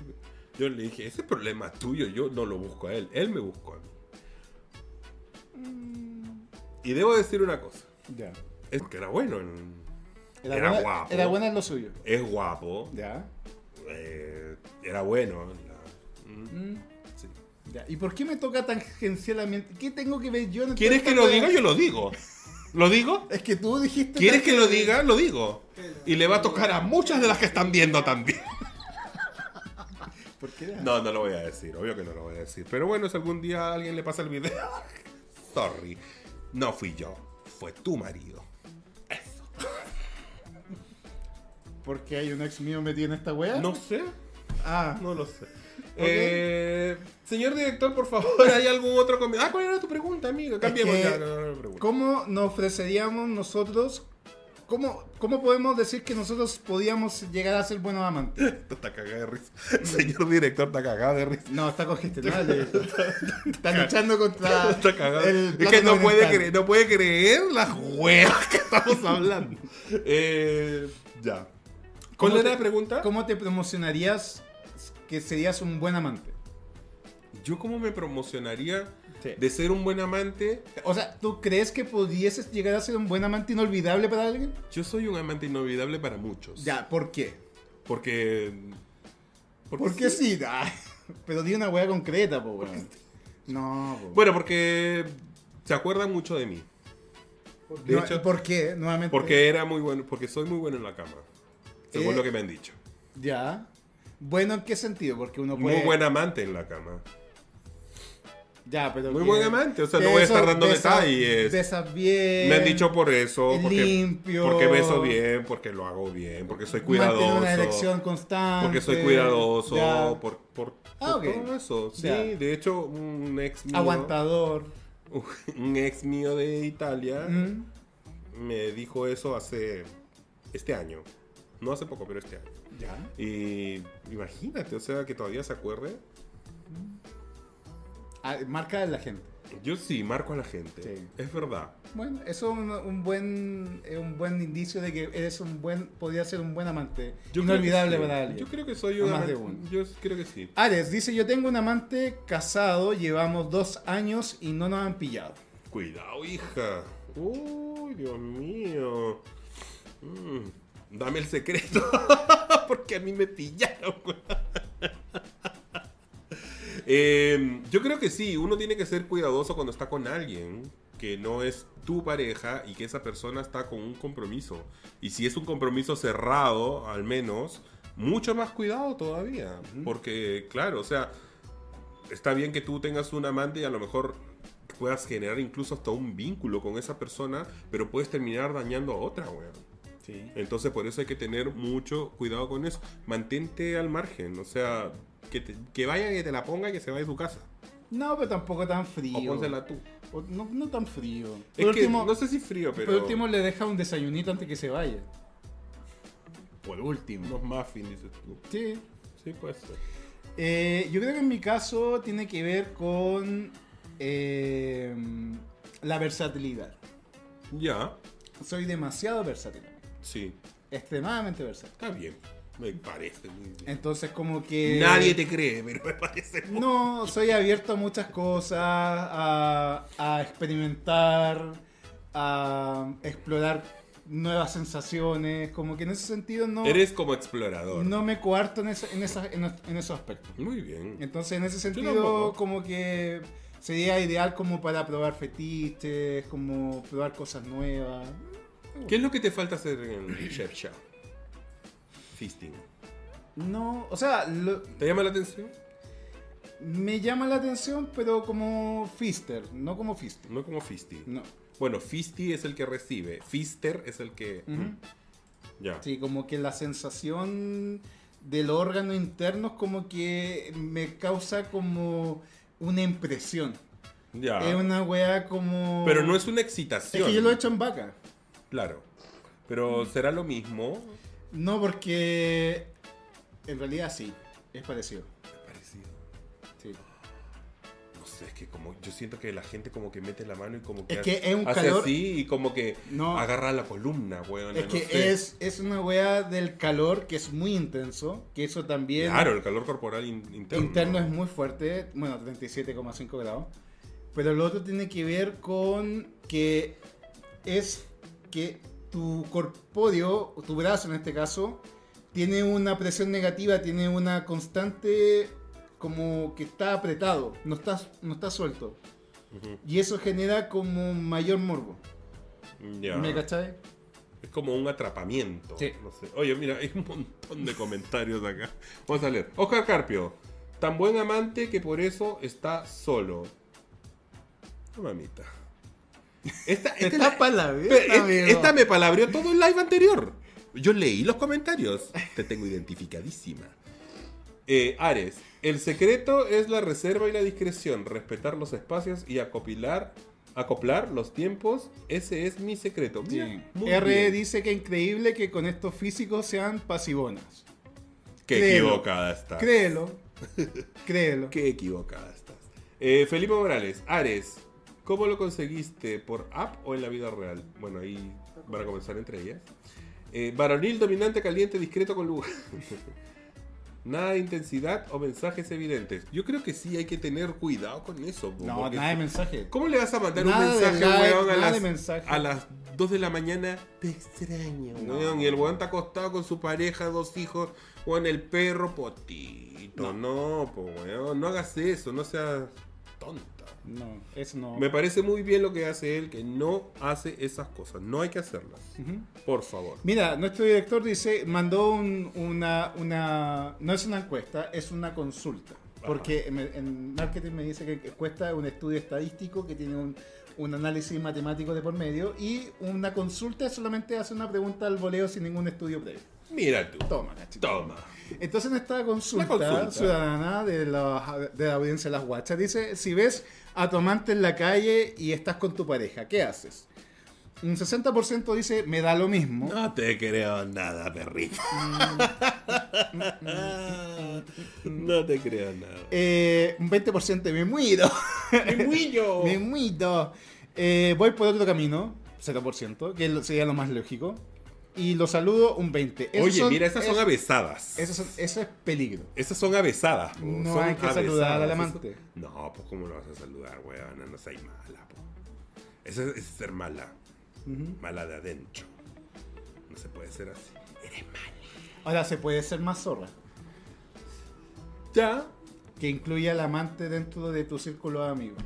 Speaker 2: Yo le dije, ese problema es tuyo, yo no lo busco a él, él me buscó a mí. Y debo decir una cosa,
Speaker 1: Ya.
Speaker 2: es que era bueno, en- Era
Speaker 1: buena,
Speaker 2: guapo.
Speaker 1: Era buena en lo suyo.
Speaker 2: es guapo,
Speaker 1: Ya.
Speaker 2: eh, era bueno. la- mm,
Speaker 1: Mm.
Speaker 2: sí.
Speaker 1: Ya, ¿Y por qué me toca tangencialmente? ¿Qué tengo que ver yo? en
Speaker 2: ¿Quieres
Speaker 1: esta
Speaker 2: que lo
Speaker 1: wea?
Speaker 2: diga? Yo lo digo. ¿Lo digo?
Speaker 1: Es que tú dijiste...
Speaker 2: ¿Quieres que lo diga? Lo digo. Y le va a tocar a muchas de las que están viendo también.
Speaker 1: ¿Por qué?
Speaker 2: No, no lo voy a decir, obvio que no lo voy a decir. Pero bueno, si algún día alguien le pasa el video. Sorry. No fui yo. Fue tu marido.
Speaker 1: Porque hay un ex mío metido en esta wea.
Speaker 2: No sé.
Speaker 1: Ah,
Speaker 2: No lo sé. Eh, señor director, por favor, ¿hay algún otro comentario? Ah, ¿cuál era tu pregunta, amigo? Cambiemos
Speaker 1: que-
Speaker 2: ya, no, no, no, no, pregunta.
Speaker 1: ¿cómo nos ofreceríamos nosotros? ¿Cómo, ¿Cómo podemos decir que nosotros podíamos llegar a ser buenos amantes?
Speaker 2: Está cagado de risa. Señor director, está cagado de risa.
Speaker 1: No, está congestionado. Están luchando contra...
Speaker 2: Está cagado.
Speaker 1: Ah, el
Speaker 2: es que
Speaker 1: plátano
Speaker 2: no puede,
Speaker 1: oriental.
Speaker 2: creer, no puede creer las huevas que estamos hablando. Eh, ya. ¿Cuál
Speaker 1: ¿Cómo
Speaker 2: era
Speaker 1: te-
Speaker 2: la pregunta?
Speaker 1: ¿Cómo te promocionarías que serías un buen amante?
Speaker 2: ¿Yo cómo me promocionaría
Speaker 1: Sí.
Speaker 2: de ser un buen amante?
Speaker 1: O sea, ¿tú crees que pudieses llegar a ser un buen amante inolvidable para alguien?
Speaker 2: Yo soy un amante inolvidable para muchos.
Speaker 1: Ya, ¿por qué?
Speaker 2: Porque. Porque,
Speaker 1: ¿Por qué sí? Ah, pero di una weá concreta, po, weón. No, po.
Speaker 2: Bueno, porque se acuerdan mucho de mí. de
Speaker 1: No,
Speaker 2: hecho-
Speaker 1: ¿Por qué? Nuevamente.
Speaker 2: Porque era muy bueno. Porque soy muy bueno en la cama. Según
Speaker 1: Eh,
Speaker 2: lo que me han dicho.
Speaker 1: Ya. Bueno, ¿en qué sentido? Porque uno puede.
Speaker 2: Muy buen amante en la cama.
Speaker 1: Ya, pero.
Speaker 2: Muy
Speaker 1: que-
Speaker 2: buen amante, o sea, no
Speaker 1: de
Speaker 2: voy a estar
Speaker 1: eso-
Speaker 2: dando
Speaker 1: de esa-
Speaker 2: detalles.
Speaker 1: de esas bien.
Speaker 2: Me han dicho por eso,
Speaker 1: es
Speaker 2: porque,
Speaker 1: limpio.
Speaker 2: porque beso bien, porque lo hago bien, porque soy
Speaker 1: Mantener una
Speaker 2: cuidadoso.
Speaker 1: elección constante.
Speaker 2: Porque soy cuidadoso,
Speaker 1: ya,
Speaker 2: por, por,
Speaker 1: Ah,
Speaker 2: por
Speaker 1: ok.
Speaker 2: todo eso. Sí,
Speaker 1: Ya.
Speaker 2: de hecho, un ex mío.
Speaker 1: Aguantador.
Speaker 2: Un ex mío de Italia
Speaker 1: Mm.
Speaker 2: me dijo eso hace. este año. No hace poco, pero este año.
Speaker 1: Ya.
Speaker 2: Y imagínate, o sea, que todavía se acuerde.
Speaker 1: Ah, marca de la gente.
Speaker 2: Yo sí, marco a la gente.
Speaker 1: Sí.
Speaker 2: Es verdad.
Speaker 1: Bueno, eso es un, un buen es un buen indicio de que eres un buen podría ser un buen amante.
Speaker 2: creo que
Speaker 1: Inolvidable
Speaker 2: sí.
Speaker 1: para alguien.
Speaker 2: Yo creo que soy
Speaker 1: O
Speaker 2: un
Speaker 1: más
Speaker 2: amante-
Speaker 1: de uno.
Speaker 2: Yo creo que sí.
Speaker 1: Ares dice, yo tengo un amante casado, llevamos dos años y no nos han pillado.
Speaker 2: Cuidado, hija. Uy, Dios mío. Mm, dame el secreto. Porque a mí me pillaron. güey. Eh, yo creo que sí, uno tiene que ser cuidadoso cuando está con alguien que no es tu pareja y que esa persona está con un compromiso. Y si es un compromiso cerrado, al menos, mucho más cuidado todavía. Porque, claro, o sea, está bien que tú tengas un amante y a lo mejor puedas generar incluso hasta un vínculo con esa persona, pero puedes terminar dañando a otra, weón.
Speaker 1: Sí.
Speaker 2: Entonces por eso hay que tener mucho cuidado con eso. Mantente al margen, o sea, que, te- que vaya, que te la ponga y que se vaya de su casa.
Speaker 1: No, pero tampoco tan
Speaker 2: O
Speaker 1: frío.
Speaker 2: pónsela tú.
Speaker 1: O- no, no tan frío. Por
Speaker 2: Es
Speaker 1: último,
Speaker 2: que no sé si frío, pero...
Speaker 1: por último le deja un desayunito antes que se vaya.
Speaker 2: por último. Unos muffins, dices tú.
Speaker 1: Sí.
Speaker 2: Sí, puede ser.
Speaker 1: Eh, yo creo que en mi caso tiene que ver con eh, la versatilidad.
Speaker 2: Ya,
Speaker 1: Soy demasiado versátil.
Speaker 2: sí.
Speaker 1: Extremadamente versátil.
Speaker 2: Está bien. Me parece muy bien.
Speaker 1: Entonces como que...
Speaker 2: Nadie te cree, pero me parece... muy-
Speaker 1: No, soy abierto a muchas cosas, a, a experimentar, a explorar nuevas sensaciones, como que en ese sentido no,
Speaker 2: Eres como explorador.
Speaker 1: no me coarto en, esa- en, esa- en, en esos aspectos.
Speaker 2: Muy bien.
Speaker 1: Entonces, en ese sentido,
Speaker 2: tampoco.
Speaker 1: como que sería ideal como para probar fetiches, como probar cosas nuevas.
Speaker 2: ¿Qué es lo que te falta hacer en el Chef Show? Fisting.
Speaker 1: No, o sea, lo-
Speaker 2: ¿Te llama la atención?
Speaker 1: me llama la atención, pero como fister, no como fister.
Speaker 2: No como fisting.
Speaker 1: No.
Speaker 2: Bueno, fisty es el que recibe. Fister es el que.
Speaker 1: Ujú.
Speaker 2: Ya.
Speaker 1: Sí, como que la sensación del órgano interno es como que me causa como una impresión.
Speaker 2: Ya.
Speaker 1: Es una weá como...
Speaker 2: Pero no es una
Speaker 1: Es
Speaker 2: excitación.
Speaker 1: que yo lo he hecho en vaca.
Speaker 2: Claro. Pero será lo mismo.
Speaker 1: No, porque en realidad sí, es parecido.
Speaker 2: Parecido.
Speaker 1: Sí.
Speaker 2: No sé, es que como. Yo siento que la gente como que mete la mano y como que.
Speaker 1: Es que es un
Speaker 2: hace
Speaker 1: calor-
Speaker 2: así y como que
Speaker 1: No.
Speaker 2: agarra la columna, weón.
Speaker 1: Es que es, es una wea del calor que es muy intenso, que eso también
Speaker 2: Claro, el calor corporal in- interno.
Speaker 1: interno es muy fuerte, bueno, 37,5 grados, pero lo otro tiene que ver con que es que tu corpóreo, o tu brazo en este caso, tiene una presión negativa, tiene una constante como que está apretado, no está, no está suelto.
Speaker 2: Ujú.
Speaker 1: Y eso genera como mayor morbo.
Speaker 2: Ya.
Speaker 1: ¿Me cachai?
Speaker 2: Es como un atrapamiento.
Speaker 1: Sí.
Speaker 2: No sé. Oye, mira, hay un montón de comentarios acá. Vamos a leer. Oscar Carpio. Tan buen amante que por eso está solo. No, mamita. Esta, esta, es la-
Speaker 1: Está pa' la
Speaker 2: pero
Speaker 1: verga,
Speaker 2: es-
Speaker 1: amigo.
Speaker 2: esta me palabreó todo el live anterior. Yo leí los comentarios. Te tengo identificadísima. Eh, Ares, el secreto es la reserva y la discreción, respetar los espacios y acopilar, acoplar los tiempos. Ese es mi secreto. Mira, muy
Speaker 1: R
Speaker 2: bien.
Speaker 1: dice que increíble que con estos físicos sean pasivonas.
Speaker 2: Qué
Speaker 1: Créelo.
Speaker 2: equivocada estás.
Speaker 1: Créelo. Créelo.
Speaker 2: Qué equivocada estás. Eh, Felipe Morales, Ares, ¿cómo lo conseguiste? ¿Por app o en la vida real? Bueno, ahí van a comenzar entre ellas. Eh, varonil, dominante, caliente, discreto con lugar. Nada de intensidad o mensajes evidentes. Yo creo que sí hay que tener cuidado con eso. po,
Speaker 1: No,
Speaker 2: porque-
Speaker 1: nada de mensaje.
Speaker 2: ¿Cómo le vas a mandar
Speaker 1: Nada
Speaker 2: un
Speaker 1: de
Speaker 2: mensaje,
Speaker 1: like,
Speaker 2: weón, a
Speaker 1: nada de
Speaker 2: las,
Speaker 1: mensaje.
Speaker 2: a las 2 de la mañana? Te extraño.
Speaker 1: No.
Speaker 2: weón. Y el weón está acostado con su pareja, dos hijos, en el perro, potito. No, po, weón. No hagas eso, no seas tonta.
Speaker 1: No, eso no.
Speaker 2: Me parece muy bien lo que hace él, que no hace esas cosas. No hay que hacerlas.
Speaker 1: Ujú.
Speaker 2: Por favor.
Speaker 1: Mira, nuestro director dice, mandó un- una, una... No es una encuesta, es una consulta.
Speaker 2: Ajá.
Speaker 1: Porque en, en marketing me dice que cuesta un estudio estadístico que tiene un, un análisis matemático de por medio y una consulta solamente hace una pregunta al voleo sin ningún estudio previo.
Speaker 2: Mira tú.
Speaker 1: Toma, cachito.
Speaker 2: Toma.
Speaker 1: Entonces en esta consulta,
Speaker 2: La consulta.
Speaker 1: ciudadana de la, de la audiencia de las guachas dice, si ves a tu amante en la calle y estás con tu pareja, ¿qué haces? Un 60% dice, me da lo mismo.
Speaker 2: No te creo nada, perrito.
Speaker 1: Mm.
Speaker 2: no te creo nada.
Speaker 1: Eh, un 20% me muero,
Speaker 2: ¡Me muillo!
Speaker 1: me muero. Eh, voy por otro camino, 0%, que lo- sería lo más lógico. Y lo saludo un 20%. Esos
Speaker 2: Oye,
Speaker 1: son-
Speaker 2: mira, esas son
Speaker 1: es-
Speaker 2: avesadas.
Speaker 1: esos son- Eso es peligro.
Speaker 2: Esas son avesadas. po.
Speaker 1: No
Speaker 2: Son
Speaker 1: hay que saludar al amante.
Speaker 2: Esas- No, pues cómo lo vas a saludar, weón. No seas mala, po. Eso es, es ser mala.
Speaker 1: Ujú.
Speaker 2: Mala de adentro. No se puede ser así. Eres mala.
Speaker 1: Ahora se puede ser más zorra.
Speaker 2: Ya.
Speaker 1: que incluya al amante dentro de tu círculo de amigos.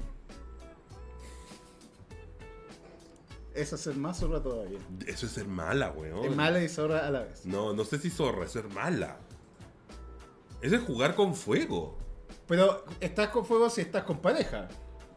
Speaker 1: Eso es ser más zorra todavía.
Speaker 2: Eso es ser mala, weón.
Speaker 1: Es mala y zorra a la vez.
Speaker 2: No, no sé si zorra, es ser mala. Eso es jugar con fuego.
Speaker 1: Pero estás con fuego si estás con pareja.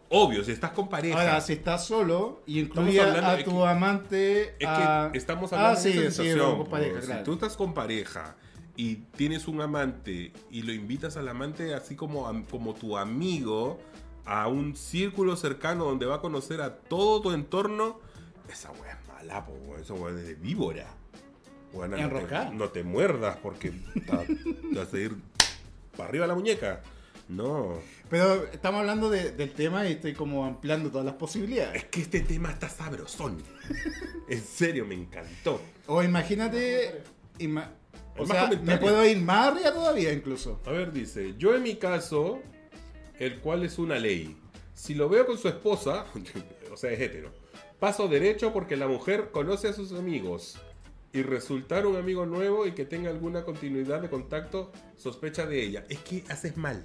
Speaker 2: Obvio, si estás con pareja.
Speaker 1: Ahora, si estás solo y
Speaker 2: Estamos
Speaker 1: incluye
Speaker 2: hablando-
Speaker 1: a
Speaker 2: es
Speaker 1: tu
Speaker 2: que-
Speaker 1: amante.
Speaker 2: Es que
Speaker 1: a-
Speaker 2: estamos hablando
Speaker 1: Ah, sí,
Speaker 2: de esa
Speaker 1: sí,
Speaker 2: sensación,
Speaker 1: con pareja,
Speaker 2: bro. Si
Speaker 1: claro.
Speaker 2: tú estás con pareja y tienes un amante y lo invitas al amante así como, am- como tu amigo a un círculo cercano donde va a conocer a todo tu entorno, esa wea es mala, po, weón. esa wea es de víbora. Weona, no,
Speaker 1: Enroscada.
Speaker 2: te, no te muerdas porque ta- te vas a ir para arriba la muñeca. No,
Speaker 1: Pero estamos hablando de- del tema y estoy como ampliando todas las posibilidades.
Speaker 2: es que este tema está sabrosón. en serio, me encantó.
Speaker 1: O imagínate. ima- o
Speaker 2: Hay más
Speaker 1: sea, me
Speaker 2: comentarios.
Speaker 1: puedo ir más arriba todavía, incluso.
Speaker 2: A ver, dice, yo en mi caso, el cual es una ley, si lo veo con su esposa, o sea, es hetero, Paso derecho porque la mujer conoce a sus amigos. Y resultar un amigo nuevo y que tenga alguna continuidad de contacto sospecha de ella. Es que haces mal.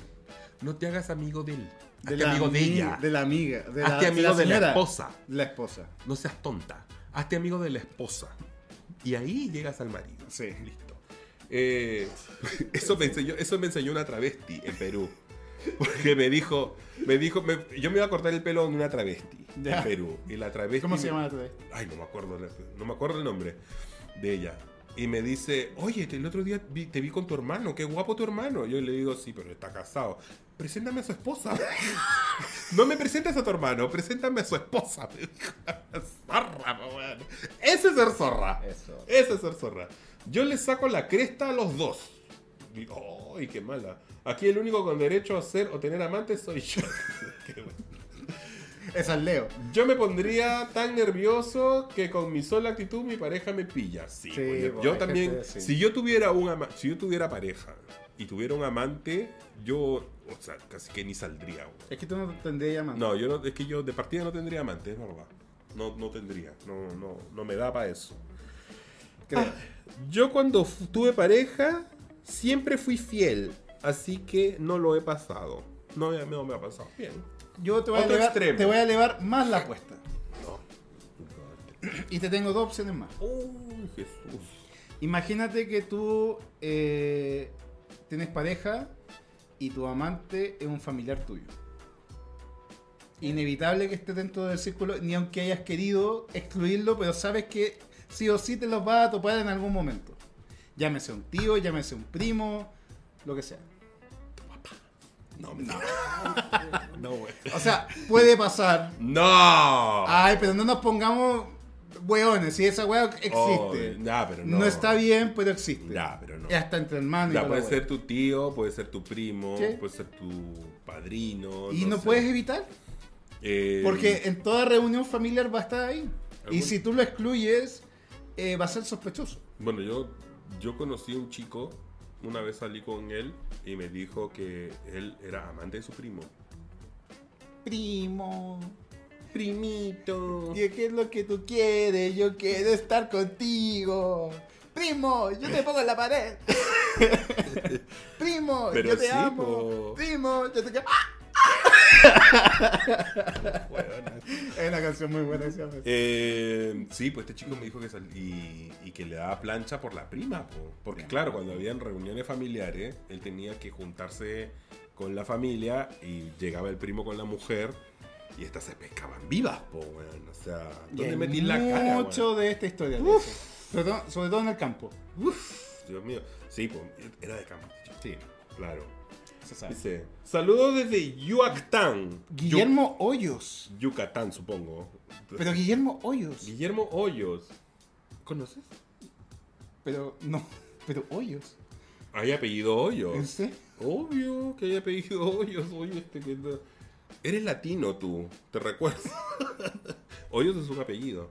Speaker 2: No te hagas amigo de él.
Speaker 1: De
Speaker 2: Hazte
Speaker 1: la
Speaker 2: amigo de
Speaker 1: ami-
Speaker 2: ella.
Speaker 1: De la amiga. De la,
Speaker 2: Hazte amigo de la
Speaker 1: señora.
Speaker 2: esposa.
Speaker 1: De la esposa.
Speaker 2: No seas tonta. Hazte amigo de la esposa. Y ahí llegas al marido.
Speaker 1: Sí.
Speaker 2: Listo. Eh, eso, me enseñó, eso me enseñó una travesti en Perú. Porque me dijo, me dijo, me- yo me iba a cortar el pelo en una travesti
Speaker 1: Ya.
Speaker 2: en Perú. Y la travesti.
Speaker 1: ¿Cómo
Speaker 2: me-
Speaker 1: se llama la travesti?
Speaker 2: Ay, no me acuerdo, la- no me acuerdo el nombre de ella. Y me dice, oye, te- el otro día vi- te vi con tu hermano, qué guapo tu hermano. Yo le digo, sí, pero está casado. Preséntame a su esposa. no me presentes a tu hermano, preséntame a su esposa. Me dijo, zorra, po, weón. Ese es ser zorra.
Speaker 1: Eso.
Speaker 2: Ese es ser zorra. Yo le saco la cresta a los dos. Y, ¡Ay, qué mala! Aquí el único con derecho a ser o tener amante soy yo. Qué bueno.
Speaker 1: Esa es Leo.
Speaker 2: Yo me pondría tan nervioso que con mi sola actitud mi pareja me pilla. Sí,
Speaker 1: Sí,
Speaker 2: pues, yo,
Speaker 1: pues,
Speaker 2: yo
Speaker 1: hay
Speaker 2: también.
Speaker 1: gente así.
Speaker 2: Si yo tuviera un ama- si yo tuviera pareja y tuviera un amante, yo, o sea, casi que ni saldría. güey.
Speaker 1: Es que tú no te tendrías llamando.
Speaker 2: No, yo no, es que yo de partida no tendría amante, es verdad. No, no tendría, no, no, no me da para eso. Ah,
Speaker 1: Creo.
Speaker 2: Yo cuando fu- tuve pareja siempre fui fiel, así que no lo he pasado. No, me- no me ha pasado. Bien.
Speaker 1: Yo te voy, a
Speaker 2: Otro
Speaker 1: elevar,
Speaker 2: extremo.
Speaker 1: te voy a elevar más la apuesta.
Speaker 2: No.
Speaker 1: Y te tengo dos opciones más.
Speaker 2: Uy, Jesús.
Speaker 1: Imagínate que tú eh, tienes pareja y tu amante es un familiar tuyo. Inevitable que esté dentro del círculo, ni aunque hayas querido excluirlo, pero sabes que sí o sí te los vas a topar en algún momento. Llámese un tío, llámese un primo, lo que sea.
Speaker 2: No, me no. no, güey.
Speaker 1: O sea, puede pasar.
Speaker 2: ¡No!
Speaker 1: Ay, pero no nos pongamos hueones, si esa hueá existe.
Speaker 2: Oh, nah, pero no.
Speaker 1: no. está bien, pero existe.
Speaker 2: Ya, pero no.
Speaker 1: Ya está entre hermanos. y
Speaker 2: Ya,
Speaker 1: toda
Speaker 2: puede
Speaker 1: la
Speaker 2: ser tu tío, puede ser tu primo,
Speaker 1: Sí.
Speaker 2: puede ser tu padrino.
Speaker 1: hueá. Y no,
Speaker 2: pues, sé.
Speaker 1: puedes evitar,
Speaker 2: Eh,
Speaker 1: porque en toda reunión familiar va a estar ahí.
Speaker 2: ¿Algún?
Speaker 1: Y si tú lo excluyes, eh, va a ser sospechoso.
Speaker 2: Bueno, yo, yo conocí a un chico, una vez salí con él y me dijo que él era amante de su primo.
Speaker 1: Primo,
Speaker 2: Primito.
Speaker 1: ¿qué qué es lo que tú quieres? Yo quiero estar contigo. Primo, yo te pongo en la pared. Primo,
Speaker 2: Pero
Speaker 1: yo te
Speaker 2: sí,
Speaker 1: amo.
Speaker 2: po.
Speaker 1: Primo, yo te quiero. Es una canción muy buena. esa vez.
Speaker 2: Eh, sí, pues este chico me dijo que sal- y, y que le daba plancha por la prima, po. porque claro, cuando habían reuniones familiares, él tenía que juntarse con la familia y llegaba el primo con la mujer y estas se pescaban vivas, po, weón. O sea,
Speaker 1: Y hay
Speaker 2: ¿dónde metí la cara? weón?
Speaker 1: mucho de esta historia. de eso. Sobre, todo, sobre todo en el campo.
Speaker 2: Dios mío. Sí, po, era de campo. este chico.
Speaker 1: Sí,
Speaker 2: Claro.
Speaker 1: se sabe.
Speaker 2: Dice, saludos desde Yucatán.
Speaker 1: Guillermo Hoyos.
Speaker 2: Yu- Yucatán, supongo.
Speaker 1: Pero Guillermo Hoyos.
Speaker 2: Guillermo Hoyos. ¿Conoces?
Speaker 1: Pero no, pero Hoyos.
Speaker 2: Hay apellido Hoyos.
Speaker 1: ¿Usted?
Speaker 2: Obvio que haya pedido hoyos, hoyos este que no- Eres latino tú, te recuerdas. hoyos es un apellido.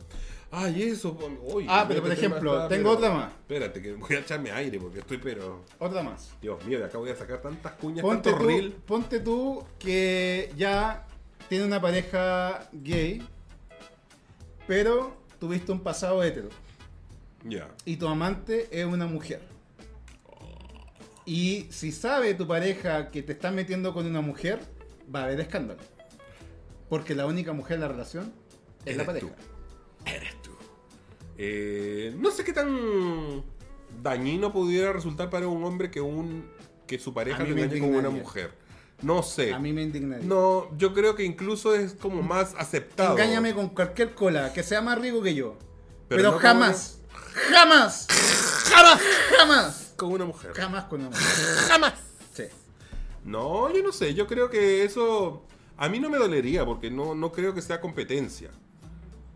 Speaker 2: Ay, eso, po- hoyos.
Speaker 1: Ah, pero
Speaker 2: mira,
Speaker 1: por
Speaker 2: este tema
Speaker 1: ejemplo,
Speaker 2: está,
Speaker 1: tengo otra más.
Speaker 2: Espérate, que voy a echarme aire porque estoy, pero.
Speaker 1: Otra más.
Speaker 2: Dios mío, de acá voy a sacar tantas cuñas,
Speaker 1: Ponte
Speaker 2: tanto
Speaker 1: tú,
Speaker 2: reel.
Speaker 1: ponte tú que ya tiene una pareja gay, pero tuviste un pasado hetero.
Speaker 2: Ya.
Speaker 1: y tu amante es una mujer. Y si sabe tu pareja que te estás metiendo con una mujer, va a haber escándalo. Porque la única mujer en la relación es la
Speaker 2: Eres
Speaker 1: pareja.
Speaker 2: tú. Eres tú. Eh, no sé qué tan dañino pudiera resultar para un hombre que un que su pareja
Speaker 1: A mí
Speaker 2: te
Speaker 1: me
Speaker 2: engañe con una
Speaker 1: indignaría.
Speaker 2: mujer. No sé.
Speaker 1: A mí me indignaría.
Speaker 2: No, yo creo que incluso es como más aceptado.
Speaker 1: Engáñame con cualquier cola, que sea más rico que yo. Pero,
Speaker 2: no con
Speaker 1: jamás, jamás, jamás, jamás,
Speaker 2: Con una mujer.
Speaker 1: jamás con una mujer.
Speaker 2: Jamás.
Speaker 1: Sí.
Speaker 2: No, yo no sé. Yo creo que eso a mí no me dolería porque no, no creo que sea competencia.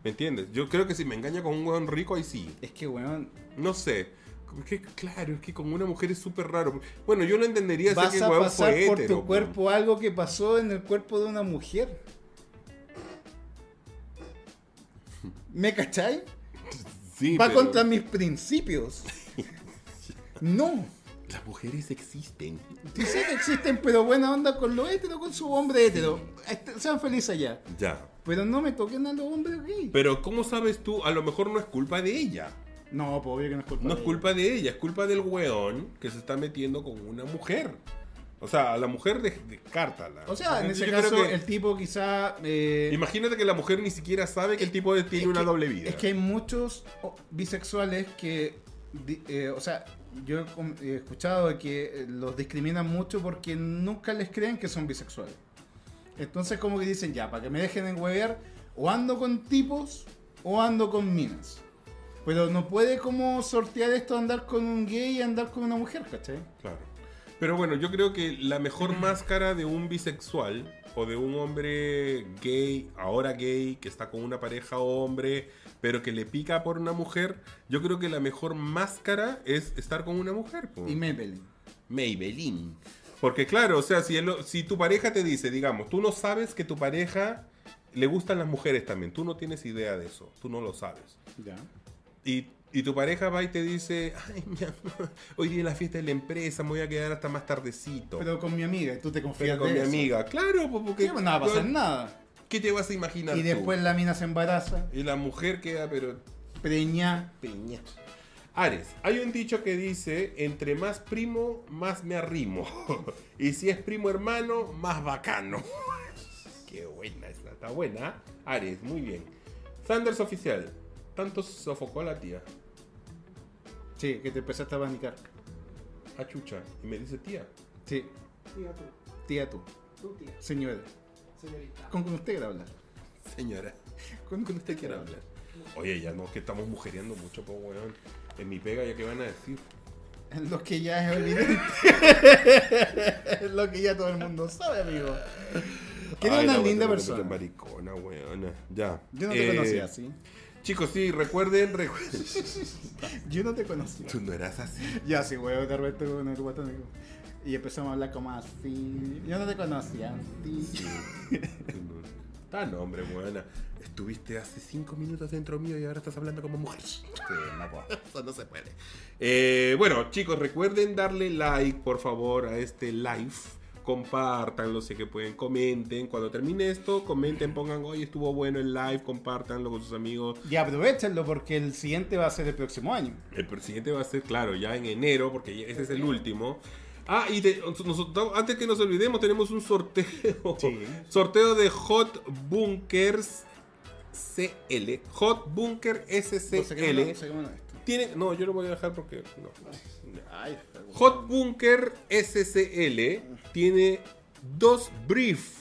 Speaker 2: ¿Me entiendes? Yo creo que si me engaña con un huevón rico, ahí sí.
Speaker 1: Es que, weón,
Speaker 2: No sé. Como que, claro, es que con una mujer es súper raro. Bueno, yo lo entendería si
Speaker 1: vas
Speaker 2: que
Speaker 1: a
Speaker 2: el huevón
Speaker 1: pasar
Speaker 2: fue
Speaker 1: por
Speaker 2: hétero,
Speaker 1: tu cuerpo algo que pasó en el cuerpo de una mujer. ¿Me cachai?
Speaker 2: Sí,
Speaker 1: Va
Speaker 2: pero-
Speaker 1: contra mis principios. No.
Speaker 2: Las mujeres existen.
Speaker 1: Sí sé que existen, pero buena onda con lo hétero, con su hombre hétero. Este, Sean felices allá.
Speaker 2: Ya.
Speaker 1: Pero no me toquen a los hombres gay.
Speaker 2: Pero ¿cómo sabes tú? A lo mejor no es culpa de ella.
Speaker 1: No, pues obvio que no es culpa.
Speaker 2: No es
Speaker 1: de
Speaker 2: culpa de ella, es culpa del weón que se está metiendo con una mujer. O sea, a la mujer des- descártala.
Speaker 1: ella. O sea, en
Speaker 2: Yo
Speaker 1: ese
Speaker 2: creo
Speaker 1: caso,
Speaker 2: que-
Speaker 1: el tipo quizá. eh,
Speaker 2: Imagínate que la mujer ni siquiera sabe que el tipo de- tiene
Speaker 1: es
Speaker 2: una
Speaker 1: que-
Speaker 2: doble vida.
Speaker 1: Es que hay muchos oh, bisexuales que. di- eh, o sea, yo he com- he escuchado que eh, los discriminan mucho porque nunca les creen que son bisexuales. Entonces, como que dicen, ya, para que me dejen en huevear, o ando con tipos o ando con minas. Pero no puede como sortear esto, andar con un gay y andar con una mujer, ¿cachai?
Speaker 2: Claro. Pero bueno, yo creo que la mejor
Speaker 1: Mm.
Speaker 2: máscara de un bisexual o de un hombre gay, ahora gay, que está con una pareja hombre, pero que le pica por una mujer, yo creo que la mejor máscara es estar con una mujer. po.
Speaker 1: Y me peleen.
Speaker 2: Maybelline. Porque claro, o sea, si, el- si tu pareja te dice, digamos, tú no sabes que tu pareja le gustan las mujeres también, tú no tienes idea de eso, tú no lo sabes.
Speaker 1: Ya.
Speaker 2: Y, y tu pareja va y te dice, ay, mi amor, hoy día es la fiesta de la empresa, me voy a quedar hasta más tardecito. Pero,
Speaker 1: Pero con mi amiga, y tú te confías
Speaker 2: con
Speaker 1: de
Speaker 2: mi
Speaker 1: eso.
Speaker 2: amiga, claro, pues, porque...
Speaker 1: Sí, pues, no va a pasar nada.
Speaker 2: ¿Qué te vas a imaginar
Speaker 1: Y
Speaker 2: tú?
Speaker 1: después la mina se embaraza,
Speaker 2: Y la mujer queda, pero...
Speaker 1: preña.
Speaker 2: Peña. Ares, hay un dicho que dice, entre más primo, más me arrimo. y si es primo hermano, más bacano. Qué buena esa, está buena. ¿ah? Ares, muy bien. Sanders oficial, tanto sofocó a la tía.
Speaker 1: Sí, que te empezaste a abanicar.
Speaker 2: A chucha. Y me dice tía.
Speaker 1: Sí,
Speaker 3: Tía tú.
Speaker 1: tía tú,
Speaker 3: Tú tía.
Speaker 1: señora.
Speaker 3: Señorita.
Speaker 1: Con, con usted quiero hablar.
Speaker 2: Señora,
Speaker 1: Con, con usted
Speaker 2: quiero hablar. Oye, ya no, que estamos mujereando mucho, po, weón. En mi pega, ya que van a decir.
Speaker 1: Lo que ya es evidente. Lo que ya todo el mundo sabe, amigo. Que era
Speaker 2: Ay,
Speaker 1: una
Speaker 2: la
Speaker 1: linda
Speaker 2: weón, te
Speaker 1: persona.
Speaker 2: Maricona, weón. Ya.
Speaker 1: Yo no te
Speaker 2: Eh,
Speaker 1: conocía así.
Speaker 2: Chicos, sí, recuerden, recuerden.
Speaker 1: Yo no te conocía.
Speaker 2: Tú no eras así.
Speaker 1: Ya, sí, güey, de repente con el guatón, amigo. Y empezamos a hablar como así. Yo no te conocía. así.
Speaker 2: Tan hombre, buena. Estuviste hace cinco minutos dentro mío y ahora estás hablando como mujer. Eso no se puede. Eh, bueno, chicos, recuerden darle like, por favor, a este live. Compartanlo, sé que pueden, comenten. Cuando termine esto, comenten, pongan, oye, estuvo bueno el live, compartanlo con sus amigos.
Speaker 1: Y aprovechenlo porque el siguiente va a ser el próximo año.
Speaker 2: El presidente va a ser, claro, ya en enero, porque ya- ese es el último. Ah, y de- nosotros, antes que nos olvidemos, tenemos un sorteo.
Speaker 1: Sí.
Speaker 2: Sorteo de Hot Bunkers CL. Hot Bunker
Speaker 1: No sé qué me-
Speaker 2: SCL.
Speaker 1: no sé qué me da esto.
Speaker 2: Tiene, no, yo lo voy a dejar porque... no.
Speaker 1: Ay,
Speaker 2: Hot Bunker SCL tiene dos brief,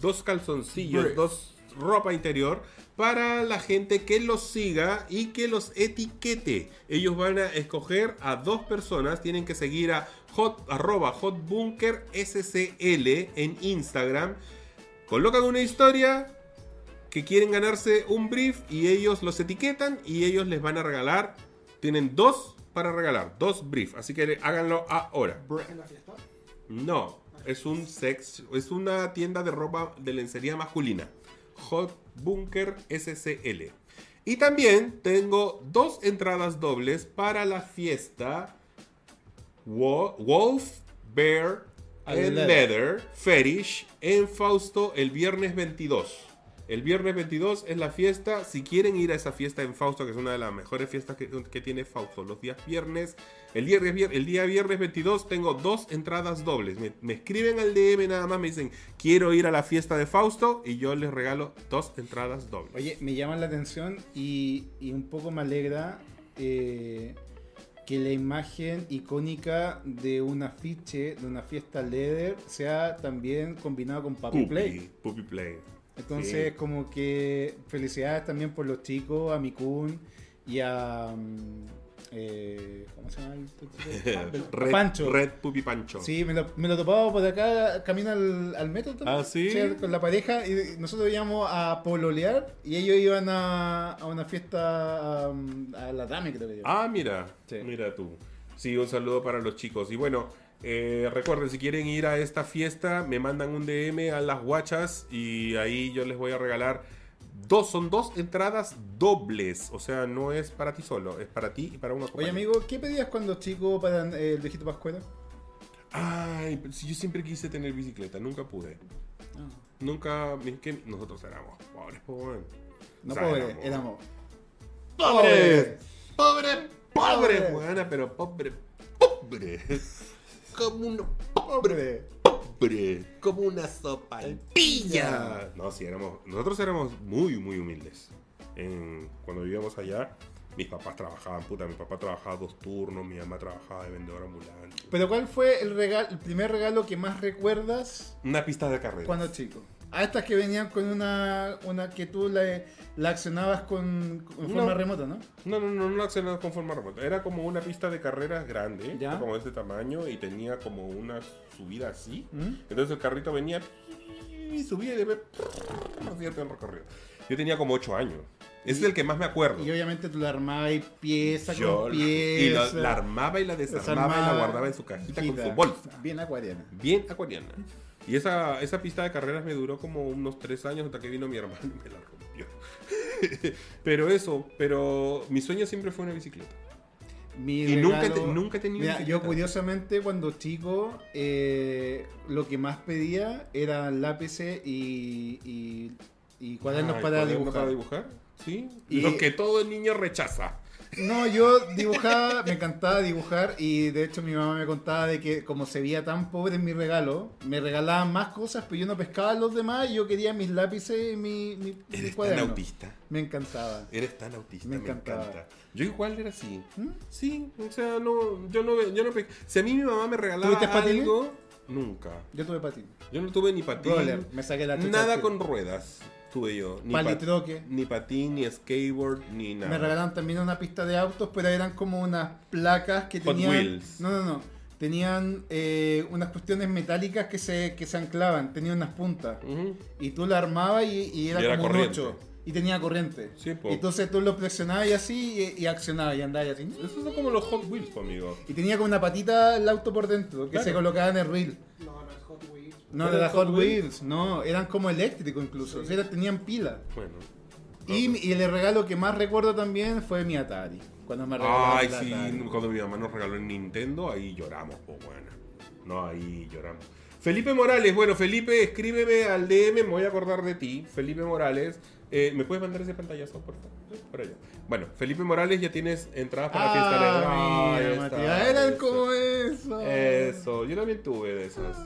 Speaker 2: dos calzoncillos,
Speaker 1: Brief.
Speaker 2: dos ropa interior para la gente que los siga y que los etiquete. Ellos van a escoger a dos personas, tienen que seguir a hot, arroba hotbunker SCL en Instagram. Colocan una historia que quieren ganarse un brief y ellos los etiquetan y ellos les van a regalar. Tienen dos para regalar, dos brief, así que háganlo ahora.
Speaker 3: ¿En la fiesta?
Speaker 2: No, es un sex, es una tienda de ropa de lencería masculina. Hot Bunker SCL. Y también tengo dos entradas dobles para la fiesta Wo- Wolf Bear and
Speaker 1: And
Speaker 2: Leather.
Speaker 1: Leather.
Speaker 2: Fetish en Fausto el viernes 22. El viernes 22 es la fiesta. Si quieren ir a esa fiesta en Fausto, que es una de las mejores fiestas que, que tiene Fausto, los días viernes. El día, vier- el día viernes 22 tengo dos entradas dobles. Me, me escriben al DM nada más, me dicen, quiero ir a la fiesta de Fausto y yo les regalo dos entradas dobles.
Speaker 1: Oye, me llama la atención y, y un poco me alegra eh, que la imagen icónica de un afiche de una fiesta leather sea también combinado con Papi
Speaker 2: Pupi,
Speaker 1: Play.
Speaker 2: Pupi Play.
Speaker 1: Entonces,
Speaker 2: Sí.
Speaker 1: como que felicidades también por los chicos, a Mikun y a. mm, eh, ¿Cómo se llama? el chico?
Speaker 2: Red,
Speaker 1: Pancho.
Speaker 2: Red Pupi Pancho.
Speaker 1: Sí, me lo, me lo topaba por acá, camino al, al metro. también.
Speaker 2: Ah, ¿sí?
Speaker 1: Con la pareja, y nosotros íbamos a pololear y ellos iban a, a una fiesta um, a la dame, creo que era.
Speaker 2: Ah, mira,
Speaker 1: Sí.
Speaker 2: mira tú. Sí, un saludo para los chicos. Y bueno, eh, recuerden, si quieren ir a esta fiesta, me mandan un DM a las guachas y ahí yo les voy a regalar Dos, son dos entradas dobles. O sea, no es para ti solo, es para ti y para uno
Speaker 1: Oye, amigo, ¿qué pedías cuando chico para eh, el viejito Pascuero?
Speaker 2: Ay, pero si yo siempre quise tener bicicleta, nunca pude. Nunca. es que nosotros éramos pobres, pobres.
Speaker 1: No
Speaker 2: O sea,
Speaker 1: pobre, éramos.
Speaker 2: ¡Pobres! ¡Pobres!
Speaker 1: Pobres.
Speaker 2: ¡Pobres! Buena, pero pobre, pobre. Como un pobre,
Speaker 1: Pobre.
Speaker 2: pobre. Como una sopa pilla. No, sí, éramos. Nosotros éramos muy, muy humildes. En- cuando vivíamos allá, mis papás trabajaban, puta, mi papá trabajaba dos turnos, mi mamá trabajaba de vendedora ambulante.
Speaker 1: Pero ¿cuál fue el, regalo, el primer regalo que más recuerdas
Speaker 2: Una pista de carrera.
Speaker 1: cuando chico? A estas que venían con una, una que tú la, la accionabas con, con
Speaker 2: No.
Speaker 1: forma remota, ¿no?
Speaker 2: No, no, no, no accionaba con forma remota. Era como una pista de carreras grande,
Speaker 1: Ya.
Speaker 2: como de este tamaño, y tenía como una subida así.
Speaker 1: ¿Mm?
Speaker 2: Entonces el carrito venía y subía y de repente hacía todo el recorrido. Yo tenía como 8 años. Ese es el que más me acuerdo.
Speaker 1: Y obviamente tú la armabas y pieza
Speaker 2: Yo
Speaker 1: con
Speaker 2: la-
Speaker 1: pieza.
Speaker 2: y la, la armaba y la desarmaba y la
Speaker 1: desarmaba,
Speaker 2: guardaba en su cajita con
Speaker 1: gira.
Speaker 2: su bolsa.
Speaker 1: Bien acuariana.
Speaker 2: Bien acuariana. Y esa, esa pista de carreras me duró como unos 3 años hasta que vino mi hermano y me la rompió. pero eso, pero mi sueño siempre fue una bicicleta.
Speaker 1: Mi
Speaker 2: Y nunca
Speaker 1: regalo-
Speaker 2: te- nunca he tenido
Speaker 1: Mira,
Speaker 2: bicicleta.
Speaker 1: yo curiosamente cuando chico eh, lo que más pedía eran lápices y, y, y cuadernos
Speaker 2: Ay,
Speaker 1: para
Speaker 2: cuadernos
Speaker 1: dibujar.
Speaker 2: para dibujar, Sí.
Speaker 1: Y-
Speaker 2: Lo que todo niño rechaza.
Speaker 1: No, yo dibujaba, me encantaba dibujar y de hecho mi mamá me contaba de que como se veía tan pobre en mi regalo, me regalaban más cosas, pero yo no pescaba a los demás y yo quería mis lápices y mi, mi, mi
Speaker 2: Eres tan
Speaker 1: cuaderno.
Speaker 2: autista.
Speaker 1: Me encantaba.
Speaker 2: Eres tan autista.
Speaker 1: Me
Speaker 2: Me,
Speaker 1: encantaba.
Speaker 2: encanta. Yo igual era así.
Speaker 1: ¿Mm?
Speaker 2: Sí, o sea, no, yo no, yo no pe- Si a mí mi mamá me regalaba
Speaker 1: ¿Tuviste patines?
Speaker 2: algo, nunca.
Speaker 1: Yo tuve patín.
Speaker 2: Yo no tuve ni patín,
Speaker 1: Roller, me saqué la chucha
Speaker 2: nada
Speaker 1: al
Speaker 2: con
Speaker 1: tiro.
Speaker 2: ruedas tuve yo, ni,
Speaker 1: Palitroque.
Speaker 2: ni patín, ni skateboard, ni nada.
Speaker 1: Me regalaron también una pista de autos, pero eran como unas placas que
Speaker 2: Hot
Speaker 1: tenían.
Speaker 2: Wheels.
Speaker 1: No, no, no. Tenían eh, unas cuestiones metálicas que se, que se anclaban, tenían unas puntas.
Speaker 2: Ujú.
Speaker 1: Y tú la armabas y, y era
Speaker 2: Y era
Speaker 1: como un
Speaker 2: corriente.
Speaker 1: ocho. Y tenía corriente.
Speaker 2: Sí, po.
Speaker 1: Y entonces tú lo presionabas y así y, y accionabas y andabas y así.
Speaker 2: Esos son como los Hot Wheels, po, amigo.
Speaker 1: Y tenía como una patita el auto por dentro que
Speaker 2: Claro.
Speaker 1: se colocaba en el reel.
Speaker 3: No, no es Hot Wheels.
Speaker 1: No,
Speaker 2: ¿Eran
Speaker 1: era
Speaker 2: Hot
Speaker 1: Hot Wheels, no, eran como eléctricos incluso, o sea, era- tenían pila.
Speaker 2: Bueno.
Speaker 1: Y, mi- y el regalo que más recuerdo también fue mi Atari, cuando me regalaron
Speaker 2: Ay,
Speaker 1: la
Speaker 2: sí,
Speaker 1: Atari.
Speaker 2: cuando mi mamá nos regaló el Nintendo, ahí lloramos, po, buena. No, ahí lloramos. Felipe Morales, bueno, Felipe, escríbeme al DM, me voy a acordar de ti. Felipe Morales, eh, ¿me puedes mandar ese pantallazo, por favor? Por allá. Bueno, Felipe Morales, ya tienes entradas para fiesta alegre.
Speaker 1: Ah,
Speaker 2: Ahí
Speaker 1: mira,
Speaker 2: está,
Speaker 1: Matías,
Speaker 2: eso.
Speaker 1: eran como eso.
Speaker 2: Eso, yo también tuve de esas.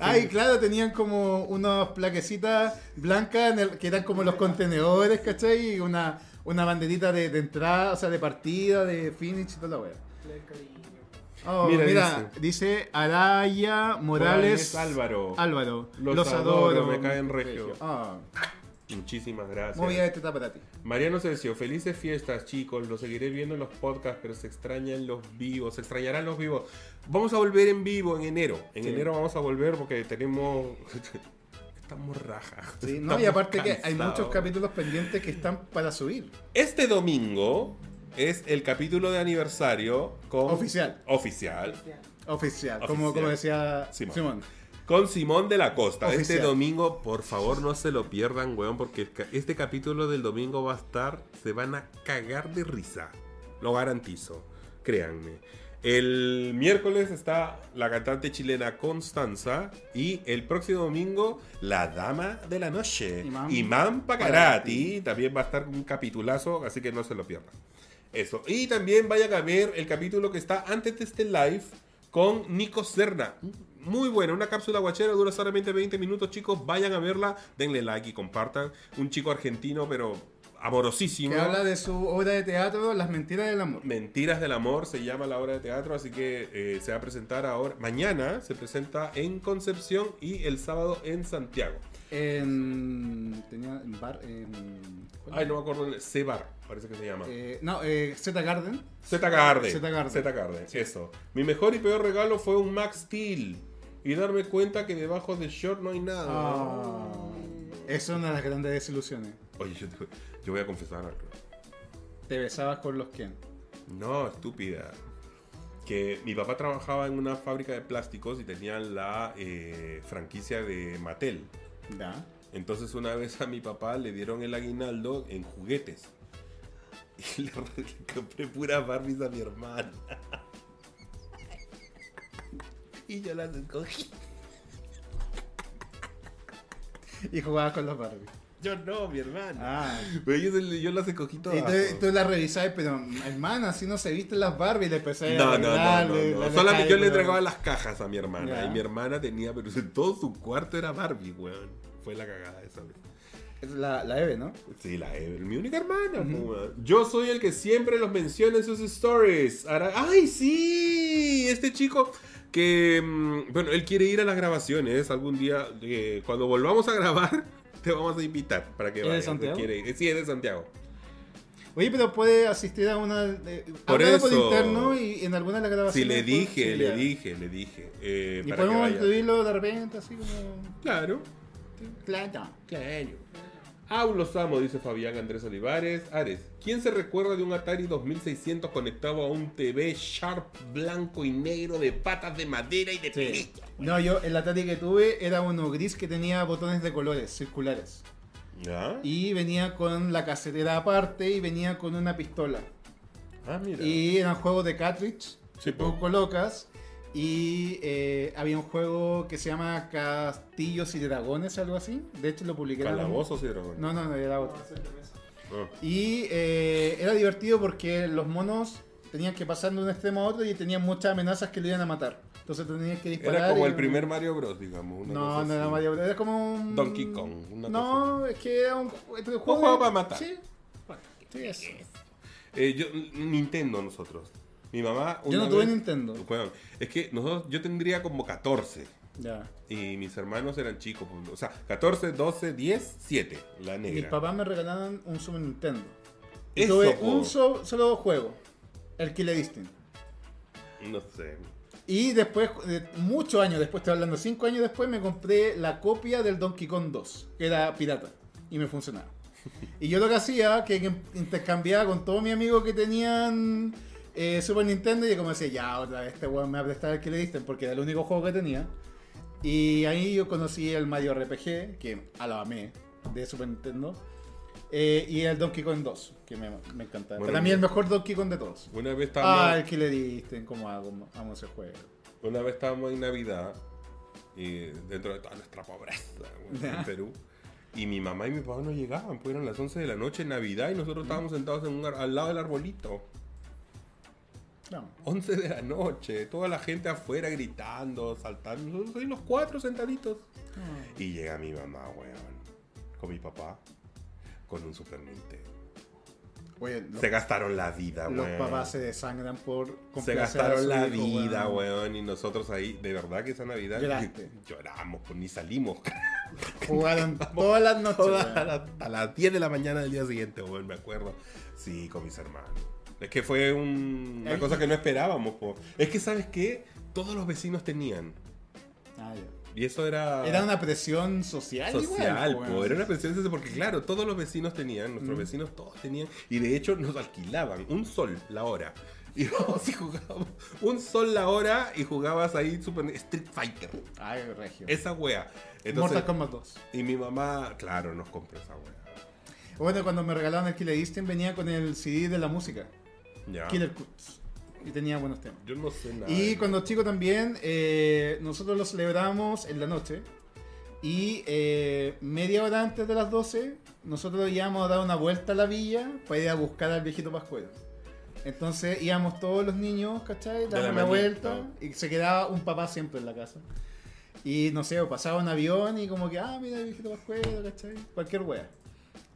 Speaker 1: Ay, claro, tenían como unas plaquecitas blancas en el- que eran como los contenedores, ¿cachai? Y una, una banderita de, de entrada, o sea, de partida, de finish y toda la wea.
Speaker 3: Le cariño.
Speaker 1: Oh,
Speaker 2: Mira,
Speaker 1: mira, dice, Araya Morales,
Speaker 2: Morales Álvaro.
Speaker 1: Álvaro.
Speaker 2: Los
Speaker 1: Los,
Speaker 2: adoro,
Speaker 1: adoro,
Speaker 2: me caen regio.
Speaker 1: Ah,
Speaker 2: Muchísimas gracias.
Speaker 1: muy bien, este está para ti.
Speaker 2: Mariano Sergio, felices fiestas, chicos. Los seguiré viendo en los podcasts, pero se extrañan los vivos. Se extrañarán los vivos. Vamos a volver en vivo en enero. En
Speaker 1: Sí.
Speaker 2: enero vamos a volver porque tenemos. Estamos raja.
Speaker 1: Sí, no,
Speaker 2: Estamos
Speaker 1: y aparte que hay
Speaker 2: cansados.
Speaker 1: muchos capítulos pendientes que están para subir.
Speaker 2: Este domingo es el capítulo de aniversario con.
Speaker 1: Oficial.
Speaker 2: Oficial.
Speaker 3: Cristiano.
Speaker 1: Oficial,
Speaker 2: Oficial.
Speaker 1: Como, como decía
Speaker 2: Simón.
Speaker 1: Simón.
Speaker 2: Con Simón de la Costa. Este
Speaker 1: Oficial.
Speaker 2: domingo, por favor, no se lo pierdan, weón, porque el ca- este capítulo del domingo va a estar. Se van a cagar de risa. Lo garantizo. Créanme. El miércoles está la cantante chilena Constanza. Y el próximo domingo, la dama de la noche.
Speaker 1: Imam
Speaker 2: Imam Pacarati. También va a estar un capitulazo, así que no se lo pierdan. Eso. Y también vayan a ver el capítulo que está antes de este live con Nico Serna. Muy bueno, una cápsula guachera dura solamente 20 minutos, chicos. Vayan a verla, denle like y compartan. Un chico argentino, pero amorosísimo.
Speaker 1: Que habla de su obra de teatro, Las mentiras del amor.
Speaker 2: Mentiras del amor se llama la obra de teatro, así que eh, se va a presentar ahora. Mañana se presenta en Concepción y el sábado en Santiago.
Speaker 1: En. Tenía en bar. En, ¿cuál?
Speaker 2: Ay, no me acuerdo, el- Cebar, parece que se llama.
Speaker 1: Eh, no, eh, Z Garden.
Speaker 2: Z Garde.
Speaker 1: Zeta Garden.
Speaker 2: Zeta Garden, eso. Mi mejor y peor regalo fue un Max Steel. Y darme cuenta que debajo del short no hay nada.
Speaker 1: Ah, es una de las grandes desilusiones.
Speaker 2: Oye, yo, te- yo voy a confesar algo.
Speaker 1: Te besabas con los Ken.
Speaker 2: No, estúpida. Que mi papá trabajaba en una fábrica de plásticos y tenían la eh, franquicia de Mattel.
Speaker 1: Ya.
Speaker 2: Entonces una vez a mi papá le dieron el aguinaldo en juguetes. Y le, le compré puras Barbies a mi hermana. Y yo las escogí.
Speaker 1: Y jugabas con los Barbie.
Speaker 2: Yo no, mi hermana.
Speaker 1: Ah.
Speaker 2: Pero yo, se- yo las escogí todas.
Speaker 1: Y tú, tú la revisabas, pero hermana, si no se viste las Barbie, le empecé a
Speaker 2: No, no, no,
Speaker 1: arreglar,
Speaker 2: no,
Speaker 1: le-
Speaker 2: no.
Speaker 1: le-
Speaker 2: Solamente yo le
Speaker 1: pero-
Speaker 2: entregaba las cajas a mi hermana.
Speaker 1: Ya.
Speaker 2: Y mi hermana tenía, pero todo su cuarto era Barbie, weón. Fue la cagada esa vez.
Speaker 1: Es La, la Eve, ¿no?
Speaker 2: Sí, la Ever, mi única hermana. po, weón. Yo soy el que siempre los menciona en sus stories. Ara- ¡Ay, sí! Este chico que, mm, bueno, él quiere ir a las grabaciones algún día. eh, cuando volvamos a grabar, te vamos a invitar para que
Speaker 1: ¿Es de
Speaker 2: vayas. Él
Speaker 1: Santiago?
Speaker 2: quiere ir. Eh, Sí, es de Santiago.
Speaker 1: Oye, pero puede asistir a una. de-
Speaker 2: Por
Speaker 1: hablar por
Speaker 2: eso.
Speaker 1: interno y en alguna de las grabaciones.
Speaker 2: Sí, le
Speaker 1: pues,
Speaker 2: dije,
Speaker 1: sí,
Speaker 2: le
Speaker 1: ya.
Speaker 2: dije, le dije. eh,
Speaker 1: Y
Speaker 2: para que
Speaker 1: podemos
Speaker 2: vaya.
Speaker 1: incluirlo de repente, así como.
Speaker 2: Claro.
Speaker 1: Claro.
Speaker 2: Claro. Aún los amo, dice Fabián Andrés Olivares. Ares, ¿quién se recuerda de un Atari 2600 conectado a un TV Sharp blanco y negro de patas de madera y de
Speaker 1: Sí.
Speaker 2: perilla?
Speaker 1: No, yo el Atari que tuve era uno gris que tenía botones de colores circulares.
Speaker 2: ¿Ya?
Speaker 1: Y venía con la casetera aparte y venía con una pistola.
Speaker 2: Ah, mira.
Speaker 1: Y eran juegos de cartridge.
Speaker 2: Sí,
Speaker 1: que
Speaker 2: po.
Speaker 1: tú colocas. Y eh, había un juego que se llama Castillos y Dragones, algo así. De hecho, lo publiqué. en algún-
Speaker 2: ¿Calabozos y dragones?
Speaker 1: No, no, no, era otro.
Speaker 3: No, es el de mesa.
Speaker 2: Ah.
Speaker 1: Y eh, era divertido porque los monos tenían que pasar de un extremo a otro y tenían muchas amenazas que le iban a matar. Entonces tenías que disparar.
Speaker 2: Era como
Speaker 1: y-
Speaker 2: el primer Mario Bros, digamos. una
Speaker 1: No,
Speaker 2: cosa
Speaker 1: no era
Speaker 2: así.
Speaker 1: Mario Bros. Era como un.
Speaker 2: Donkey Kong, una
Speaker 1: no, es que era un, un
Speaker 2: juego para matar.
Speaker 1: Sí. Sí, eso.
Speaker 2: Eh, yo, Nintendo nosotros. Mi mamá...
Speaker 1: Yo no
Speaker 2: una
Speaker 1: tuve
Speaker 2: vez-
Speaker 1: Nintendo.
Speaker 2: Bueno, es que nosotros, yo tendría como 14.
Speaker 1: Ya.
Speaker 2: Y mis hermanos eran chicos. pues, O sea, 14, 12, 10, 7. La negra.
Speaker 1: Mis papás me regalaron un Super Nintendo. Y
Speaker 2: Eso,
Speaker 1: tuve
Speaker 2: po.
Speaker 1: un so- solo juego: el Killer Instinct.
Speaker 2: No sé.
Speaker 1: Y después, eh, muchos años después, estoy hablando cinco años después, me compré la copia del Donkey Kong 2, que era pirata, y me funcionaba. Y yo lo que hacía, que que intercambiaba con todos mis amigos que tenían eh, Super Nintendo, y como decía, ya, otra vez este weón me va a prestar el que le diste, porque era el único juego que tenía. Y ahí yo conocí el Mario RPG, que a la amé, de Super Nintendo, eh, y el Donkey Kong 2, que me, me encantaba.
Speaker 2: Bueno,
Speaker 1: Para mí
Speaker 2: mira.
Speaker 1: el mejor Donkey Kong de todos.
Speaker 2: Una vez estábamos,
Speaker 1: Ah, el que le diste, cómo hago, amo ese juego.
Speaker 2: una vez estábamos en Navidad, y dentro de toda nuestra pobreza güey, en Perú, y mi mamá y mi papá no llegaban, pues eran las 11 de la noche en Navidad y nosotros estábamos sentados en un ar- al lado del arbolito.
Speaker 1: No.
Speaker 2: 11 de la noche, toda la gente afuera gritando, saltando, nosotros ahí los cuatro sentaditos.
Speaker 1: Ah.
Speaker 2: Y llega mi mamá, weón, con mi papá, con un Super Nintendo.
Speaker 1: Oye, los,
Speaker 2: Se gastaron la vida,
Speaker 1: los
Speaker 2: weón.
Speaker 1: papás se desangran por
Speaker 2: Se
Speaker 1: complacer a
Speaker 2: gastaron
Speaker 1: su
Speaker 2: la
Speaker 1: hijo,
Speaker 2: vida, weón. Y nosotros ahí, de verdad que esa Navidad
Speaker 1: Lloraste.
Speaker 2: lloramos, pues, ni salimos.
Speaker 1: Jugaron todas las noches.
Speaker 2: Todas
Speaker 1: weón.
Speaker 2: a, la- a las 10 de la mañana del día siguiente, weón, me acuerdo. Sí, con mis hermanos. Es que fue un- una
Speaker 1: Ahí-
Speaker 2: cosa que no esperábamos, po. Es que, ¿sabes qué? Todos los vecinos tenían.
Speaker 1: Ah, ya.
Speaker 2: Y eso era.
Speaker 1: Era una presión social,
Speaker 2: Ah. Social,
Speaker 1: igual,
Speaker 2: po.
Speaker 1: weón.
Speaker 2: Era una presión social, porque, claro, todos los vecinos tenían, nuestros vecinos todos tenían. Y de hecho, nos alquilaban un sol la hora. Y vamos y jugábamos un sol la hora y jugabas ahí Super Street Fighter.
Speaker 1: Ay, regio.
Speaker 2: Esa wea. Entonces,
Speaker 1: Mortal Kombat 2.
Speaker 2: y mi mamá, claro, nos compró esa wea.
Speaker 1: Bueno, cuando me regalaron el Killer Instinct venía con el CD de la música,
Speaker 2: Ya.
Speaker 1: Killer Cuts. Y tenía buenos temas.
Speaker 2: Yo no sé nada.
Speaker 1: Y cuando chico también, eh, nosotros lo celebramos en la noche. Y eh, media hora antes de las 12, nosotros íbamos a dar una vuelta a la villa para ir a buscar al viejito Pascuero. Entonces íbamos todos los niños, ¿cachai?
Speaker 2: De la
Speaker 1: Dábamos la,
Speaker 2: mañana.
Speaker 1: vuelta y se quedaba un papá siempre en la casa. Y no sé, o pasaba un avión y como que, ah, mira el viejito Pascuero, ¿cachai? Cualquier wea.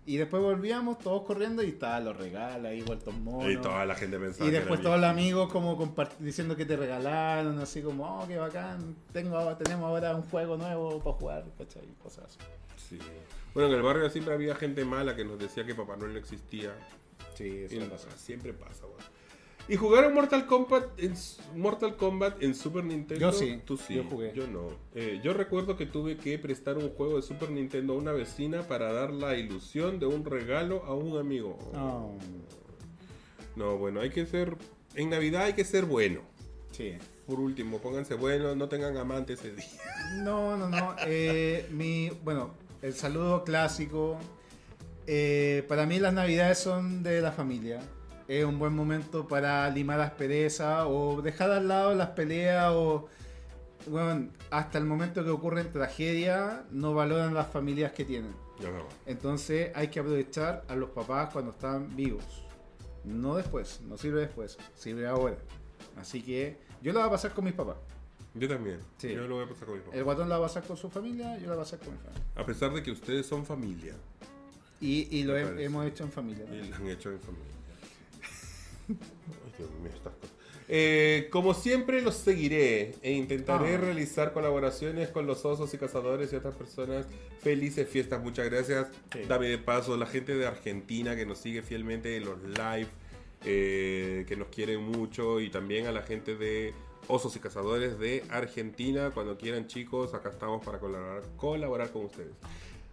Speaker 1: Y después volvíamos todos corriendo y estaban los regalos ahí, vueltos monos.
Speaker 2: Y toda la gente pensaba.
Speaker 1: Y
Speaker 2: que
Speaker 1: después
Speaker 2: era
Speaker 1: todos
Speaker 2: mi-
Speaker 1: los amigos como compart- diciendo que te regalaron, así como, oh, qué bacán, tengo, ahora- tenemos ahora un juego nuevo para jugar, ¿cachai? Y Cosas así.
Speaker 2: Sí. Bueno, en el barrio siempre había gente mala que nos decía que Papá Noel no existía.
Speaker 1: Sí,
Speaker 2: Y no pasa, siempre pasa, weón. Y jugaron Mortal Kombat en s- Mortal Kombat en Super Nintendo.
Speaker 1: Yo sí,
Speaker 2: Tú sí.
Speaker 1: yo jugué.
Speaker 2: Yo no. Eh, yo recuerdo que tuve que prestar un juego de Super Nintendo a una vecina para dar la ilusión de un regalo a un amigo.
Speaker 1: Oh.
Speaker 2: No, bueno, hay que ser. En Navidad hay que ser bueno.
Speaker 1: sí.
Speaker 2: Por último, pónganse buenos, no tengan amante ese día.
Speaker 1: No, no, no. eh, mi, bueno, el saludo clásico. Eh, para mí las navidades son de la familia. Es un buen momento para limar las perezas o dejar al lado las peleas o... Bueno, hasta el momento que ocurren tragedias no valoran las familias que tienen.
Speaker 2: Ya no.
Speaker 1: Entonces hay que aprovechar a los papás cuando están vivos. No después, no sirve después, sirve ahora. Así que yo la voy a pasar con mis papás.
Speaker 2: Yo también.
Speaker 1: Sí. Eh.
Speaker 2: Yo lo voy a pasar con mi papá.
Speaker 1: El guatón la va a pasar con su familia, yo la voy a pasar con mi familia.
Speaker 2: A pesar de que ustedes son familia.
Speaker 1: Y, y lo
Speaker 2: Me
Speaker 1: he-
Speaker 2: parece.
Speaker 1: hemos hecho en familia. ¿no?
Speaker 2: Y lo han hecho en familia. Ay, Dios mío, estas cosas. Eh, como siempre los seguiré e intentaré
Speaker 1: Ah.
Speaker 2: realizar colaboraciones con los osos y cazadores y otras personas. Felices fiestas, muchas gracias.
Speaker 1: Sí.
Speaker 2: Dame de paso, la gente de Argentina que nos sigue fielmente en los live, eh, que nos quiere mucho y también a la gente de osos y cazadores de Argentina. Cuando quieran chicos, acá estamos para colaborar, colaborar con ustedes.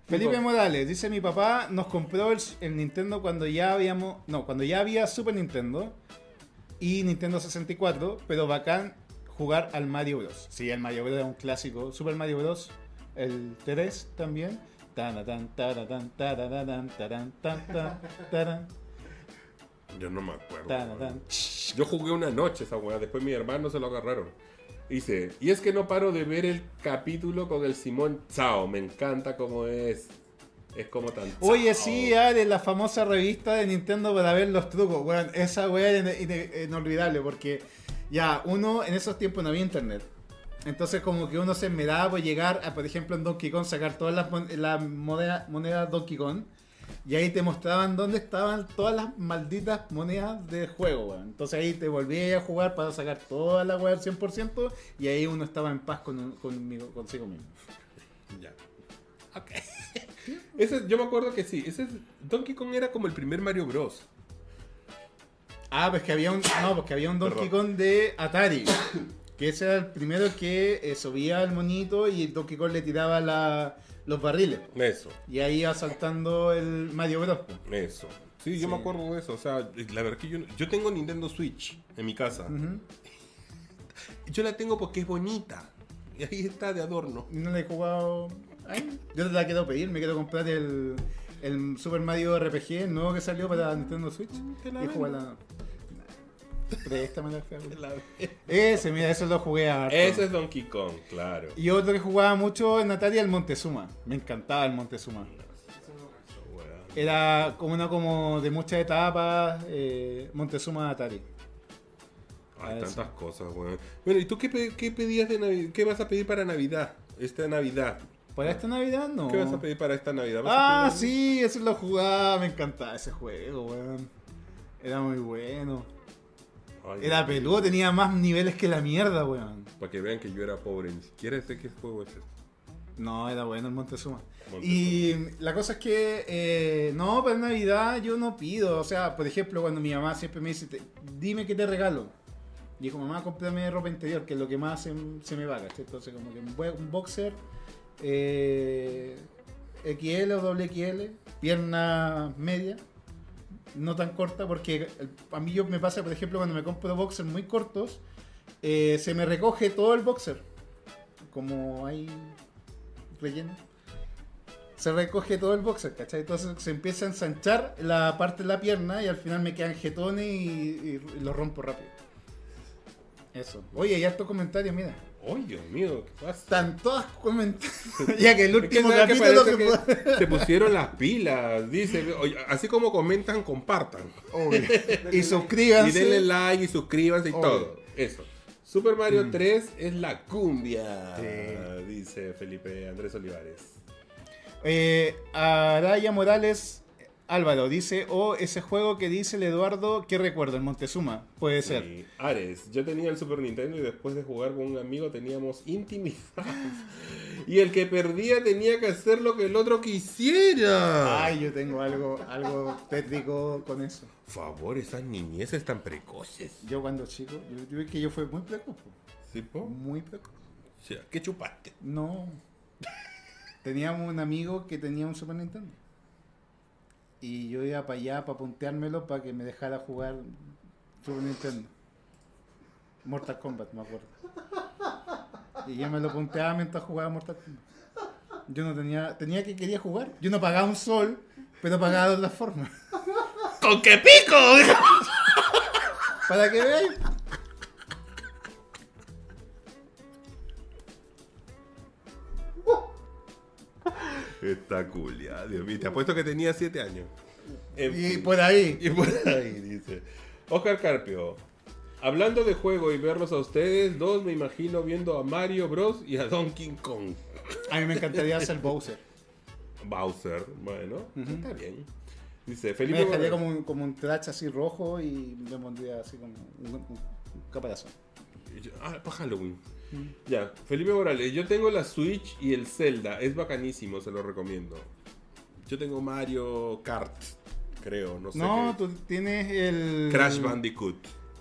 Speaker 1: Felipe Morales dice mi papá nos compró el, el Nintendo cuando ya habíamos no cuando ya había Super Nintendo y Nintendo 64 pero bacán jugar al Mario Bros. Sí, el Mario Bros es un clásico. Super Mario Bros. El 3 también. Tararán, tararán, tararán, tararán, tararán, tararán,
Speaker 2: Yo no me acuerdo.
Speaker 1: tararán.
Speaker 2: Yo jugué una noche esa weá, después mi hermano se lo agarraron. Dice, y es que no paro de ver el capítulo con el Simón Chao, me encanta cómo es. Es como tan... chao.
Speaker 1: Oye, sí, eh. ah, de la famosa revista de Nintendo para ver los trucos. Weón, esa weá era ine- ine- inolvidable porque ya, uno en esos tiempos no había internet. Entonces como que uno se esmeraba por llegar a, por ejemplo, en Donkey Kong, sacar todas las, mon- las moneda- monedas Donkey Kong. Y ahí te mostraban dónde estaban todas las malditas monedas del juego, weón. Entonces ahí te volvías a jugar para sacar toda la weá al 100% y ahí uno estaba en paz con, conmigo, consigo mismo.
Speaker 2: Ya. Ok. Ese, yo me acuerdo que sí, ese es- Donkey Kong era como el primer Mario Bros.
Speaker 1: Ah, pues que había un. No, pues que había un Donkey
Speaker 2: Perdón.
Speaker 1: Kong de Atari. Que ese era el primero que eh, subía al monito y el Donkey Kong le tiraba la- los barriles. po.
Speaker 2: Eso,
Speaker 1: Y ahí iba saltando el Mario Bros. po.
Speaker 2: eso. Sí, yo
Speaker 1: Sí.
Speaker 2: me acuerdo de eso. O sea, la verdad que yo, no- yo tengo Nintendo Switch en mi casa.
Speaker 1: Ujú.
Speaker 2: Yo la tengo porque es bonita. Y ahí está de adorno.
Speaker 1: Y No le he jugado. Ay, yo te la quiero pedir, me quiero comprar el, el Super Mario RPG, el nuevo que salió para Nintendo Switch.
Speaker 2: Te Mm, la
Speaker 1: y
Speaker 2: vendo.
Speaker 1: jugarla. Nah, Préstame la fea,
Speaker 2: La-
Speaker 1: Ese, mira, eso lo jugué a.
Speaker 2: Ese es Donkey Kong, claro.
Speaker 1: Y otro que jugaba mucho en Atari, el Montezuma. Me encantaba el Montezuma.
Speaker 2: Weón.
Speaker 1: Era como una como de muchas etapas, eh, Montezuma Atari.
Speaker 2: Hay
Speaker 1: Ah,
Speaker 2: tantas
Speaker 1: sí.
Speaker 2: cosas, weón. Bueno, ¿y tú qué, pe- qué pedías de Navidad? ¿Qué vas a pedir para Navidad? Esta Navidad.
Speaker 1: ¿Para esta Navidad no?
Speaker 2: ¿Qué vas a pedir para esta Navidad? ¿Vas a
Speaker 1: Ah,
Speaker 2: pedir algo?
Speaker 1: sí, eso lo jugaba, me encantaba ese juego, weón. Era muy bueno.
Speaker 2: Ay,
Speaker 1: Era peludo, tenía más niveles que la mierda, weón.
Speaker 2: Para que vean que yo era pobre, ni siquiera sé qué juego es este.
Speaker 1: No, era bueno el Montezuma.
Speaker 2: Montezuma.
Speaker 1: Y la cosa es que, eh, no, para Navidad yo no pido. O sea, por ejemplo, cuando mi mamá siempre me dice, "Te- dime qué te regalo. Y dijo, mamá, cómprame ropa interior, que es lo que más se, se me va, ¿cachai? Entonces, como que un, bue- un boxer, eh, XL o doble XL, pierna media, no tan corta, porque el- a mí yo me pasa, por ejemplo, cuando me compro boxers muy cortos, eh, se me recoge todo el boxer. Como hay relleno. Se recoge todo el boxer, ¿cachai? Entonces se empieza a ensanchar la parte de la pierna y al final me quedan jetones y, y lo rompo rápido. Eso. Oye, hay hartos comentarios, mira.
Speaker 2: Ay, Dios mío, ¿qué pasa?
Speaker 1: Están todas comentando. ya que el
Speaker 2: Es que
Speaker 1: último
Speaker 2: sabes que
Speaker 1: capítulo
Speaker 2: parece
Speaker 1: que fue-
Speaker 2: que se pusieron las pilas. Dice, oye, así como comentan, compartan.
Speaker 1: Y suscríbanse.
Speaker 2: Y denle like y suscríbanse y
Speaker 1: Obvio.
Speaker 2: todo. Eso. Super Mario 3 es la cumbia.
Speaker 1: Mm. Sí.
Speaker 2: Dice Felipe Andrés Olivares.
Speaker 1: Eh, Araya Morales Álvaro dice, oh, ese juego que dice el Eduardo, ¿qué recuerdo? El Montezuma. Puede ser.
Speaker 2: Sí. Ares, yo tenía el Super Nintendo y después de jugar con un amigo teníamos intimidad. Y el que perdía tenía que hacer lo que el otro quisiera.
Speaker 1: Ay, yo tengo algo, algo tétrico con eso.
Speaker 2: favor, esas niñeces tan precoces.
Speaker 1: Yo cuando chico, yo, yo vi que yo fui muy precoz. po.
Speaker 2: ¿Sí, po?
Speaker 1: Muy precoz.
Speaker 2: O sea, ¿Qué chupaste?
Speaker 1: No. Teníamos un amigo que tenía un Super Nintendo. Y yo iba para allá para punteármelo para que me dejara jugar Super Nintendo. Mortal Kombat, me acuerdo. Y yo me lo punteaba mientras jugaba Mortal Kombat. Yo no tenía, tenía que quería jugar. Yo no pagaba un sol, pero pagaba de otra forma.
Speaker 2: ¡Con qué pico!
Speaker 1: Para que veáis.
Speaker 2: Está culia, Dios mío. Te apuesto que tenía 7 años. En
Speaker 1: Y
Speaker 2: fin.
Speaker 1: por ahí.
Speaker 2: Y por ahí dice. Oscar Carpio. Hablando de juego y verlos a ustedes, dos me imagino viendo a Mario Bros y a Donkey Kong.
Speaker 1: A mí me encantaría ser Bowser.
Speaker 2: Bowser, bueno,
Speaker 1: Ujú.
Speaker 2: está bien. Dice,
Speaker 1: Me
Speaker 2: Felipe
Speaker 1: dejaría
Speaker 2: Guerrero.
Speaker 1: como un, como un traje así rojo y me pondría así como un, un- un caparazón.
Speaker 2: Y yo, Ah, para Halloween. Ya, Felipe Morales, yo tengo la Switch y el Zelda, es bacanísimo, se lo recomiendo. Yo tengo Mario Kart, creo, no sé.
Speaker 1: No,
Speaker 2: qué.
Speaker 1: tú tienes el.
Speaker 2: Crash Bandicoot.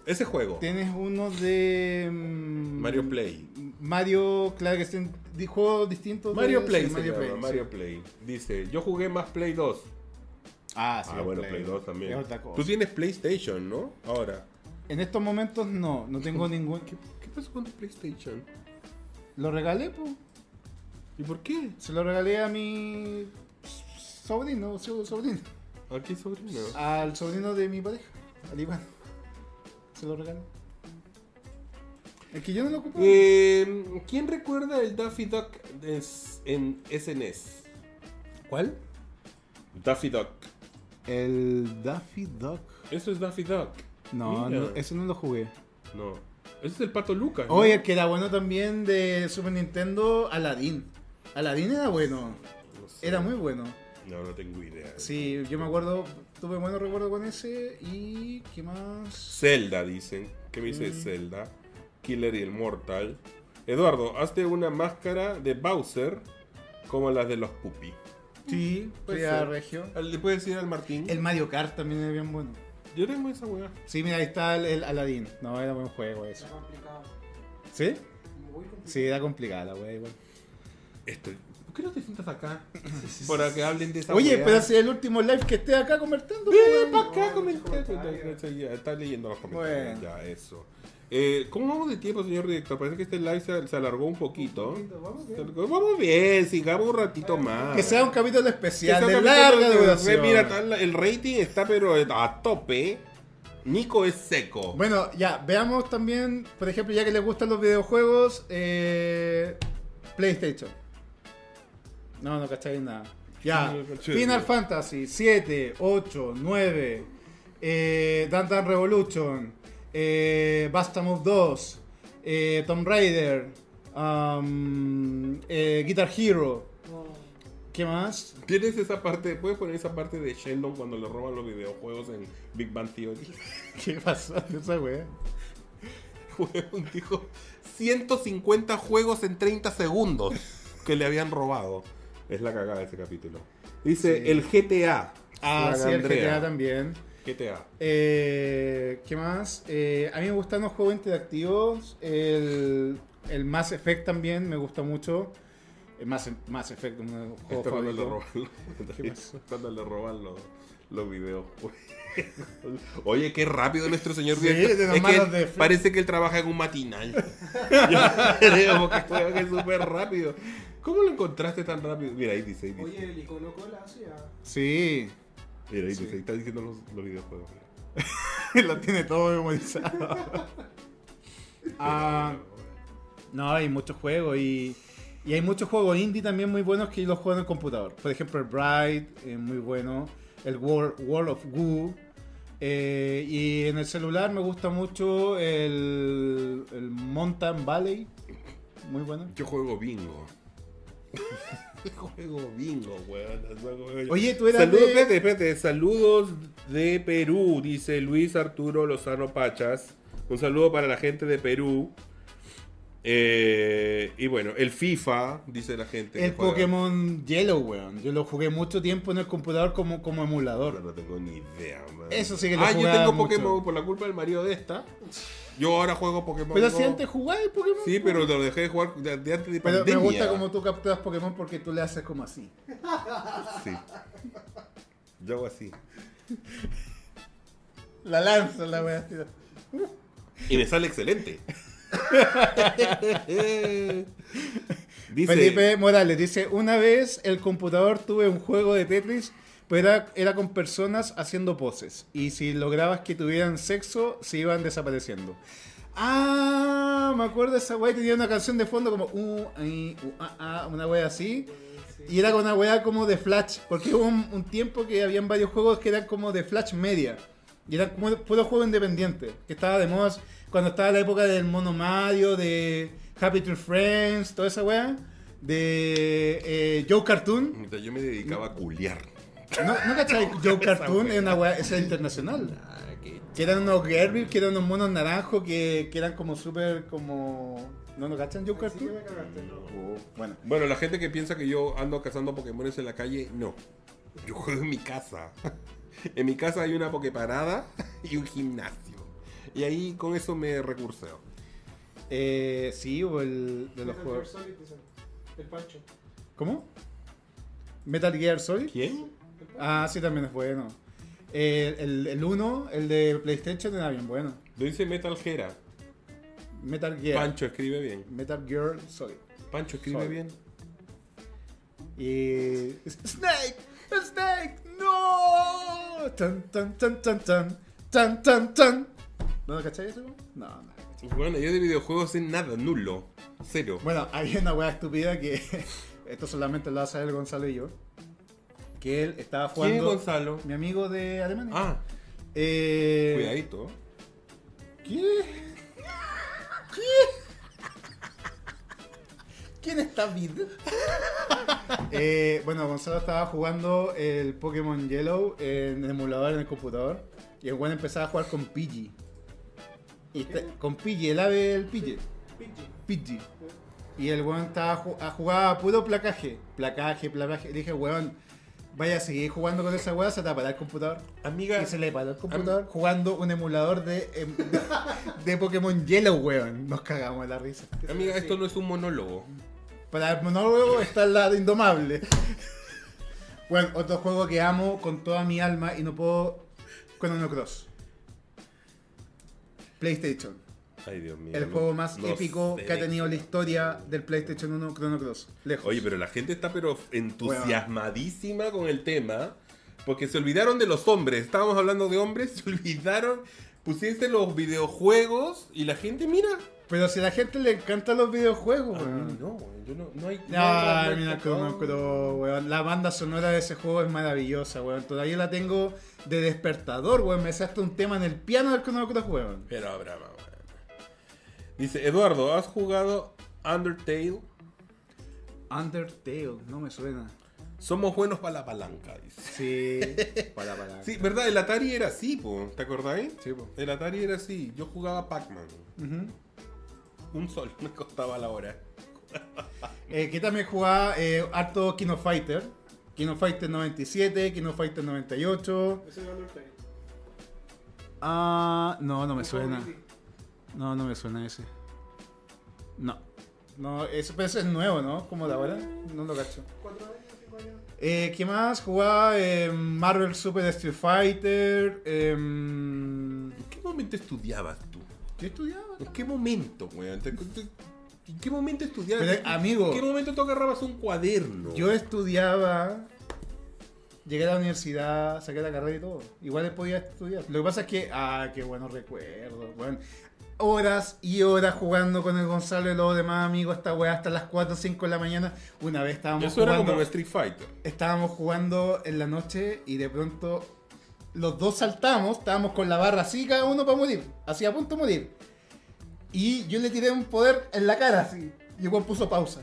Speaker 2: Ese juego.
Speaker 1: Tienes uno de. mm,
Speaker 2: Mario Play.
Speaker 1: Mario, claro que son di- juegos distintos. de-
Speaker 2: Mario
Speaker 1: sí,
Speaker 2: Play, se
Speaker 1: Mario
Speaker 2: llama,
Speaker 1: Play. sí.
Speaker 2: Mario Play. Dice, yo jugué más Play 2.
Speaker 1: Ah, sí,
Speaker 2: Ah,
Speaker 1: el
Speaker 2: bueno, Play 2 también.
Speaker 1: Es otra cosa.
Speaker 2: Tú tienes PlayStation, ¿no? Ahora.
Speaker 1: En estos momentos no, no tengo ningún.
Speaker 2: ¿Qué pasó con tu PlayStation?
Speaker 1: Lo regalé, pues.
Speaker 2: ¿Y por qué?
Speaker 1: Se lo regalé a mi sobrino, su- sobrino.
Speaker 2: ¿A qué sobrino?
Speaker 1: Al sobrino de mi pareja, al Iván. Se lo regalé. Es que yo no lo ocupo.
Speaker 2: Eh, ¿Quién recuerda el Daffy Duck des- en SNS?
Speaker 1: ¿Cuál?
Speaker 2: Daffy Duck.
Speaker 1: El Daffy Duck.
Speaker 2: Eso es Daffy Duck.
Speaker 1: No,
Speaker 2: Mira.
Speaker 1: no, eso no lo jugué.
Speaker 2: No. Ese es el pato Lucas. ¿no?
Speaker 1: Oye, el que era bueno también de Super Nintendo, Aladdin. Aladdin era bueno.
Speaker 2: No sé.
Speaker 1: Era muy bueno.
Speaker 2: No, no tengo idea.
Speaker 1: Sí, yo me acuerdo, tuve buenos recuerdos con ese. ¿Y qué más?
Speaker 2: Zelda, dicen. ¿Qué me dice de
Speaker 1: Mm.
Speaker 2: Zelda? Killer y el Mortal. Eduardo, hazte una máscara de Bowser como las de los Pupi.
Speaker 1: Sí,
Speaker 2: puede
Speaker 1: fui a
Speaker 2: ser.
Speaker 1: Regio.
Speaker 2: ¿Le puedes decir al Martín?
Speaker 1: El Mario Kart también era bien bueno.
Speaker 2: Yo tengo esa weá.
Speaker 1: Sí, mira, ahí está el, el Aladdin. No, era buen juego eso.
Speaker 3: Está complicado.
Speaker 1: ¿Sí?
Speaker 3: Muy complicado.
Speaker 1: Sí, era complicada la wea igual.
Speaker 2: Estoy... ¿Por qué no te sientas acá? Para que hablen de esa
Speaker 1: Oye,
Speaker 2: weá.
Speaker 1: pero si es el último live que esté acá convertiendo.
Speaker 2: Ven
Speaker 1: weón.
Speaker 2: para acá,
Speaker 3: No,
Speaker 2: comenta-
Speaker 3: los comentarios.
Speaker 2: Ya, ya, Está leyendo los comentarios.
Speaker 1: Bueno.
Speaker 2: Ya, eso. Eh, ¿Cómo vamos de tiempo, señor director? Parece que este live se, se alargó un poquito.
Speaker 3: Un poquito, vamos bien.
Speaker 2: Se alargó- Vamos bien, sigamos un ratito más.
Speaker 1: Que sea un capítulo
Speaker 2: Ah. Que sea
Speaker 1: especial
Speaker 2: un
Speaker 1: de
Speaker 2: capítulo
Speaker 1: larga
Speaker 2: de-
Speaker 1: duración.
Speaker 2: Mira, tal- el rating está pero a tope. Nico es seco.
Speaker 1: Bueno, ya, veamos también, por ejemplo, ya que les gustan los videojuegos, eh, PlayStation. No, no cacháis nada. Ya,
Speaker 2: Sí, no caché,
Speaker 1: Final
Speaker 2: tío.
Speaker 1: Fantasy 7, 8, 9, eh, Dantan Revolution, eh, Basta Move 2, eh, Tomb Raider, um, eh, Guitar Hero,
Speaker 3: No.
Speaker 1: ¿qué más?
Speaker 2: ¿Tienes esa parte? ¿Puedes poner esa parte de Sheldon cuando le roban los videojuegos en Big Bang Theory?
Speaker 1: ¿Qué pasó con esa wea?
Speaker 2: Weón, dijo 150 juegos en 30 segundos que le habían robado. Es la cagada de ese capítulo. Dice
Speaker 1: Sí.
Speaker 2: el GTA.
Speaker 1: Ah,
Speaker 2: Juan
Speaker 1: sí, el
Speaker 2: Andrea.
Speaker 1: GTA también.
Speaker 2: GTA.
Speaker 1: Eh, ¿Qué más? Eh, a mí me gustan los juegos interactivos. El, el Mass Effect también me gusta mucho. El Mass, Mass Effect, uno de los
Speaker 2: Este
Speaker 1: juegos
Speaker 2: cuando le
Speaker 1: favoritos.
Speaker 2: roban,
Speaker 1: ¿Qué pasó?
Speaker 2: cuando le roban los, los videojuegos. Oye, qué rápido nuestro señor
Speaker 1: Sí,
Speaker 2: director.
Speaker 1: de las
Speaker 2: Es
Speaker 1: manos
Speaker 2: que
Speaker 1: de-
Speaker 2: Parece que él trabaja en un matinal. Yo creo que juega que es súper rápido. ¿Cómo lo encontraste tan rápido? Mira, ahí dice, ahí dice.
Speaker 3: Oye, el Icono Cola hace a.
Speaker 1: Sí,
Speaker 2: Mira, ahí
Speaker 1: Sí.
Speaker 2: dice, ahí está diciendo los, los videojuegos. mira.
Speaker 1: lo tiene todo memorizado. Ah, no, hay muchos juegos y, y hay muchos juegos indie también muy buenos que los juego en el computador. Por ejemplo, el Bright, eh, muy bueno. El World, World of Goo. Eh, y en el celular me gusta mucho el, el Mountain Valley. Muy bueno.
Speaker 2: Yo juego bingo. juego bingo, weón.
Speaker 1: Oye, tú eras
Speaker 2: Saludos,
Speaker 1: de-
Speaker 2: espérate, espérate. Saludos de Perú, dice Luis Arturo Lozano Pachas. Un saludo para la gente de Perú. Eh, y bueno, el FIFA, dice la gente. que
Speaker 1: El
Speaker 2: juega.
Speaker 1: Pokémon Yellow, weón. Yo lo jugué mucho tiempo en el computador como, como
Speaker 2: Ahora
Speaker 1: emulador.
Speaker 2: no tengo ni idea, man.
Speaker 1: Eso sí que lo
Speaker 2: Ah, yo
Speaker 1: jugaba
Speaker 2: tengo
Speaker 1: mucho.
Speaker 2: Pokémon por la culpa del marido de esta. Yo ahora juego Pokémon.
Speaker 1: Pero
Speaker 2: Go.
Speaker 1: si antes jugaba el Pokémon. pues,
Speaker 2: Sí, pero lo dejé de jugar de, de antes de
Speaker 1: Pero
Speaker 2: pandemia.
Speaker 1: me gusta como tú capturas Pokémon porque tú le haces como así.
Speaker 2: Sí. Yo hago así.
Speaker 1: La lanza, la weá. tira.
Speaker 2: Y me sale excelente. Dice-
Speaker 1: Felipe Morales dice, una vez el computador tuve un juego de Tetris, pero era, era con personas haciendo poses. Y si lograbas que tuvieran sexo, se iban desapareciendo. Ah, me acuerdo esa weá, tenía una canción de fondo como uh, ay, uh, ah, ah", una weá así. Y era una weá como de Flash, porque hubo un, un tiempo que habían varios juegos que eran como de Flash Media. Y eran como puro juego independiente, que estaba de moda cuando estaba la época del Mono Mario, de Happy Tree Friends, toda esa weá. De eh, Joe Cartoon.
Speaker 2: Mientras yo me dedicaba a culiar.
Speaker 1: ¿No, no cachai? Joe Cartoon es una weá, esa es internacional. Que eran unos Gerbil, que eran unos monos naranjos, que, que eran como súper como... ¿No nos cachan Joe
Speaker 3: Así que
Speaker 1: Cartoon?
Speaker 3: me cagaste, no.
Speaker 1: Oh, bueno.
Speaker 2: Bueno, la gente que piensa que yo ando cazando Pokémones en la calle, no. Yo juego en mi casa. En mi casa hay una Poképarada y un gimnasio. Y ahí con eso me recurseo.
Speaker 1: Eh, sí, o el de los
Speaker 3: Metal Gear
Speaker 1: juegos...
Speaker 3: Solid, dicen. El Pancho.
Speaker 1: ¿Cómo? ¿Metal Gear Solid?
Speaker 2: ¿Quién?
Speaker 3: El Pancho.
Speaker 1: Ah, sí, también es bueno. Eh, el, el 1, el de PlayStation, era bien bueno.
Speaker 2: Lo dice Metal Gera.
Speaker 1: Metal Gear.
Speaker 2: Pancho escribe bien.
Speaker 1: Metal Gear Solid.
Speaker 2: Pancho escribe
Speaker 1: Soy.
Speaker 2: bien.
Speaker 1: Y. ¡Snake! ¡Snake! ¡No! Tan, tan, tan, tan, tan. Tan, tan, tan. ¿No lo cacháis eso? No, no.
Speaker 2: Bueno, yo de videojuegos sé nada, nulo. Cero.
Speaker 1: Bueno, había una weá estúpida que. Esto solamente lo hace el Gonzalo y yo. Que él estaba
Speaker 2: ¿Quién es
Speaker 1: jugando.
Speaker 2: Gonzalo?
Speaker 1: Mi amigo de Alemania.
Speaker 2: Ah,
Speaker 1: Eh,
Speaker 2: cuidadito.
Speaker 1: ¿Qué? ¿Qué? ¿Quién está viendo? Eh, bueno, Gonzalo estaba jugando el Pokémon Yellow en el emulador en el computador. Y el weón empezaba a jugar con Pidgey. Y está- con Pidgey, el ave del Pidgey.
Speaker 3: Pinche.
Speaker 1: Pidgey. Y el weón estaba ju- a- jugaba a puro placaje. Placaje, placaje. Le dije, weón, vaya a seguir jugando con esa weá, se te va a parar el computador.
Speaker 2: Amiga,
Speaker 1: Y se le paró el computador jugando un emulador de, em, de, de Pokémon Yellow, weón. Nos cagamos de la risa.
Speaker 2: amiga, esto no es un monólogo.
Speaker 1: Para el monólogo está la de Indomable. Bueno, otro juego que amo con toda mi alma y no puedo. Chrono Cross. PlayStation.
Speaker 2: Ay, Dios mío.
Speaker 1: El
Speaker 2: no-
Speaker 1: juego más
Speaker 2: no
Speaker 1: épico
Speaker 2: sé
Speaker 1: que ha
Speaker 2: de
Speaker 1: tenido la historia del PlayStation 1 Chrono Cross. Lejos.
Speaker 2: Oye, pero la gente está pero entusiasmadísima con el tema. Porque se olvidaron de los hombres. Estábamos hablando de hombres, se olvidaron. Pusiste los videojuegos y la gente, mira.
Speaker 1: Pero si a la gente le encantan los videojuegos,
Speaker 2: A mí
Speaker 1: weón.
Speaker 2: no, yo no, no hay. no hay- no
Speaker 1: Ay,
Speaker 2: hay-
Speaker 1: mira Chrono Cross, weón. La banda sonora de ese juego es maravillosa, weón. Todavía la tengo de despertador, weón. Me sacaste un tema en el piano del Chrono Cross, weón.
Speaker 2: Pero habrá, weón. Dice, Eduardo, ¿has jugado Undertale?
Speaker 1: Undertale, no me suena.
Speaker 2: Somos buenos para la palanca, dice.
Speaker 1: Sí, para, para.
Speaker 2: Sí, ¿verdad? El Atari era así, po. ¿te acordáis?
Speaker 1: Sí, po.
Speaker 2: El Atari era así. Yo jugaba Pac-Man.
Speaker 1: Ujú.
Speaker 2: Un sol me costaba la hora.
Speaker 1: Eh, que también jugaba eh, harto Kino Fighter. Kino Fighter 97, Kino Fighter 98.
Speaker 3: Ese es Undertale.
Speaker 1: Ah, no, no me suena.
Speaker 3: Call of Duty.
Speaker 1: No, no me suena ese. No. No, eso, pero eso es nuevo, ¿no? Como de ahora. No lo cacho.
Speaker 3: Cuatro años, cinco años.
Speaker 1: Eh, ¿Qué más? Jugaba eh, Marvel Super Street Fighter. em,
Speaker 2: ¿En qué momento estudiabas tú?
Speaker 1: ¿Yo estudiaba?
Speaker 2: ¿En qué momento, weón? ¿Te- te- ¿En qué momento estudiabas?
Speaker 1: Pero, amigo.
Speaker 2: ¿En qué momento tú agarrabas un cuaderno?
Speaker 1: Yo estudiaba. Llegué a la universidad, saqué la carrera y todo. Igual podía estudiar. Lo que pasa es que. Ah, qué buenos recuerdos, weón. Horas y horas jugando con el Gonzalo y los demás amigos, esta weá, hasta las 4 o 5 de la mañana. Una vez estábamos
Speaker 2: Eso era
Speaker 1: jugando-
Speaker 2: como un Street Fighter.
Speaker 1: estábamos jugando en la noche y de pronto los dos saltamos, estábamos con la barra así cada uno para morir, así a punto de morir. Y yo le tiré un poder en la cara así. Y el weón puso pausa.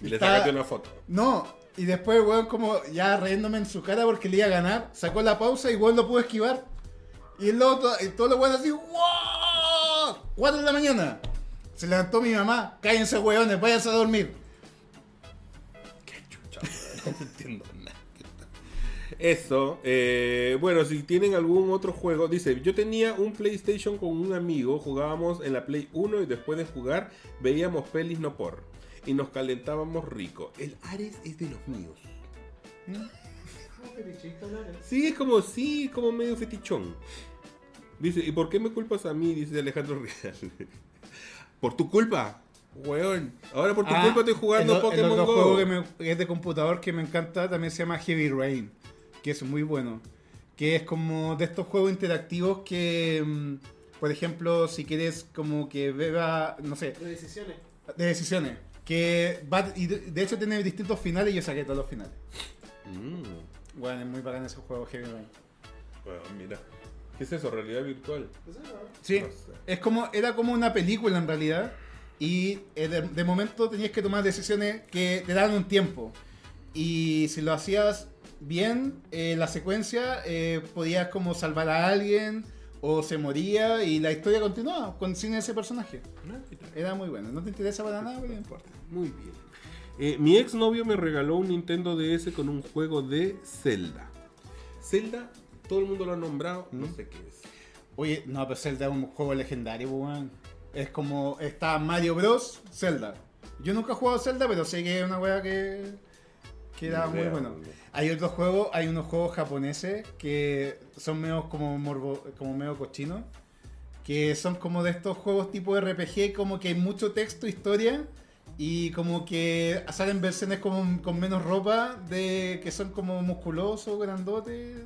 Speaker 2: Y le
Speaker 1: Está-
Speaker 2: sacaste una foto.
Speaker 1: No, y después el weón como ya riéndome en su cara porque le iba a ganar, sacó la pausa y weón lo pudo esquivar. Y el otro, y todos los weones así, ¡Wow! 4 de la mañana. Se levantó mi mamá, cállense weones, váyanse a dormir.
Speaker 2: Qué chucha, weón. No entiendo nada. Eso, eh, bueno, si tienen algún otro juego, dice, yo tenía un PlayStation con un amigo, jugábamos en la Play 1 y después de jugar veíamos pelis no por y nos calentábamos rico. El Ares es de los míos.
Speaker 3: Ah, fetichista, ¿no?
Speaker 2: Sí, es como, sí, como medio fetichón. Dice, ¿y por qué me culpas a mí? Dice Alejandro Real. por tu culpa. Weón, ahora por tu
Speaker 1: Ah,
Speaker 2: culpa estoy jugando
Speaker 1: el o- el
Speaker 2: Pokémon
Speaker 1: otro
Speaker 2: Go.
Speaker 1: juego que me- es de computador que me encanta también se llama Heavy Rain, que es muy bueno. Que es como de estos juegos interactivos que, mm, por ejemplo, si quieres como que beba, no sé,
Speaker 3: De decisiones.
Speaker 1: de decisiones. Que va, y de de hecho tiene distintos finales y yo saqué todos los finales.
Speaker 2: Mm,
Speaker 1: Bueno, es muy bacán ese juego Heavy Rain.
Speaker 2: weón, mira. ¿Qué es eso? ¿Realidad virtual?
Speaker 3: Eso no.
Speaker 1: Sí,
Speaker 2: No sé.
Speaker 1: es como, era como una película en realidad. Y eh, de, de momento tenías que tomar decisiones que te daban un tiempo. Y si lo hacías bien, eh, la secuencia, eh, podías como salvar a alguien o se moría y la historia continuaba con, sin ese personaje. Era muy bueno. No te interesa para nada, pero no importa.
Speaker 2: Muy bien. Eh, mi exnovio me regaló un Nintendo DS con un juego de Zelda. Zelda, todo el mundo lo ha nombrado, no
Speaker 1: ¿Mm?
Speaker 2: sé qué es.
Speaker 1: Oye, no, pero Zelda es un juego legendario, pues, weón. Es como está Mario Bros. Zelda. Yo nunca he jugado Zelda, pero sé que es una weá que, que era
Speaker 2: Ni
Speaker 1: muy
Speaker 2: idea,
Speaker 1: bueno.
Speaker 2: hombre.
Speaker 1: Hay otros juegos, hay unos juegos japoneses que son medio como morbo, como medio cochinos, que son como de estos juegos tipo RPG, como que hay mucho texto, historia y como que salen versiones como con menos ropa de que son como musculosos, grandotes.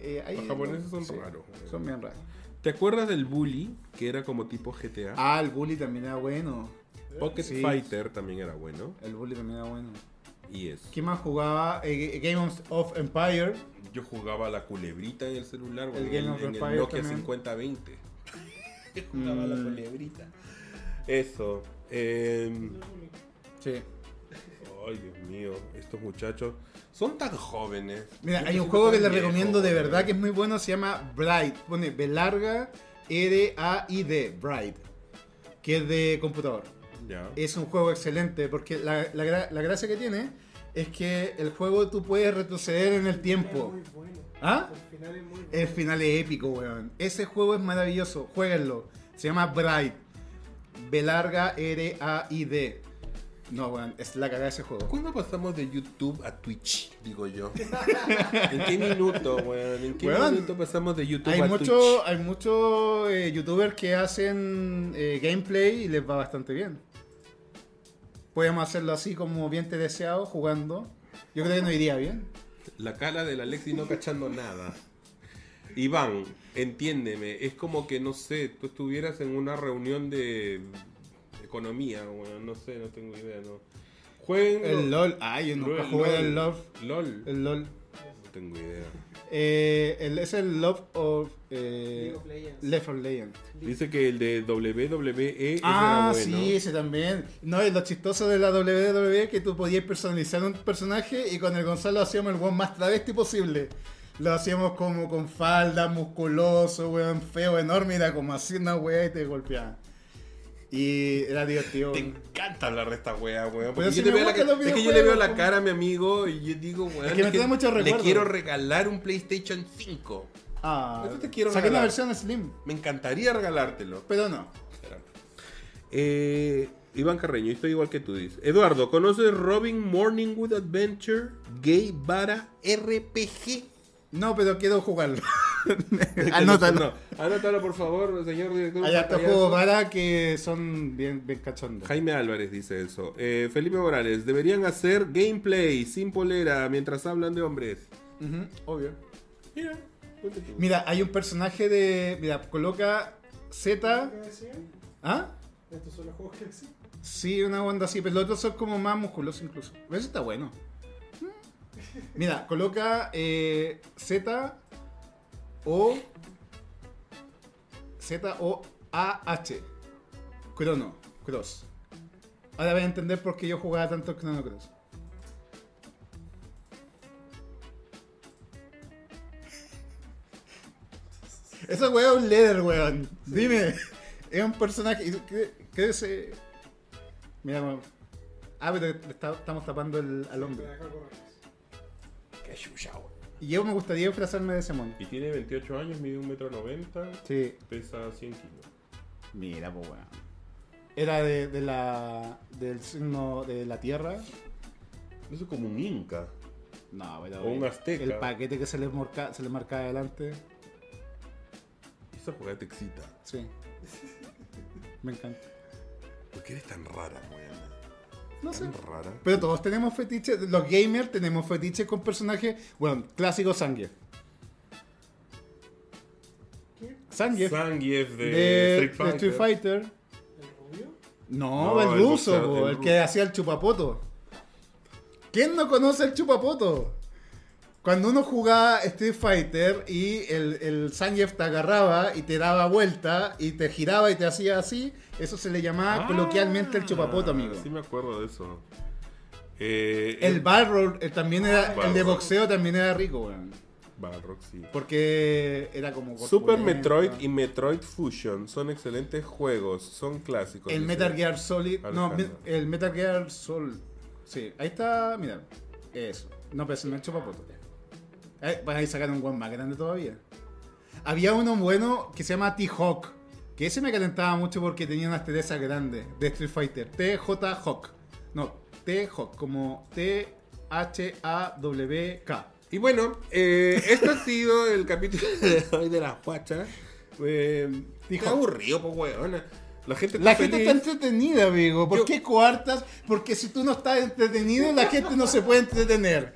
Speaker 1: Eh, hay-
Speaker 2: Los japoneses son
Speaker 1: sí,
Speaker 2: raros.
Speaker 1: Son bien raros.
Speaker 2: ¿Te acuerdas del Bully? Que era como tipo GTA.
Speaker 1: Ah, el bully también era bueno.
Speaker 2: Pocket
Speaker 1: sí.
Speaker 2: Fighter también era bueno.
Speaker 1: El bully también era bueno.
Speaker 2: Y eso.
Speaker 1: ¿Qué más jugaba? Eh, Game of Empire.
Speaker 2: Yo jugaba a la culebrita en el celular,
Speaker 1: El
Speaker 2: en
Speaker 1: Game
Speaker 2: el-
Speaker 1: of
Speaker 2: en el
Speaker 1: Empire
Speaker 2: Nokia
Speaker 1: también.
Speaker 2: 5020. jugaba a la
Speaker 1: Mm.
Speaker 2: culebrita. Eso. em,
Speaker 1: Sí.
Speaker 2: Ay, Dios mío, estos muchachos son tan jóvenes.
Speaker 1: Mira,
Speaker 2: Yo
Speaker 1: hay
Speaker 2: me
Speaker 1: un
Speaker 2: siento
Speaker 1: juego que
Speaker 2: tan
Speaker 1: les
Speaker 2: viejo,
Speaker 1: recomiendo de
Speaker 2: weón.
Speaker 1: verdad que es muy bueno, se llama Bright. Pone B larga, R, A, I, D, Bright. Que es de computador.
Speaker 2: Ya.
Speaker 1: Es un juego excelente porque la, la gra- la gracia que tiene es que el juego tú puedes retroceder en el tiempo.
Speaker 3: Es muy bueno.
Speaker 1: ¿Ah?
Speaker 3: El final es muy bueno.
Speaker 1: El final es épico, weón. Ese juego es maravilloso, jueguenlo. Se llama Bright. B larga, R, A, I, D. No, weón, es la cagada ese juego.
Speaker 2: ¿Cuándo pasamos de YouTube a Twitch? Digo yo. ¿En qué minuto, weón? ¿En qué
Speaker 1: Weón,
Speaker 2: minuto pasamos de YouTube
Speaker 1: Hay
Speaker 2: a
Speaker 1: muchos
Speaker 2: Twitch?
Speaker 1: hay mucho, eh, youtubers que hacen eh, gameplay y les va bastante bien. Podemos hacerlo así como bien te deseado, jugando. Yo creo que nos iría bien.
Speaker 2: La cara del Alexi no cachando nada. Iván, entiéndeme, es como que, no sé, tú estuvieras en una reunión de economía, weón, no sé, no tengo idea, ¿no? Jueguen...
Speaker 1: El LOL. Ay, yo nunca
Speaker 2: LOL.
Speaker 1: jugué el LOL.
Speaker 2: LOL.
Speaker 1: El LOL.
Speaker 2: No tengo idea.
Speaker 1: Eh, el- es el Love of eh,
Speaker 3: League of Legends.
Speaker 1: Left 4 Legends.
Speaker 2: Dice que el de E WWE ese
Speaker 1: Ah,
Speaker 2: era bueno.
Speaker 1: sí, ese también. No, y lo chistoso de la WWE es que tú podías personalizar un personaje y con el Gonzalo hacíamos el weón más travesti posible. Lo hacíamos como con falda, musculoso, weón feo, enorme, era como así una weá y te golpeaba. Y era divertido.
Speaker 2: Te encanta hablar de esta wea, weón. Porque
Speaker 1: Pero si
Speaker 2: yo te
Speaker 1: me
Speaker 2: veo la
Speaker 1: gustan
Speaker 2: ca-
Speaker 1: los
Speaker 2: es que yo le veo la
Speaker 1: videojuegos,
Speaker 2: cara a mi amigo y yo digo, weón,
Speaker 1: Es que me trae muchos
Speaker 2: le
Speaker 1: recuerdos.
Speaker 2: quiero regalar un PlayStation 5.
Speaker 1: Ah,
Speaker 2: Eso te quiero
Speaker 1: saqué la
Speaker 2: regalar.
Speaker 1: versión Slim,
Speaker 2: Me encantaría regalártelo.
Speaker 1: pero no.
Speaker 2: Espérame. Eh, Iván Carreño, estoy igual que tú dices. Eduardo, ¿conoces Robin Morningwood Adventure Gay Vara RPG?
Speaker 1: No, pero quiero jugarlo.
Speaker 2: Que no-
Speaker 1: Anótalo.
Speaker 2: no, Anótalo, por favor, señor director.
Speaker 1: Hay hasta
Speaker 2: pantallazo.
Speaker 1: juegos para que son bien, bien cachondos.
Speaker 2: Jaime Álvarez dice eso. Eh, Felipe Morales, deberían hacer gameplay sin polera mientras hablan de hombres.
Speaker 1: Ujú, obvio.
Speaker 2: Mira, ponte tú.
Speaker 1: Mira, hay un personaje de. Mira, coloca Z.
Speaker 3: ¿Qué decían?
Speaker 1: ¿Ah?
Speaker 3: Estos son los juegos que decían.
Speaker 1: Sí, una onda así, pero los otros son como más musculosos incluso. Pero eso está bueno. Mira, coloca eh, Z O Z O A H Crono Cross. Ahora voy a entender por qué yo jugaba tanto al Chrono Cross. Ese weón es un líder, weón. Dime. Es un personaje. y ¿Qué, qué es, eh? Mira, weón. Ah, pero le está- estamos tapando el, al
Speaker 3: Te
Speaker 1: hombre.
Speaker 3: dejo algo más.
Speaker 2: Qué chucha, güey.
Speaker 1: Y yo me gustaría disfrazarme de ese mono.
Speaker 2: Y tiene 28 años, mide 1,90m,
Speaker 1: Sí.
Speaker 2: pesa 100 kilos.
Speaker 1: Mira, pues weón. Era de, de la. del signo de la tierra.
Speaker 2: Eso es como un inca.
Speaker 1: No, pero.
Speaker 2: O un
Speaker 1: el-
Speaker 2: azteca.
Speaker 1: El paquete que se le marca, se le marca adelante.
Speaker 2: Esa jugada te excita.
Speaker 1: Sí. Me encanta.
Speaker 2: ¿Por qué eres tan rara, weón?
Speaker 1: No sé.
Speaker 2: Tan rara.
Speaker 1: Pero todos tenemos fetiches, los gamers tenemos fetiches con personajes, bueno, clásico Sangief.
Speaker 3: ¿Qué?
Speaker 1: Sangief
Speaker 2: Zangief de,
Speaker 1: de,
Speaker 2: Street
Speaker 1: de
Speaker 2: Fighter.
Speaker 1: Street Fighter.
Speaker 3: ¿El rubio?
Speaker 1: No,
Speaker 2: No,
Speaker 1: el
Speaker 2: el
Speaker 1: ruso,
Speaker 2: ruso,
Speaker 1: po,
Speaker 2: el
Speaker 1: el,
Speaker 2: ruso.
Speaker 1: que hacía el chupapoto. ¿Quién no conoce el chupapoto? Cuando uno jugaba Street Fighter y el, el Zangief te agarraba y te daba vuelta y te giraba y te hacía así, eso se le llamaba
Speaker 2: Ah,
Speaker 1: coloquialmente el chupapoto, amigo.
Speaker 2: Sí me acuerdo de eso. Eh,
Speaker 1: El Balrog eh, también era, el de
Speaker 2: Balrog.
Speaker 1: boxeo también era rico, weón.
Speaker 2: Balrog, sí.
Speaker 1: Porque era como...
Speaker 2: Super
Speaker 1: corpulento.
Speaker 2: Metroid y Metroid Fusion son excelentes juegos, son clásicos.
Speaker 1: El
Speaker 2: dice.
Speaker 1: Metal Gear Solid. No, me-
Speaker 2: Alejandro.
Speaker 1: el Metal Gear Solid. Sí, ahí está, mira. Eso. No, pero se me ha hecho papoto. Eh, pues ahí sacaron un one más grande todavía. Había uno bueno que se llama T-Hawk. Que ese me calentaba mucho porque tenía unas Teresa grandes de Street Fighter. T-J-Hawk. No, T-Hawk, como T-H-A-W-K.
Speaker 2: Y bueno, eh, este ha sido el capítulo de hoy de las guachas. Eh,
Speaker 1: Dijo-
Speaker 2: está aburrido, pues, weón. La gente
Speaker 1: La
Speaker 2: está
Speaker 1: gente
Speaker 2: feliz.
Speaker 1: está entretenida, amigo. ¿Por
Speaker 2: Yo-
Speaker 1: qué coartas? Porque si tú no estás entretenido, la gente no se puede entretener.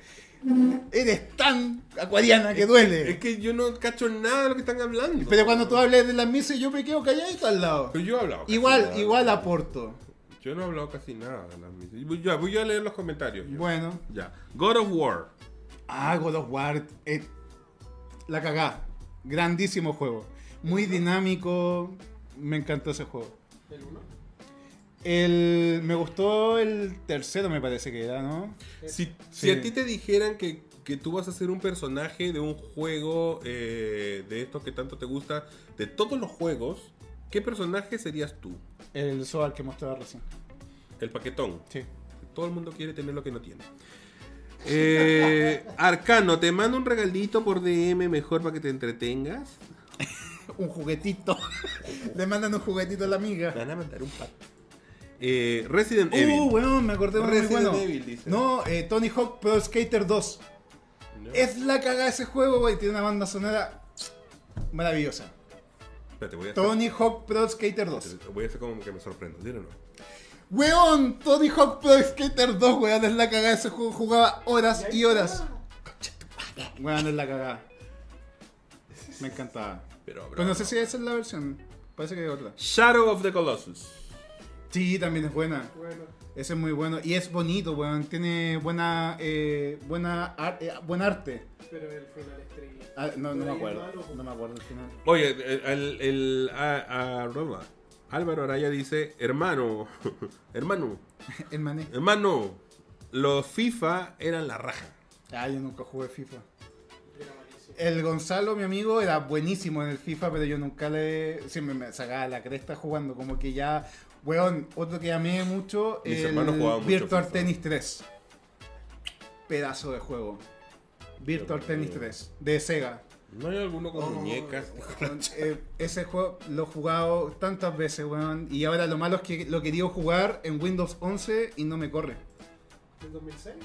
Speaker 1: Eres tan acuariana que
Speaker 2: Es
Speaker 1: duele.
Speaker 2: que yo no cacho nada de lo que están hablando.
Speaker 1: Pero cuando tú hablas de las misas, yo me quedo calladito al lado.
Speaker 2: Pero yo he hablado. casi
Speaker 1: Igual,
Speaker 2: nada.
Speaker 1: igual aporto.
Speaker 2: Yo no he hablado casi nada de las misas. Voy yo- voy yo a leer los comentarios. yo.
Speaker 1: Bueno,
Speaker 2: Ya. God of War.
Speaker 1: ah, God of War. eh, la cagá. Grandísimo juego. Muy dinámico. Me encantó ese juego.
Speaker 3: ¿El uno?
Speaker 1: El, me gustó el tercero, me parece que era, ¿no?
Speaker 2: Si,
Speaker 1: Sí.
Speaker 2: si a ti te dijeran que, que tú vas a ser un personaje de un juego eh, de estos que tanto te gusta, de todos los juegos, ¿qué personaje serías tú?
Speaker 1: El Soal que mostraba recién.
Speaker 2: El paquetón.
Speaker 1: Sí.
Speaker 2: Todo el mundo quiere tener lo que no tiene. Eh, Arcano, te mando un regalito por DM mejor para que te entretengas.
Speaker 1: un juguetito. Le mandan un juguetito a la
Speaker 2: Te
Speaker 1: amiga.
Speaker 2: van a mandar un pack. Eh, Resident Evil.
Speaker 1: Uh, weón, me acordé de uno muy
Speaker 2: Resident
Speaker 1: bueno.
Speaker 2: Evil, dice.
Speaker 1: No, eh, Tony Hawk Pro Skater 2.
Speaker 2: No.
Speaker 1: Es la caga ese juego, güey. Tiene una banda sonora maravillosa.
Speaker 2: Espérate, voy a hacer,
Speaker 1: Tony Hawk Pro Skater 2.
Speaker 2: voy a hacer como que me sorprendo. Dilo no.
Speaker 1: Weón, Tony Hawk Pro Skater 2, weón. Es la caga ese juego. Jugaba horas y horas. Weón, es la caga. Me encantaba.
Speaker 2: Pero, bro,
Speaker 1: Pero no sé si esa es la versión. Parece que hay otra.
Speaker 2: Shadow of the Colossus.
Speaker 1: Sí, también es buena.
Speaker 3: Bueno,
Speaker 1: Ese es muy bueno y es bonito, weón. Tiene buena, eh, buena ar- eh, buen arte.
Speaker 3: pero el final es triste.
Speaker 1: Ah, no, no me
Speaker 3: Pero ahí
Speaker 1: acuerdo.
Speaker 3: es malo,
Speaker 1: No me acuerdo al final.
Speaker 2: Oye, el, el- el- a- a- Roma. Álvaro Araya dice, hermano, hermano,
Speaker 1: El mané.
Speaker 2: hermano, los FIFA eran la raja.
Speaker 1: Ah, yo nunca jugué FIFA.
Speaker 3: Era malísimo.
Speaker 1: El Gonzalo, mi amigo, era buenísimo en el FIFA, pero yo nunca le. Siempre me sacaba la cresta jugando. Como que ya. Weón, otro que amé mucho.
Speaker 2: Mis
Speaker 1: el
Speaker 2: hermanos jugaban mucho
Speaker 1: Virtual
Speaker 2: FIFA.
Speaker 1: Tennis 3. Pedazo de juego. Virtual
Speaker 2: Qué
Speaker 1: Tennis
Speaker 2: bueno.
Speaker 1: 3. De Sega.
Speaker 2: ¿No hay alguno con
Speaker 1: Oh,
Speaker 2: muñecas?
Speaker 1: weón, eh, ese juego lo he jugado tantas veces, weón. Y ahora lo malo es que lo quería jugar en Windows 11 y no me corre.
Speaker 3: ¿En 2006?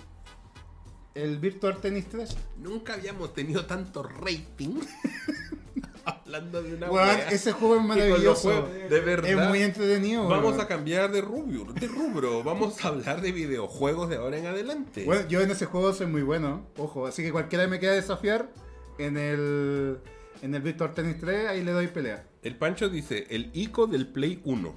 Speaker 1: El Virtual Tennis 3.
Speaker 2: Nunca habíamos tenido tanto rating. Hablando de una
Speaker 1: Weón,
Speaker 2: wea.
Speaker 1: ese juego es
Speaker 2: Y con los
Speaker 1: maravilloso.
Speaker 2: juegos, De verdad.
Speaker 1: Es muy entretenido.
Speaker 2: Vamos
Speaker 1: weón.
Speaker 2: a cambiar de rubro, de rubro. Vamos a hablar de videojuegos de ahora en adelante.
Speaker 1: Bueno, yo en ese juego soy muy bueno, ojo. Así que cualquiera que me quiera desafiar en el, en el Virtual Tennis 3, ahí le doy pelea.
Speaker 2: El Pancho dice, el ICO del Play 1.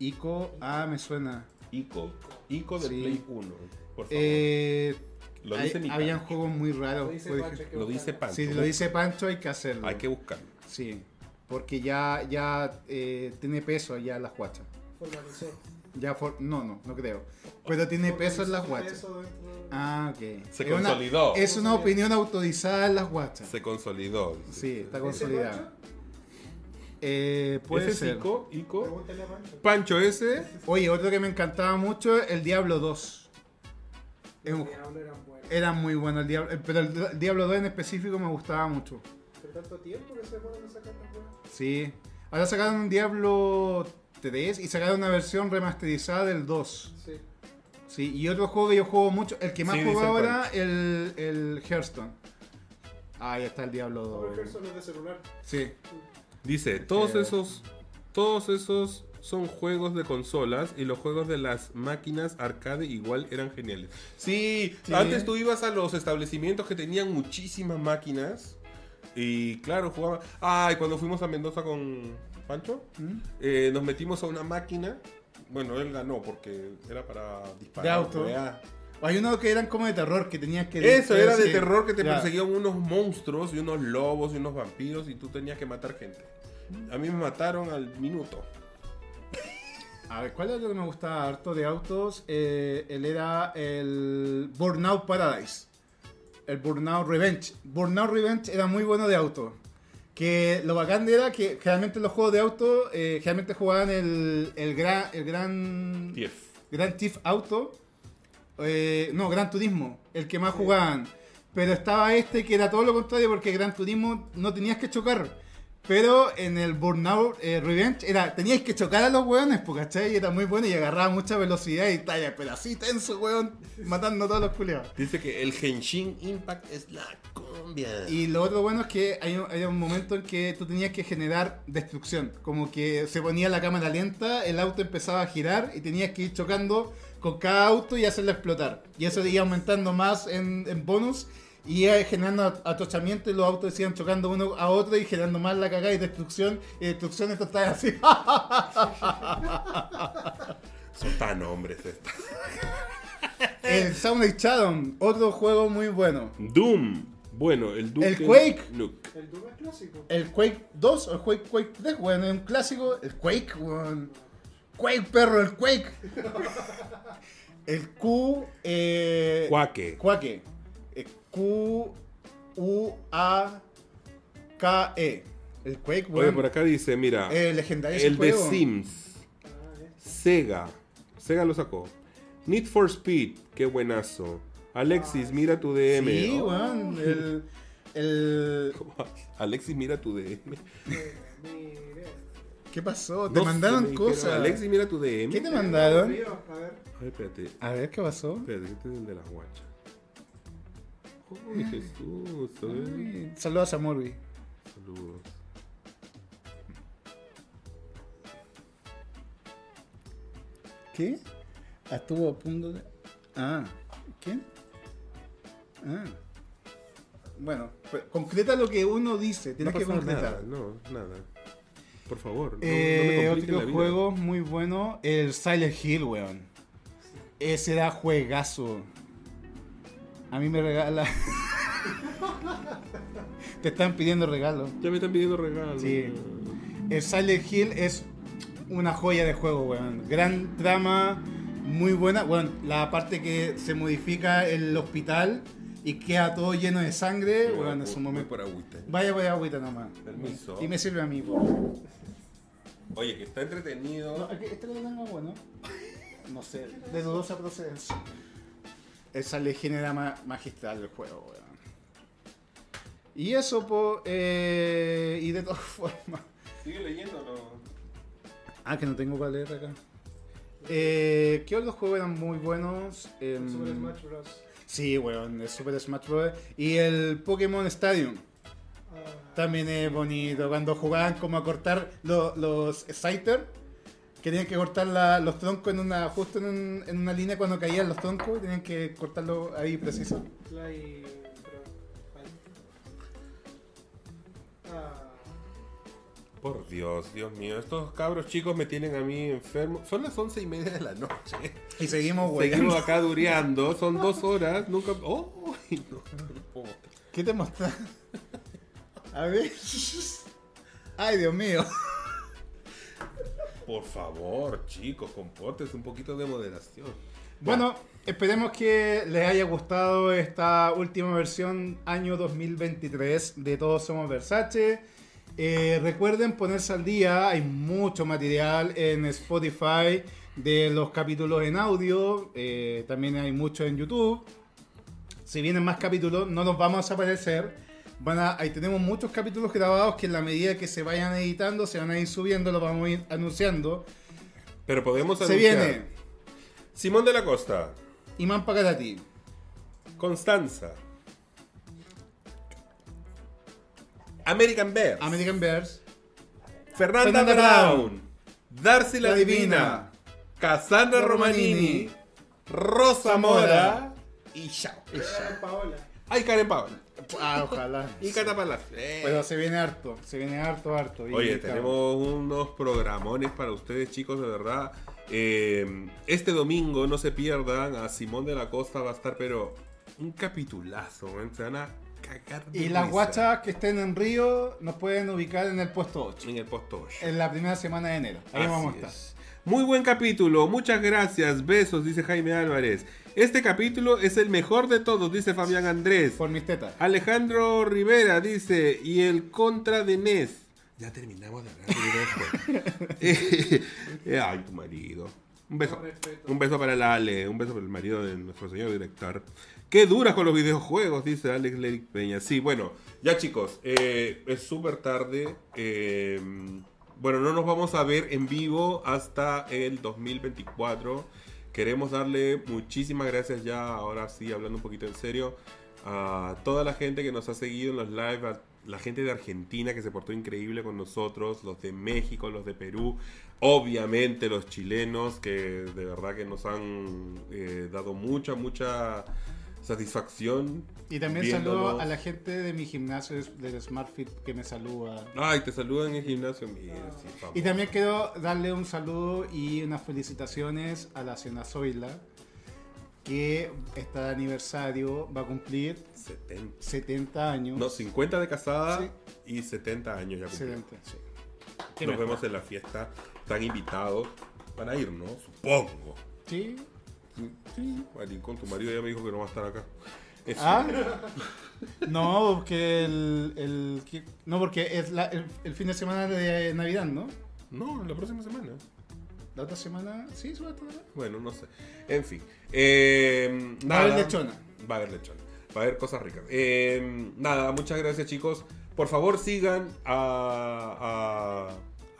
Speaker 1: Ico, ah, me suena.
Speaker 2: ICO. ICO del
Speaker 1: Sí.
Speaker 2: Play 1. Por favor.
Speaker 1: Eh,
Speaker 2: lo
Speaker 1: hay-
Speaker 2: dice mi
Speaker 1: habían
Speaker 2: Pancho.
Speaker 1: juegos muy raros.
Speaker 3: Lo dice
Speaker 1: por
Speaker 3: Pancho,
Speaker 1: ejemplo.
Speaker 3: que
Speaker 2: Lo dice
Speaker 3: buscarlo.
Speaker 2: Pancho.
Speaker 1: Si lo dice Pancho, hay que hacerlo.
Speaker 2: Hay que buscarlo.
Speaker 1: Sí, porque ya, ya eh, tiene peso ya las guachas.
Speaker 3: Formalizó.
Speaker 1: Ya for- no, no, no creo. Pero tiene peso en las guachas.
Speaker 3: Formalizó dentro-
Speaker 1: Ah, ok.
Speaker 2: Se
Speaker 1: Es una-
Speaker 2: consolidó.
Speaker 1: es una opinión autorizada en las guachas.
Speaker 2: Se consolidó. dice.
Speaker 1: Sí, está
Speaker 3: ¿Ese
Speaker 1: consolidada.
Speaker 3: Pancho?
Speaker 1: Eh, puede
Speaker 2: ¿Ese es
Speaker 1: ser.
Speaker 2: ICO? ICO.
Speaker 3: Pregúntale a Pancho.
Speaker 2: Pancho ese.
Speaker 1: Oye, otro que me encantaba mucho, el Diablo 2. Es un-
Speaker 3: Los Diablo eran buenos.
Speaker 1: Era muy bueno el Diablo, eh, pero el Diablo 2 en específico me gustaba mucho.
Speaker 3: Pero tanto tiempo que se pueden sacar las buenas.
Speaker 1: Sí. Ahora sacaron un Diablo 3 y sacaron una versión remasterizada del 2.
Speaker 3: Sí.
Speaker 1: Sí, y otro juego que yo juego mucho, el que más
Speaker 2: Sí,
Speaker 1: juego
Speaker 2: dice el
Speaker 1: ahora, el, el Hearthstone. Ahí está el Diablo
Speaker 3: No, pero
Speaker 1: 2.
Speaker 3: Gerson es de celular.
Speaker 1: Sí,
Speaker 2: Dice, todos
Speaker 1: Pero-
Speaker 2: esos. Todos esos son juegos de consolas y los juegos de las máquinas arcade igual eran geniales. Sí,
Speaker 1: Sí. ¿eh?
Speaker 2: antes tú ibas a los establecimientos que tenían muchísimas máquinas y claro, jugaba... Ay, cuando fuimos a Mendoza con Pancho,
Speaker 1: ¿Mm?
Speaker 2: eh, nos metimos a una máquina. Bueno, él ganó porque era para disparar.
Speaker 1: auto.
Speaker 2: weá.
Speaker 1: Hay uno que eran como de terror, que tenías que...
Speaker 2: Eso, era de
Speaker 1: sí.
Speaker 2: terror que te
Speaker 1: Ya.
Speaker 2: perseguían unos monstruos y unos lobos y unos vampiros y tú tenías que matar gente. A mí me mataron al minuto.
Speaker 1: A ver, ¿cuál era lo que me gustaba harto de autos? Eh, él era el Burnout Paradise. El Burnout Revenge. Burnout Revenge era muy bueno de auto. Que lo bacán era que generalmente los juegos de auto, eh, generalmente jugaban el, el, gran, el gran... Gran Thief Auto. eh, no, Gran Turismo, el que más jugaban. Pero estaba este que era todo lo contrario porque Gran Turismo no tenías que chocar. Pero en el Burnout eh, Revenge era, teníais que chocar a los weones, po, ¿cachai? Y era muy bueno y agarraba mucha velocidad y talla, pero así tenso, weón, matando a todos los culiados.
Speaker 2: Dice que el Henshin Impact es la cumbia.
Speaker 1: Y lo otro bueno es que hay un, hay un momento en que tú tenías que generar destrucción. Como que se ponía la cámara lenta, el auto empezaba a girar y tenías que ir chocando con cada auto y hacerlo explotar. Y eso iba aumentando más en, en bonus y iba generando at- atochamiento y los autos se iban chocando uno a otro y generando más la cagada y destrucción. Y destrucción, esto está así.
Speaker 2: Son tan hombres estos.
Speaker 1: el Sound of Shadow, otro juego muy bueno.
Speaker 2: Doom. Bueno, el Doom.
Speaker 1: El
Speaker 2: Ten-
Speaker 1: Quake.
Speaker 2: Nuke.
Speaker 3: El Doom es clásico.
Speaker 1: El Quake 2 o el Quake, Quake 3, weón, es un clásico. El Quake, weón. Quake, perro, el Quake. El Q. Eh,
Speaker 2: Quake.
Speaker 1: Quake. Eh, Q. U. A. K. E. El Quake,
Speaker 2: Oye, por
Speaker 1: weón.
Speaker 2: acá dice, mira.
Speaker 1: Eh, legendario ese
Speaker 2: el de
Speaker 1: juego.
Speaker 2: Sims.
Speaker 3: Ah, este.
Speaker 2: Sega. Sega lo sacó. Need for Speed. Qué buenazo. Alexis, mira tu DM.
Speaker 1: Sí,
Speaker 2: Oh.
Speaker 1: weón. El. el-
Speaker 2: Alexis, mira tu DM.
Speaker 3: Mire.
Speaker 1: ¿Qué pasó? Te
Speaker 2: No sé, me
Speaker 1: mandaron
Speaker 2: dijeron,
Speaker 1: cosas.
Speaker 2: Alexis, mira tu DM.
Speaker 1: ¿Qué te mandaron?
Speaker 3: Río, A ver.
Speaker 2: A ver, espérate.
Speaker 1: A ver, ¿qué pasó?
Speaker 2: Espérate, este es el de las guachas. Uy, Jesús. a ver.
Speaker 1: Ay, Saludos a Morbi.
Speaker 2: Saludos.
Speaker 1: ¿Qué? Estuvo a punto de... Ah, ¿qué? Ah. Bueno, pues, concreta lo que uno dice, tienes
Speaker 2: No
Speaker 1: que
Speaker 2: pasó
Speaker 1: concretar.
Speaker 2: nada, No, nada. Por favor. no- No,
Speaker 1: Eh,
Speaker 2: me compliquen la
Speaker 1: otro
Speaker 2: vida.
Speaker 1: juego muy bueno, el Silent Hill, weón. Ese era juegazo. A mí me regala... Te están pidiendo regalo.
Speaker 2: Ya me están pidiendo regalos.
Speaker 1: Sí. El eh, Silent Hill es una joya de juego, weón. Gran trama, muy buena. Bueno, la parte que se modifica el hospital y queda todo lleno de sangre, weón, es un momento.
Speaker 2: por agüita.
Speaker 1: Vaya, vaya agüita nomás.
Speaker 2: Permiso.
Speaker 1: Y me sirve a mí, weón.
Speaker 2: Oye, que está entretenido.
Speaker 1: ¿Este lo tengo bueno? No sé, de dudosa procedencia. El Silent Hill era ma- magistral el juego, weón. Y eso, po, eh, y de todas formas.
Speaker 2: Sigue leyéndolo.
Speaker 1: Ah, que no tengo para leer acá. Eh, ¿Qué otros juegos eran muy buenos? Em,
Speaker 3: El Super Smash Bros.
Speaker 1: Sí, weón, el Super Smash Bros. Y el Pokémon Stadium.
Speaker 3: Ah,
Speaker 1: También es bonito. Cuando jugaban como a cortar lo- los Scyther, que tenían que cortar la- los troncos en una, justo en, un- en una línea cuando caían los troncos, tenían que cortarlo ahí preciso.
Speaker 3: Fly. Pro. Fly. Ah.
Speaker 2: Por Dios, Dios mío. Estos cabros chicos me tienen a mí enfermo. Son las once y media de la noche.
Speaker 1: Y seguimos,
Speaker 2: Seguimos
Speaker 1: weón.
Speaker 2: acá dureando. Son dos horas. Nunca. ¡Oh! Ay, no, no.
Speaker 1: ¿Qué te mostrás? A ver. Ay, Dios mío.
Speaker 2: Por favor, chicos, comportes un poquito de moderación.
Speaker 1: Bueno, esperemos que les haya gustado esta última versión año 2023 de Todos Somos Versace. Eh, recuerden ponerse al día, hay mucho material en Spotify de los capítulos en audio, eh, también hay mucho en YouTube. Si vienen más capítulos, no nos vamos a desaparecer. Van a- ahí tenemos muchos capítulos grabados que en la medida que se vayan editando, se van a ir subiendo, los vamos a ir anunciando.
Speaker 2: Pero podemos
Speaker 1: Se
Speaker 2: anunciar.
Speaker 1: viene
Speaker 2: Simón de la Costa,
Speaker 1: Imán Pacarati.
Speaker 2: Constanza, American Bear,
Speaker 1: American Bears.
Speaker 2: Fernanda,
Speaker 1: Fernanda
Speaker 2: Brown,
Speaker 1: Brown,
Speaker 2: Darcy la,
Speaker 1: La
Speaker 2: Divina,
Speaker 1: Divina,
Speaker 2: Cassandra
Speaker 1: la
Speaker 2: Romanini,
Speaker 1: Romanini,
Speaker 2: Rosa Mora y Shao.
Speaker 3: Era Paola.
Speaker 2: Ay, Karen Paola.
Speaker 1: Ah, ojalá.
Speaker 2: Y Cata Palacio. Eh.
Speaker 1: Pero se viene harto, se viene harto, harto. y
Speaker 2: Oye,
Speaker 1: claro.
Speaker 2: tenemos unos programones para ustedes, chicos, de verdad. Eh, este domingo, no se pierdan, a Simón de la Costa va a estar, pero un capitulazo, weón, se van a cagar de
Speaker 1: Y las
Speaker 2: risa
Speaker 1: guachas que estén en Río nos pueden ubicar en el puesto 8.
Speaker 2: En el post ocho.
Speaker 1: En la primera semana de enero. Ahí
Speaker 2: Así
Speaker 1: vamos a estar.
Speaker 2: es. Muy buen capítulo, muchas gracias, besos, dice Jaime Álvarez. Este capítulo es el mejor de todos, dice Fabián Andrés.
Speaker 1: Por mis tetas.
Speaker 2: Alejandro Rivera dice, y el contra de Nes. Ya terminamos de hablar de Nes, pues. Eh, Ay, tu marido. Un beso.
Speaker 3: Con respeto.
Speaker 2: Un beso para la Ale, un beso para el marido de nuestro señor director. Qué duras con los videojuegos, dice Alex Lerick Peña. Sí, bueno, ya chicos, eh, es súper tarde. eh, bueno, no nos vamos a ver en vivo hasta el 2024. Queremos darle muchísimas gracias ya, ahora sí, hablando un poquito en serio, a toda la gente que nos ha seguido en los live, a la gente de Argentina que se portó increíble con nosotros, los de México, los de Perú, obviamente los chilenos que de verdad que nos han eh, dado mucha, mucha satisfacción.
Speaker 1: Y también
Speaker 2: viéndonos.
Speaker 1: saludo a la gente de mi gimnasio es- del SmartFit que me saluda.
Speaker 2: Ay, te saludan en el gimnasio. mira, sí,
Speaker 1: Y
Speaker 2: famoso.
Speaker 1: también quiero darle un saludo y unas felicitaciones a la señora Zoila, que está de aniversario, va a cumplir
Speaker 2: 70.
Speaker 1: 70 años.
Speaker 2: No, 50 de casada y 70 años ya cumplió.
Speaker 1: Excelente, sí. Qué
Speaker 2: Nos
Speaker 1: mejor.
Speaker 2: vemos en la fiesta. Están invitados para ir, ¿no? Supongo.
Speaker 1: Sí.
Speaker 2: Sí, maricón, tu marido ya me dijo que no va a estar acá. Eso.
Speaker 1: ¿Ah? No, porque el, el que- no porque es la- el, el fin de semana de Navidad, ¿no?
Speaker 2: No, la próxima semana.
Speaker 1: La otra semana, sí, sobre todo.
Speaker 2: Bueno, no sé. En fin. Eh,
Speaker 1: Va a haber
Speaker 2: nada.
Speaker 1: lechona.
Speaker 2: Va a haber lechón. Va a haber cosas ricas. Eh, nada, muchas gracias chicos. Por favor sigan a, a,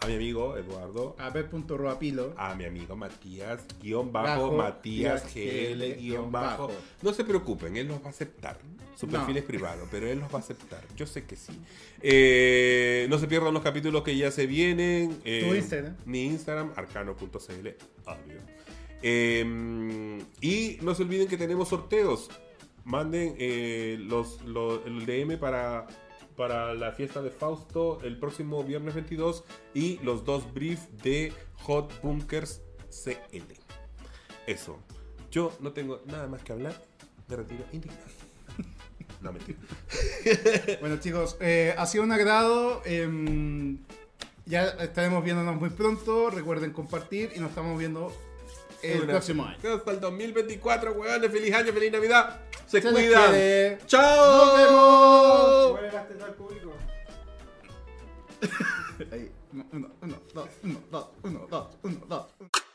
Speaker 2: a mi amigo Eduardo.
Speaker 1: A ver.roapilo.
Speaker 2: A mi amigo Matías, guión bajo,
Speaker 1: Bajo,
Speaker 2: Matías
Speaker 1: Matías
Speaker 2: GL,
Speaker 1: GL,
Speaker 2: guión
Speaker 1: guión
Speaker 2: bajo.
Speaker 1: bajo.
Speaker 2: No se preocupen, él los va a aceptar. Su
Speaker 1: No.
Speaker 2: perfil es privado, pero él los va a aceptar. Yo sé que sí. Eh, no se pierdan los capítulos que ya se vienen. eh,
Speaker 1: Tu Instagram.
Speaker 2: Mi Instagram, arcano.cl, obvio. Eh, y no se olviden que tenemos sorteos. Manden eh, los, los- el DM para, para la fiesta de Fausto el próximo viernes 22 y los dos briefs de Hot Bunkers CL. Eso. Yo no tengo nada más que hablar. Me retiro indignado. No, mentira.
Speaker 1: Bueno, chicos, eh, ha sido un agrado. em, ya estaremos viéndonos muy pronto. Recuerden compartir y nos estamos viendo el
Speaker 2: Una-
Speaker 1: próximo año.
Speaker 2: Hasta el 2024, huevones. Feliz año, feliz Navidad. Se,
Speaker 1: Se les
Speaker 2: cuidan.
Speaker 1: quiere.
Speaker 2: ¡Chao!
Speaker 1: ¡Nos vemos!
Speaker 3: Huele las tetas al público.
Speaker 1: Ahí. Uno, uno, uno, dos, uno, dos, uno, dos, uno, dos.